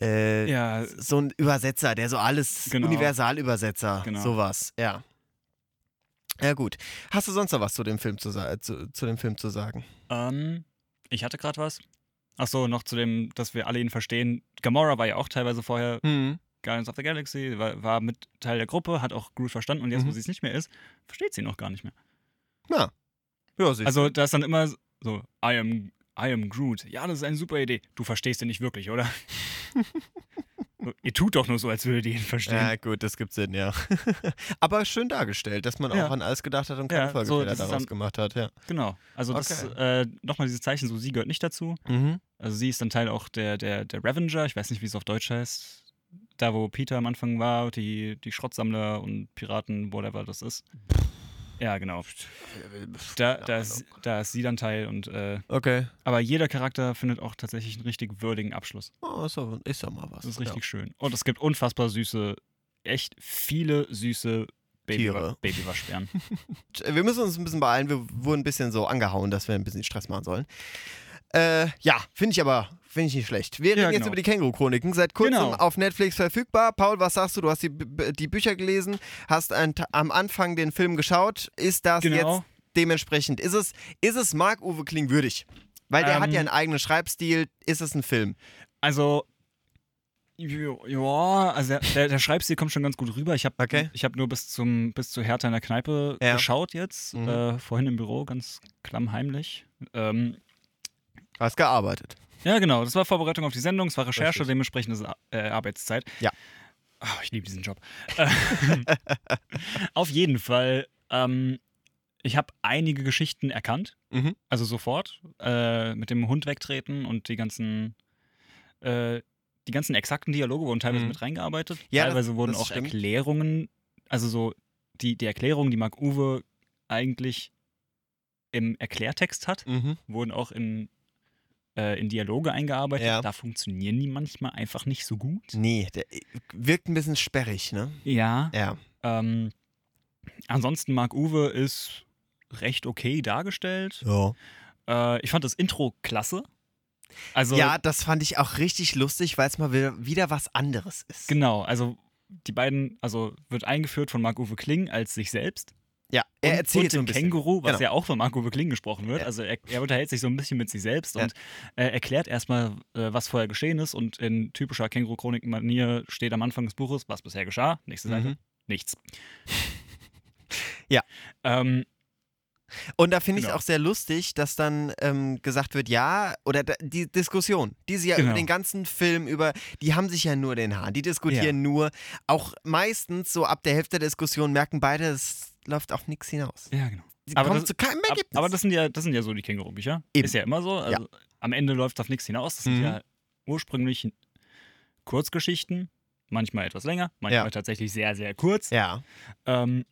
S1: Äh,
S2: Ja,
S1: So ein Übersetzer, der so alles,
S2: Genau.
S1: Universalübersetzer,
S2: Genau.
S1: sowas, ja. Ja, gut. Hast du sonst noch was zu dem Film zu, sa- zu, zu, dem Film zu sagen?
S2: ähm, ich hatte gerade was. Ach so, noch zu dem, dass wir alle ihn verstehen. Gamora war ja auch teilweise vorher
S1: Hm.
S2: Guardians of the Galaxy, war, war mit Teil der Gruppe, hat auch Groot verstanden und jetzt, wo
S1: Mhm.
S2: sie es nicht mehr ist, versteht sie noch gar nicht mehr.
S1: Ja, sicher.
S2: Also, da ist dann immer so, I am, I am Groot. Ja, das ist eine super Idee. Du verstehst ihn nicht wirklich, oder? So, Ihr tut doch nur so, als würdet ihr ihn verstehen.
S1: Also, ja, gut, das gibt Sinn, ja. Aber schön dargestellt, dass man
S2: Ja.
S1: auch an alles gedacht hat und
S2: Ja,
S1: keine
S2: so,
S1: Folgefehler
S2: das ist
S1: daraus
S2: am-
S1: gemacht hat, ja.
S2: Genau. Also das äh, nochmal dieses Zeichen, so sie gehört nicht dazu.
S1: Mhm.
S2: Also sie ist dann Teil auch der, der, der Revenger, ich weiß nicht, wie es auf Deutsch heißt. Da, wo Peter am Anfang war, die, die Schrottsammler und Piraten, whatever das ist. Ja, genau. Da, da, ist, da ist sie dann Teil und äh,
S1: Okay.
S2: aber jeder Charakter findet auch tatsächlich einen richtig würdigen Abschluss.
S1: Oh, ist doch, ist doch mal was.
S2: Das ist richtig schön. Und es gibt unfassbar süße, echt viele süße Baby
S1: Tiere.
S2: Babywaschbären.
S1: Wir müssen uns ein bisschen beeilen. Wir wurden ein bisschen so angehauen, dass wir ein bisschen Stress machen sollen. Äh, ja, finde ich aber finde ich nicht schlecht. Wir
S2: Ja,
S1: reden jetzt
S2: genau.
S1: über die Känguru-Chroniken. Seit kurzem
S2: Genau.
S1: auf Netflix verfügbar. Paul, was sagst du? Du hast die, B- die Bücher gelesen, hast ein, am Anfang den Film geschaut. Ist das
S2: Genau.
S1: jetzt dementsprechend? Ist es, ist es Marc-Uwe Kling würdig? Weil der
S2: Ähm.
S1: hat ja einen eigenen Schreibstil. Ist es ein Film?
S2: Also, jo- ja, also der- der, der Schreibstil kommt schon ganz gut rüber. Ich habe
S1: Okay.
S2: ich hab nur bis, zum, bis zu Hertha in der Kneipe
S1: Ja.
S2: geschaut jetzt,
S1: Mhm.
S2: äh, vorhin im Büro, ganz klammheimlich. Ähm,
S1: Hast gearbeitet.
S2: ja, genau, das war Vorbereitung auf die Sendung, es war Recherche,
S1: Richtig.
S2: dementsprechend ist es, äh, Arbeitszeit.
S1: Ja.
S2: Ah, ich liebe diesen Job. Äh, auf jeden Fall, ähm, ich habe einige Geschichten erkannt.
S1: Mhm.
S2: Also sofort. Äh, mit dem Hund wegtreten und die ganzen, äh, die ganzen exakten Dialoge wurden teilweise
S1: Mhm.
S2: mit reingearbeitet.
S1: Ja,
S2: teilweise
S1: das-
S2: wurden
S1: das
S2: auch
S1: stimmt.
S2: Erklärungen, also so die, die Erklärung, die Marc Uwe eigentlich im Erklärtext hat,
S1: Mhm.
S2: wurden auch in, äh, in Dialoge eingearbeitet.
S1: Ja.
S2: Da funktionieren die manchmal einfach nicht so gut.
S1: Nee, der wirkt ein bisschen sperrig, ne?
S2: Ja.
S1: Ja.
S2: Ähm, ansonsten, Marc Uwe ist recht okay dargestellt.
S1: Ja.
S2: Äh, ich fand das Intro klasse. Also,
S1: ja, das fand ich auch richtig lustig, weil es mal wieder, wieder was anderes ist.
S2: genau. Also, die beiden, also wird eingeführt von Marc-Uwe Kling als sich selbst.
S1: Ja, er
S2: und,
S1: erzählt
S2: und
S1: so ein
S2: dem
S1: bisschen.
S2: Känguru, was
S1: Genau.
S2: ja auch von Marc-Uwe Kling gesprochen wird.
S1: Ja.
S2: Also, er, er unterhält sich so ein bisschen mit sich selbst
S1: Ja.
S2: und äh, erklärt erstmal, äh, was vorher geschehen ist. Und in typischer Känguru-Chronik-Manier steht am Anfang des Buches, was bisher geschah. Nächste Seite.
S1: Mhm.
S2: Nichts.
S1: Ja.
S2: Ähm,
S1: Und da finde ich es
S2: Genau.
S1: auch sehr lustig, dass dann ähm, gesagt wird, ja, oder da, die Diskussion, die sie ja
S2: Genau.
S1: über den ganzen Film über, die haben sich ja nur den Hahn, die diskutieren nur, auch meistens so ab der Hälfte der Diskussion merken beide, es läuft auf nichts hinaus.
S2: ja, genau.
S1: Sie
S2: Aber
S1: kommen
S2: das-
S1: zu keinem
S2: Ab,
S1: Ergebnis.
S2: aber das sind ja, das sind ja so die Känguru-Bücher.
S1: Eben.
S2: Ist ja immer so. Also Am Ende läuft auf nichts hinaus. Das
S1: Mhm.
S2: sind ja ursprünglich Kurzgeschichten, manchmal etwas länger, manchmal
S1: Ja.
S2: tatsächlich sehr, sehr kurz.
S1: ja,
S2: Ähm,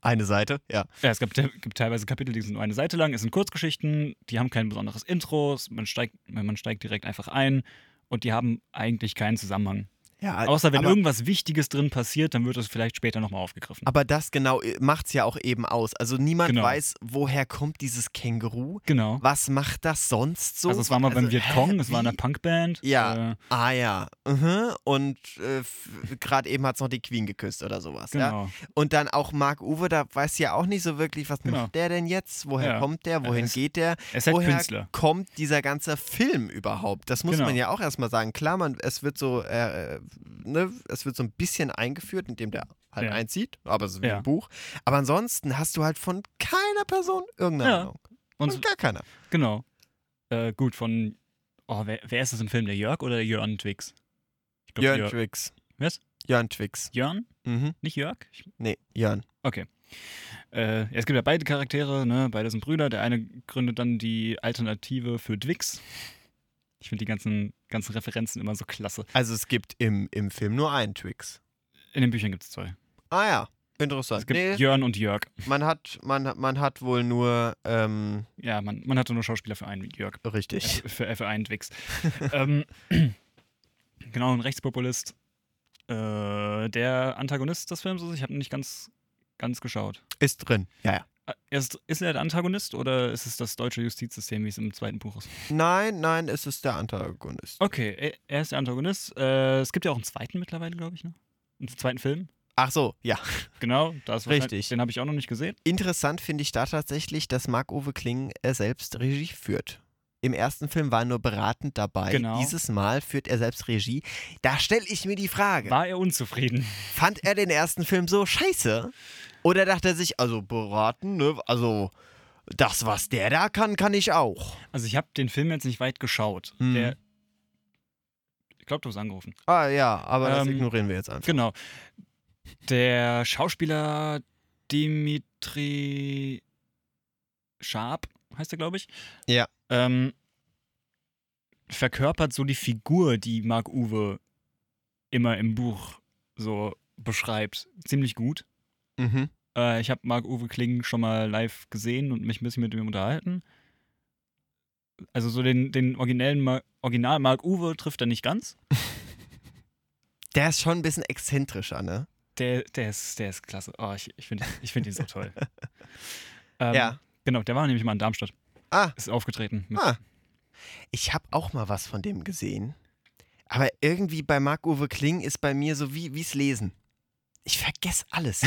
S1: eine Seite, ja.
S2: ja, es gibt, gibt teilweise Kapitel, die sind nur eine Seite lang. Es sind Kurzgeschichten, die haben kein besonderes Intro, es- man steigt, man steigt direkt einfach ein und die haben eigentlich keinen Zusammenhang.
S1: ja
S2: Außer wenn
S1: aber,
S2: irgendwas Wichtiges drin passiert, dann wird es vielleicht später nochmal aufgegriffen.
S1: Aber das genau macht es ja auch eben aus. Also niemand
S2: Genau.
S1: weiß, woher kommt dieses Känguru,
S2: Genau.
S1: was macht das sonst so?
S2: also es war mal beim
S1: Also,
S2: Vietcong,
S1: hä,
S2: es war
S1: wie?
S2: eine Punkband.
S1: Ja.
S2: Äh,
S1: Ah ja, mhm. und äh, f- gerade eben hat es noch die Queen geküsst oder sowas. Ja?
S2: genau.
S1: Und dann auch Marc Uwe, da weiß ja auch nicht so wirklich, was
S2: Genau.
S1: macht der denn jetzt, woher
S2: Ja.
S1: kommt der, wohin
S2: Es-
S1: geht der,
S2: Er ist halt
S1: woher
S2: Künstler.
S1: kommt dieser ganze Film überhaupt? Das muss
S2: Genau.
S1: man ja auch erstmal sagen. Klar, man, es wird so, äh, äh, ne, es wird so ein bisschen eingeführt, indem der halt
S2: Ja.
S1: einzieht, aber es ist wie
S2: Ja.
S1: ein Buch. Aber ansonsten hast du halt von keiner Person irgendeine
S2: Ja.
S1: Ahnung. Von
S2: Und
S1: gar keiner.
S2: Genau. Äh, gut, von. Oh, wer, wer ist das im Film? Der Jörg oder der Jörn Twix? Ich glaub,
S1: Jörn
S2: Jör-
S1: Twix.
S2: Was?
S1: Jörn Twix.
S2: Jörn?
S1: Mhm.
S2: Nicht Jörg? Ich,
S1: Nee, Jörn.
S2: äh, es gibt ja beide Charaktere, ne? Beide sind Brüder. Der eine gründet dann die Alternative für Twix. Ich finde die ganzen, ganzen Referenzen immer so klasse.
S1: Also es gibt im, im Film nur einen Twix.
S2: In den Büchern gibt es zwei.
S1: Ah ja, interessant.
S2: Es gibt
S1: nee,
S2: Jörn und Jörg.
S1: man hat, man, hat- man hat wohl nur ähm,
S2: Ja, man, man hatte nur Schauspieler für einen Jörg.
S1: richtig.
S2: Äh, Für, äh, für einen Twix. ähm, genau, ein Rechtspopulist. Äh, der Antagonist des Films ist, ich habe nicht ganz, ganz geschaut.
S1: Ist drin. Ja, ja.
S2: Äh, Ist, ist er der Antagonist oder ist es das deutsche Justizsystem, wie es im zweiten Buch ist?
S1: Nein, nein, es ist der Antagonist.
S2: Okay, er- er ist der Antagonist. Äh, es gibt ja auch einen zweiten mittlerweile, glaube ich, ne? Einen zweiten Film.
S1: Ach so, ja.
S2: Genau, da ist wahrscheinlich-
S1: Richtig.
S2: Den habe ich auch noch nicht gesehen.
S1: Interessant finde ich da tatsächlich, dass Marc-Uwe Kling äh, selbst Regie führt. Im ersten Film war er nur beratend dabei.
S2: Genau.
S1: Dieses Mal führt er selbst Regie. Da stelle ich mir die Frage,
S2: War er unzufrieden?
S1: fand er den ersten Film so scheiße? Oder dachte er sich, also beraten, ne? also das, was der da kann, kann ich auch.
S2: Also ich habe den Film jetzt nicht weit geschaut.
S1: Mhm.
S2: Der, ich glaube, du hast angerufen.
S1: Ah ja, aber das
S2: Ähm,
S1: ignorieren wir jetzt einfach.
S2: Genau. Der Schauspieler Dimitri Sharp heißt er, glaube ich.
S1: Ja.
S2: Ähm, verkörpert so die Figur, die Mark Uwe immer im Buch so beschreibt. Ziemlich gut.
S1: Mhm.
S2: Äh, ich habe Mark Uwe Kling schon mal live gesehen und mich ein bisschen mit ihm unterhalten. Also so den, den originellen Ma Original Mark Uwe trifft er nicht ganz.
S1: Der ist schon ein bisschen exzentrischer, ne?
S2: Der, der, ist, der ist klasse. Oh, ich, ich finde ich find ihn so toll. Ähm,
S1: Ja.
S2: Genau, der war nämlich mal in Darmstadt.
S1: Ah.
S2: Ist aufgetreten. Mit,
S1: Ah. Ich habe auch mal was von dem gesehen. Aber irgendwie bei Marc-Uwe Kling ist bei mir so wie wie's Lesen. Ich vergesse alles.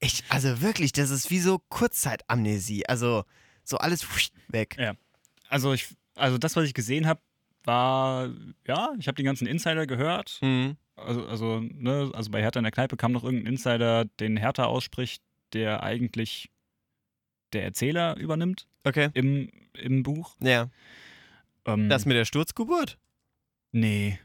S1: Ich, also wirklich, das ist wie so Kurzzeitamnesie. Also so alles weg.
S2: Also, ich, also das, was ich gesehen habe, war, ja, ich habe die ganzen Insider gehört.
S1: Mhm.
S2: Also, also, ne, also bei Hertha in der Kneipe kam noch irgendein Insider, den Hertha ausspricht, der eigentlich der Erzähler übernimmt
S1: Okay.
S2: im, im Buch.
S1: Ja.
S2: Ähm,
S1: Das mit der Sturzgeburt?
S2: Nee.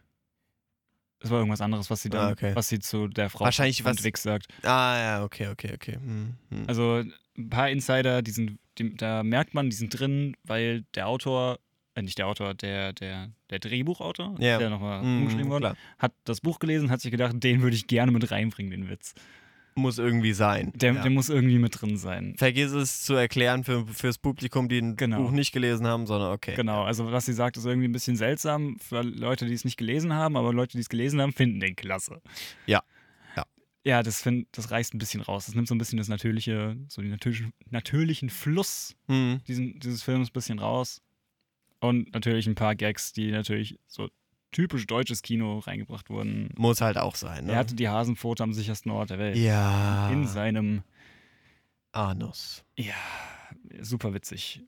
S2: Es war irgendwas anderes, was sie dann,
S1: Ah, okay.
S2: was sie zu der Frau
S1: Wahrscheinlich
S2: von
S1: was.
S2: Twix sagt.
S1: Ah, ja, okay, okay, okay. Mhm. mhm.
S2: Also ein paar Insider, die sind, die, da merkt man, die sind drin, weil der Autor, äh, nicht der Autor, der, der, der Drehbuchautor,
S1: Ja.
S2: der nochmal
S1: Mhm,
S2: umgeschrieben wurde,
S1: klar.
S2: hat das Buch gelesen, hat sich gedacht, den würde ich gerne mit reinbringen, den Witz.
S1: Muss irgendwie sein.
S2: Der,
S1: ja.
S2: der muss irgendwie mit drin sein.
S1: Vergiss es zu erklären für, fürs Publikum, die ein
S2: Genau.
S1: Buch nicht gelesen haben, sondern okay.
S2: Genau, also was sie sagt, ist irgendwie ein bisschen seltsam für Leute, die es nicht gelesen haben, aber Leute, die es gelesen haben, finden den klasse.
S1: Ja. Ja.
S2: Ja, das, find, das reißt ein bisschen raus. Das nimmt so ein bisschen das natürliche, so den natürlichen, natürlichen Fluss
S1: Mhm.
S2: diesen, dieses Films ein bisschen raus. Und natürlich ein paar Gags, die natürlich so typisch deutsches Kino reingebracht wurden.
S1: Muss halt auch sein. Ne?
S2: Er hatte die Hasenpfote am sichersten Ort der Welt.
S1: ja.
S2: In seinem,
S1: Anus.
S2: ja, super witzig.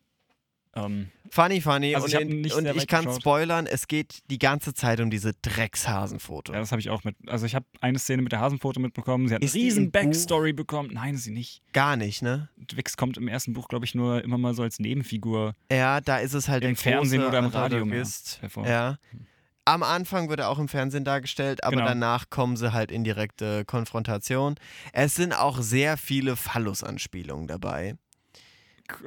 S2: Ähm,
S1: Funny, funny.
S2: Also
S1: und
S2: ich hab
S1: in-
S2: nicht
S1: und
S2: sehr
S1: ich
S2: weit
S1: kann
S2: geschaut.
S1: spoilern, es geht die ganze Zeit um diese Dreckshasenfoto.
S2: ja, das habe ich auch mit. Also, ich habe eine Szene mit der Hasenpfote mitbekommen. Sie hat
S1: Ist
S2: eine
S1: die
S2: riesen
S1: im Buch?
S2: Backstory bekommen. Nein, ist sie nicht.
S1: Gar nicht, ne?
S2: Twix kommt im ersten Buch, glaube ich, nur immer mal so als Nebenfigur
S1: Ja, da ist es halt
S2: Im
S1: der
S2: Fernsehen
S1: große
S2: oder im Radio mehr.
S1: Antagonist.
S2: hervor.
S1: Ja. Am Anfang wird er auch im Fernsehen dargestellt, aber
S2: Genau.
S1: danach kommen sie halt in direkte Konfrontation. Es sind auch sehr viele Phallus-Anspielungen dabei.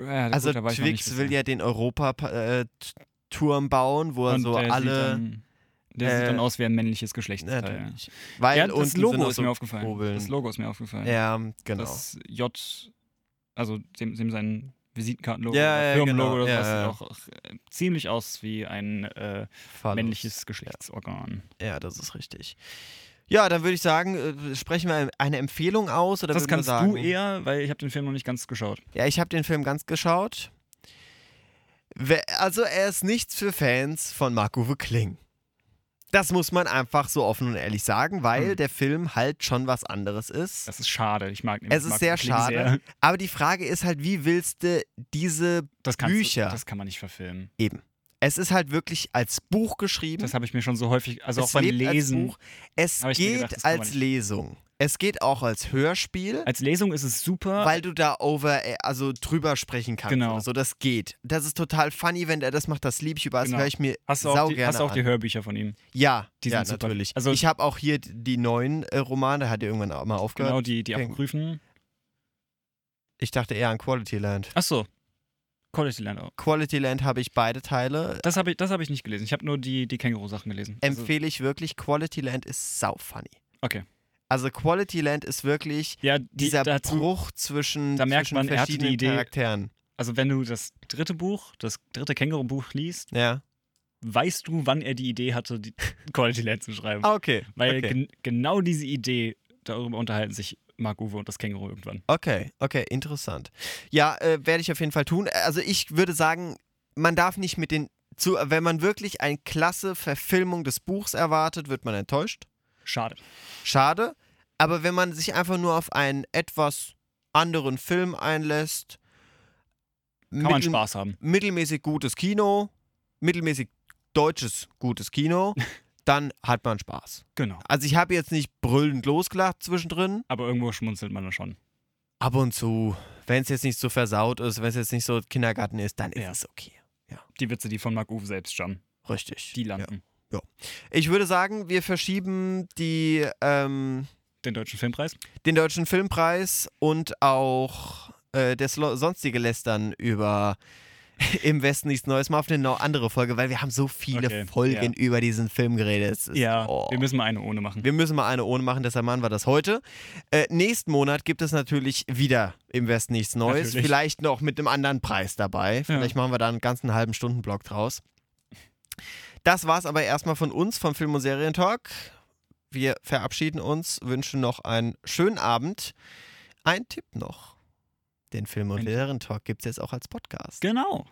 S2: Ja,
S1: also
S2: gut, da äh, war ich noch nicht
S1: Twix will
S2: bisher.
S1: ja den Europa-Turm bauen, wo er
S2: Und
S1: so
S2: der Sieht
S1: alle...
S2: dann, der sieht
S1: äh,
S2: dann aus wie ein männliches Geschlechtsteil.
S1: Natürlich. Weil
S2: Ja,
S1: unten
S2: das
S1: sind
S2: Logo
S1: noch
S2: ist
S1: so
S2: mir aufgefallen.
S1: Kurbeln.
S2: Das Logo ist mir aufgefallen.
S1: Ja, genau.
S2: Das J, also dem, dem sein Visitenkartenlogo,
S1: Ja,
S2: oder
S1: ja,
S2: Firmenlogo
S1: genau.
S2: oder
S1: Ja,
S2: sowas,
S1: ja.
S2: sieht auch, auch äh, ziemlich aus wie ein äh,
S1: Phallus.
S2: männliches Geschlechtsorgan.
S1: Ja, das ist richtig. Ja, dann würde ich sagen, äh, sprechen wir eine Empfehlung aus oder
S2: Das
S1: würden wir
S2: kannst
S1: sagen,
S2: du eher, weil ich habe den Film noch nicht ganz geschaut.
S1: Ja, ich habe den Film ganz geschaut. We- Also er ist nichts für Fans von Marc-Uwe Kling. Das muss man einfach so offen und ehrlich sagen, weil
S2: Hm.
S1: der Film halt schon was anderes ist.
S2: Das ist schade. Ich mag nämlich
S1: Es ist
S2: Mark
S1: sehr
S2: Kling
S1: schade.
S2: sehr.
S1: Aber die Frage ist halt, wie willst du diese...
S2: Das kannst
S1: Bücher.
S2: Du, das kann man nicht verfilmen.
S1: Es ist halt wirklich als Buch geschrieben.
S2: Das habe ich mir schon so häufig, also
S1: es
S2: auch beim
S1: lebt
S2: Lesen.
S1: Als, Buch. Es
S2: Hab ich mir
S1: geht
S2: gedacht, das kann man
S1: als
S2: nicht.
S1: Lesung. Es geht auch als Hörspiel.
S2: Als Lesung ist es super.
S1: Weil du da over, äh, also drüber sprechen kannst.
S2: Genau.
S1: Oder so, das geht. Das ist total funny, wenn er das macht, das liebe ich über. Das
S2: Genau.
S1: höre ich mir
S2: hast du
S1: sau
S2: auch, die,
S1: gerne
S2: hast du auch die
S1: an.
S2: Hörbücher von ihm.
S1: Ja,
S2: Die
S1: ja
S2: sind super.
S1: natürlich.
S2: Also-
S1: ich habe auch hier die neuen äh, Romane, da hat er irgendwann auch mal aufgehört.
S2: Genau, die, die
S1: Kling.
S2: abprüfen.
S1: Ich dachte eher an Quality Land.
S2: Achso. Quality Land auch.
S1: Quality Land habe ich beide Teile.
S2: Das habe ich, das hab ich nicht gelesen. Ich habe nur die, die Känguru-Sachen gelesen. Also,
S1: Empfehle ich wirklich. Quality Land ist sau funny.
S2: Okay.
S1: Also Quality Land ist wirklich
S2: ja, die,
S1: dieser
S2: dazu,
S1: Bruch zwischen,
S2: da merkt
S1: zwischen
S2: man, er hatte die
S1: verschiedenen
S2: Idee.
S1: Charakteren.
S2: Also, wenn du das dritte Buch, das dritte Känguru-Buch liest,
S1: Ja.
S2: weißt du, wann er die Idee hatte, die Quality Land zu schreiben.
S1: Ah, okay.
S2: Weil
S1: okay.
S2: gen genau diese Idee, darüber unterhalten sich Mark Uwe und das Känguru irgendwann.
S1: Okay, okay, interessant. Ja, äh, werde ich auf jeden Fall tun. Also ich würde sagen, man darf nicht mit den zu, wenn man wirklich eine klasse Verfilmung des Buchs erwartet, wird man enttäuscht.
S2: Schade.
S1: Schade. Aber wenn man sich einfach nur auf einen etwas anderen Film einlässt,
S2: Kann man Spaß haben.
S1: mittelmäßig gutes Kino, mittelmäßig deutsches gutes Kino, dann hat man Spaß.
S2: Genau.
S1: Also ich habe jetzt nicht brüllend losgelacht zwischendrin,
S2: Aber irgendwo schmunzelt man da schon.
S1: ab und zu, wenn es jetzt nicht so versaut ist, wenn es jetzt nicht so Kindergarten ist, dann ist
S2: Ja.
S1: es okay.
S2: Die Witze, die von Mark Uwe selbst stammen,
S1: Richtig.
S2: die landen.
S1: Ja. Ich würde sagen, wir verschieben die, ähm,
S2: Den Deutschen Filmpreis.
S1: den Deutschen Filmpreis und auch äh, das Lo sonstige Lästern über im Westen nichts Neues mal auf eine noch andere Folge, weil wir haben so viele
S2: Okay,
S1: Folgen über diesen Film geredet. Es ist,
S2: Ja,
S1: oh.
S2: wir müssen mal eine ohne machen.
S1: Wir müssen mal eine ohne machen, deshalb machen wir das heute. Äh, nächsten Monat gibt es natürlich wieder im Westen nichts Neues.
S2: Natürlich.
S1: Vielleicht noch mit einem anderen Preis dabei. Vielleicht machen wir da einen ganzen halben Stundenblock draus. Das war's aber erstmal von uns, vom Film- und Serientalk. Wir verabschieden uns, wünschen noch einen schönen Abend. Ein Tipp noch. Den Film- und
S2: Ein-
S1: Serientalk gibt es jetzt auch als Podcast.
S2: Genau.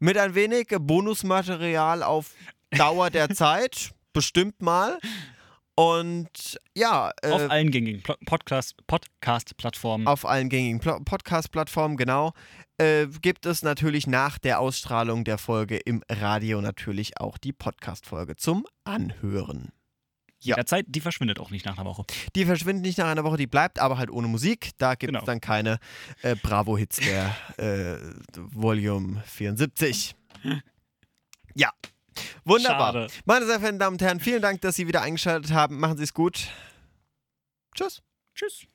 S1: Mit ein wenig Bonusmaterial auf Dauer der Zeit. Bestimmt mal. Und ja, äh,
S2: Auf allen gängigen Pl- Podcast- Podcast-Plattformen.
S1: auf allen gängigen Pla- Podcast-Plattformen, genau. Äh, gibt es natürlich nach der Ausstrahlung der Folge im Radio natürlich auch die Podcast-Folge zum Anhören. ja.
S2: Jederzeit, die verschwindet auch nicht nach einer Woche.
S1: Die verschwindet nicht nach einer Woche, die bleibt aber halt ohne Musik. Da gibt es
S2: Genau.
S1: dann keine äh, Bravo-Hits der äh, Volume 74. Ja. Wunderbar.
S2: Schade.
S1: Meine sehr verehrten Damen und Herren, vielen Dank, dass Sie wieder eingeschaltet haben. Machen Sie es gut. Tschüss.
S2: Tschüss.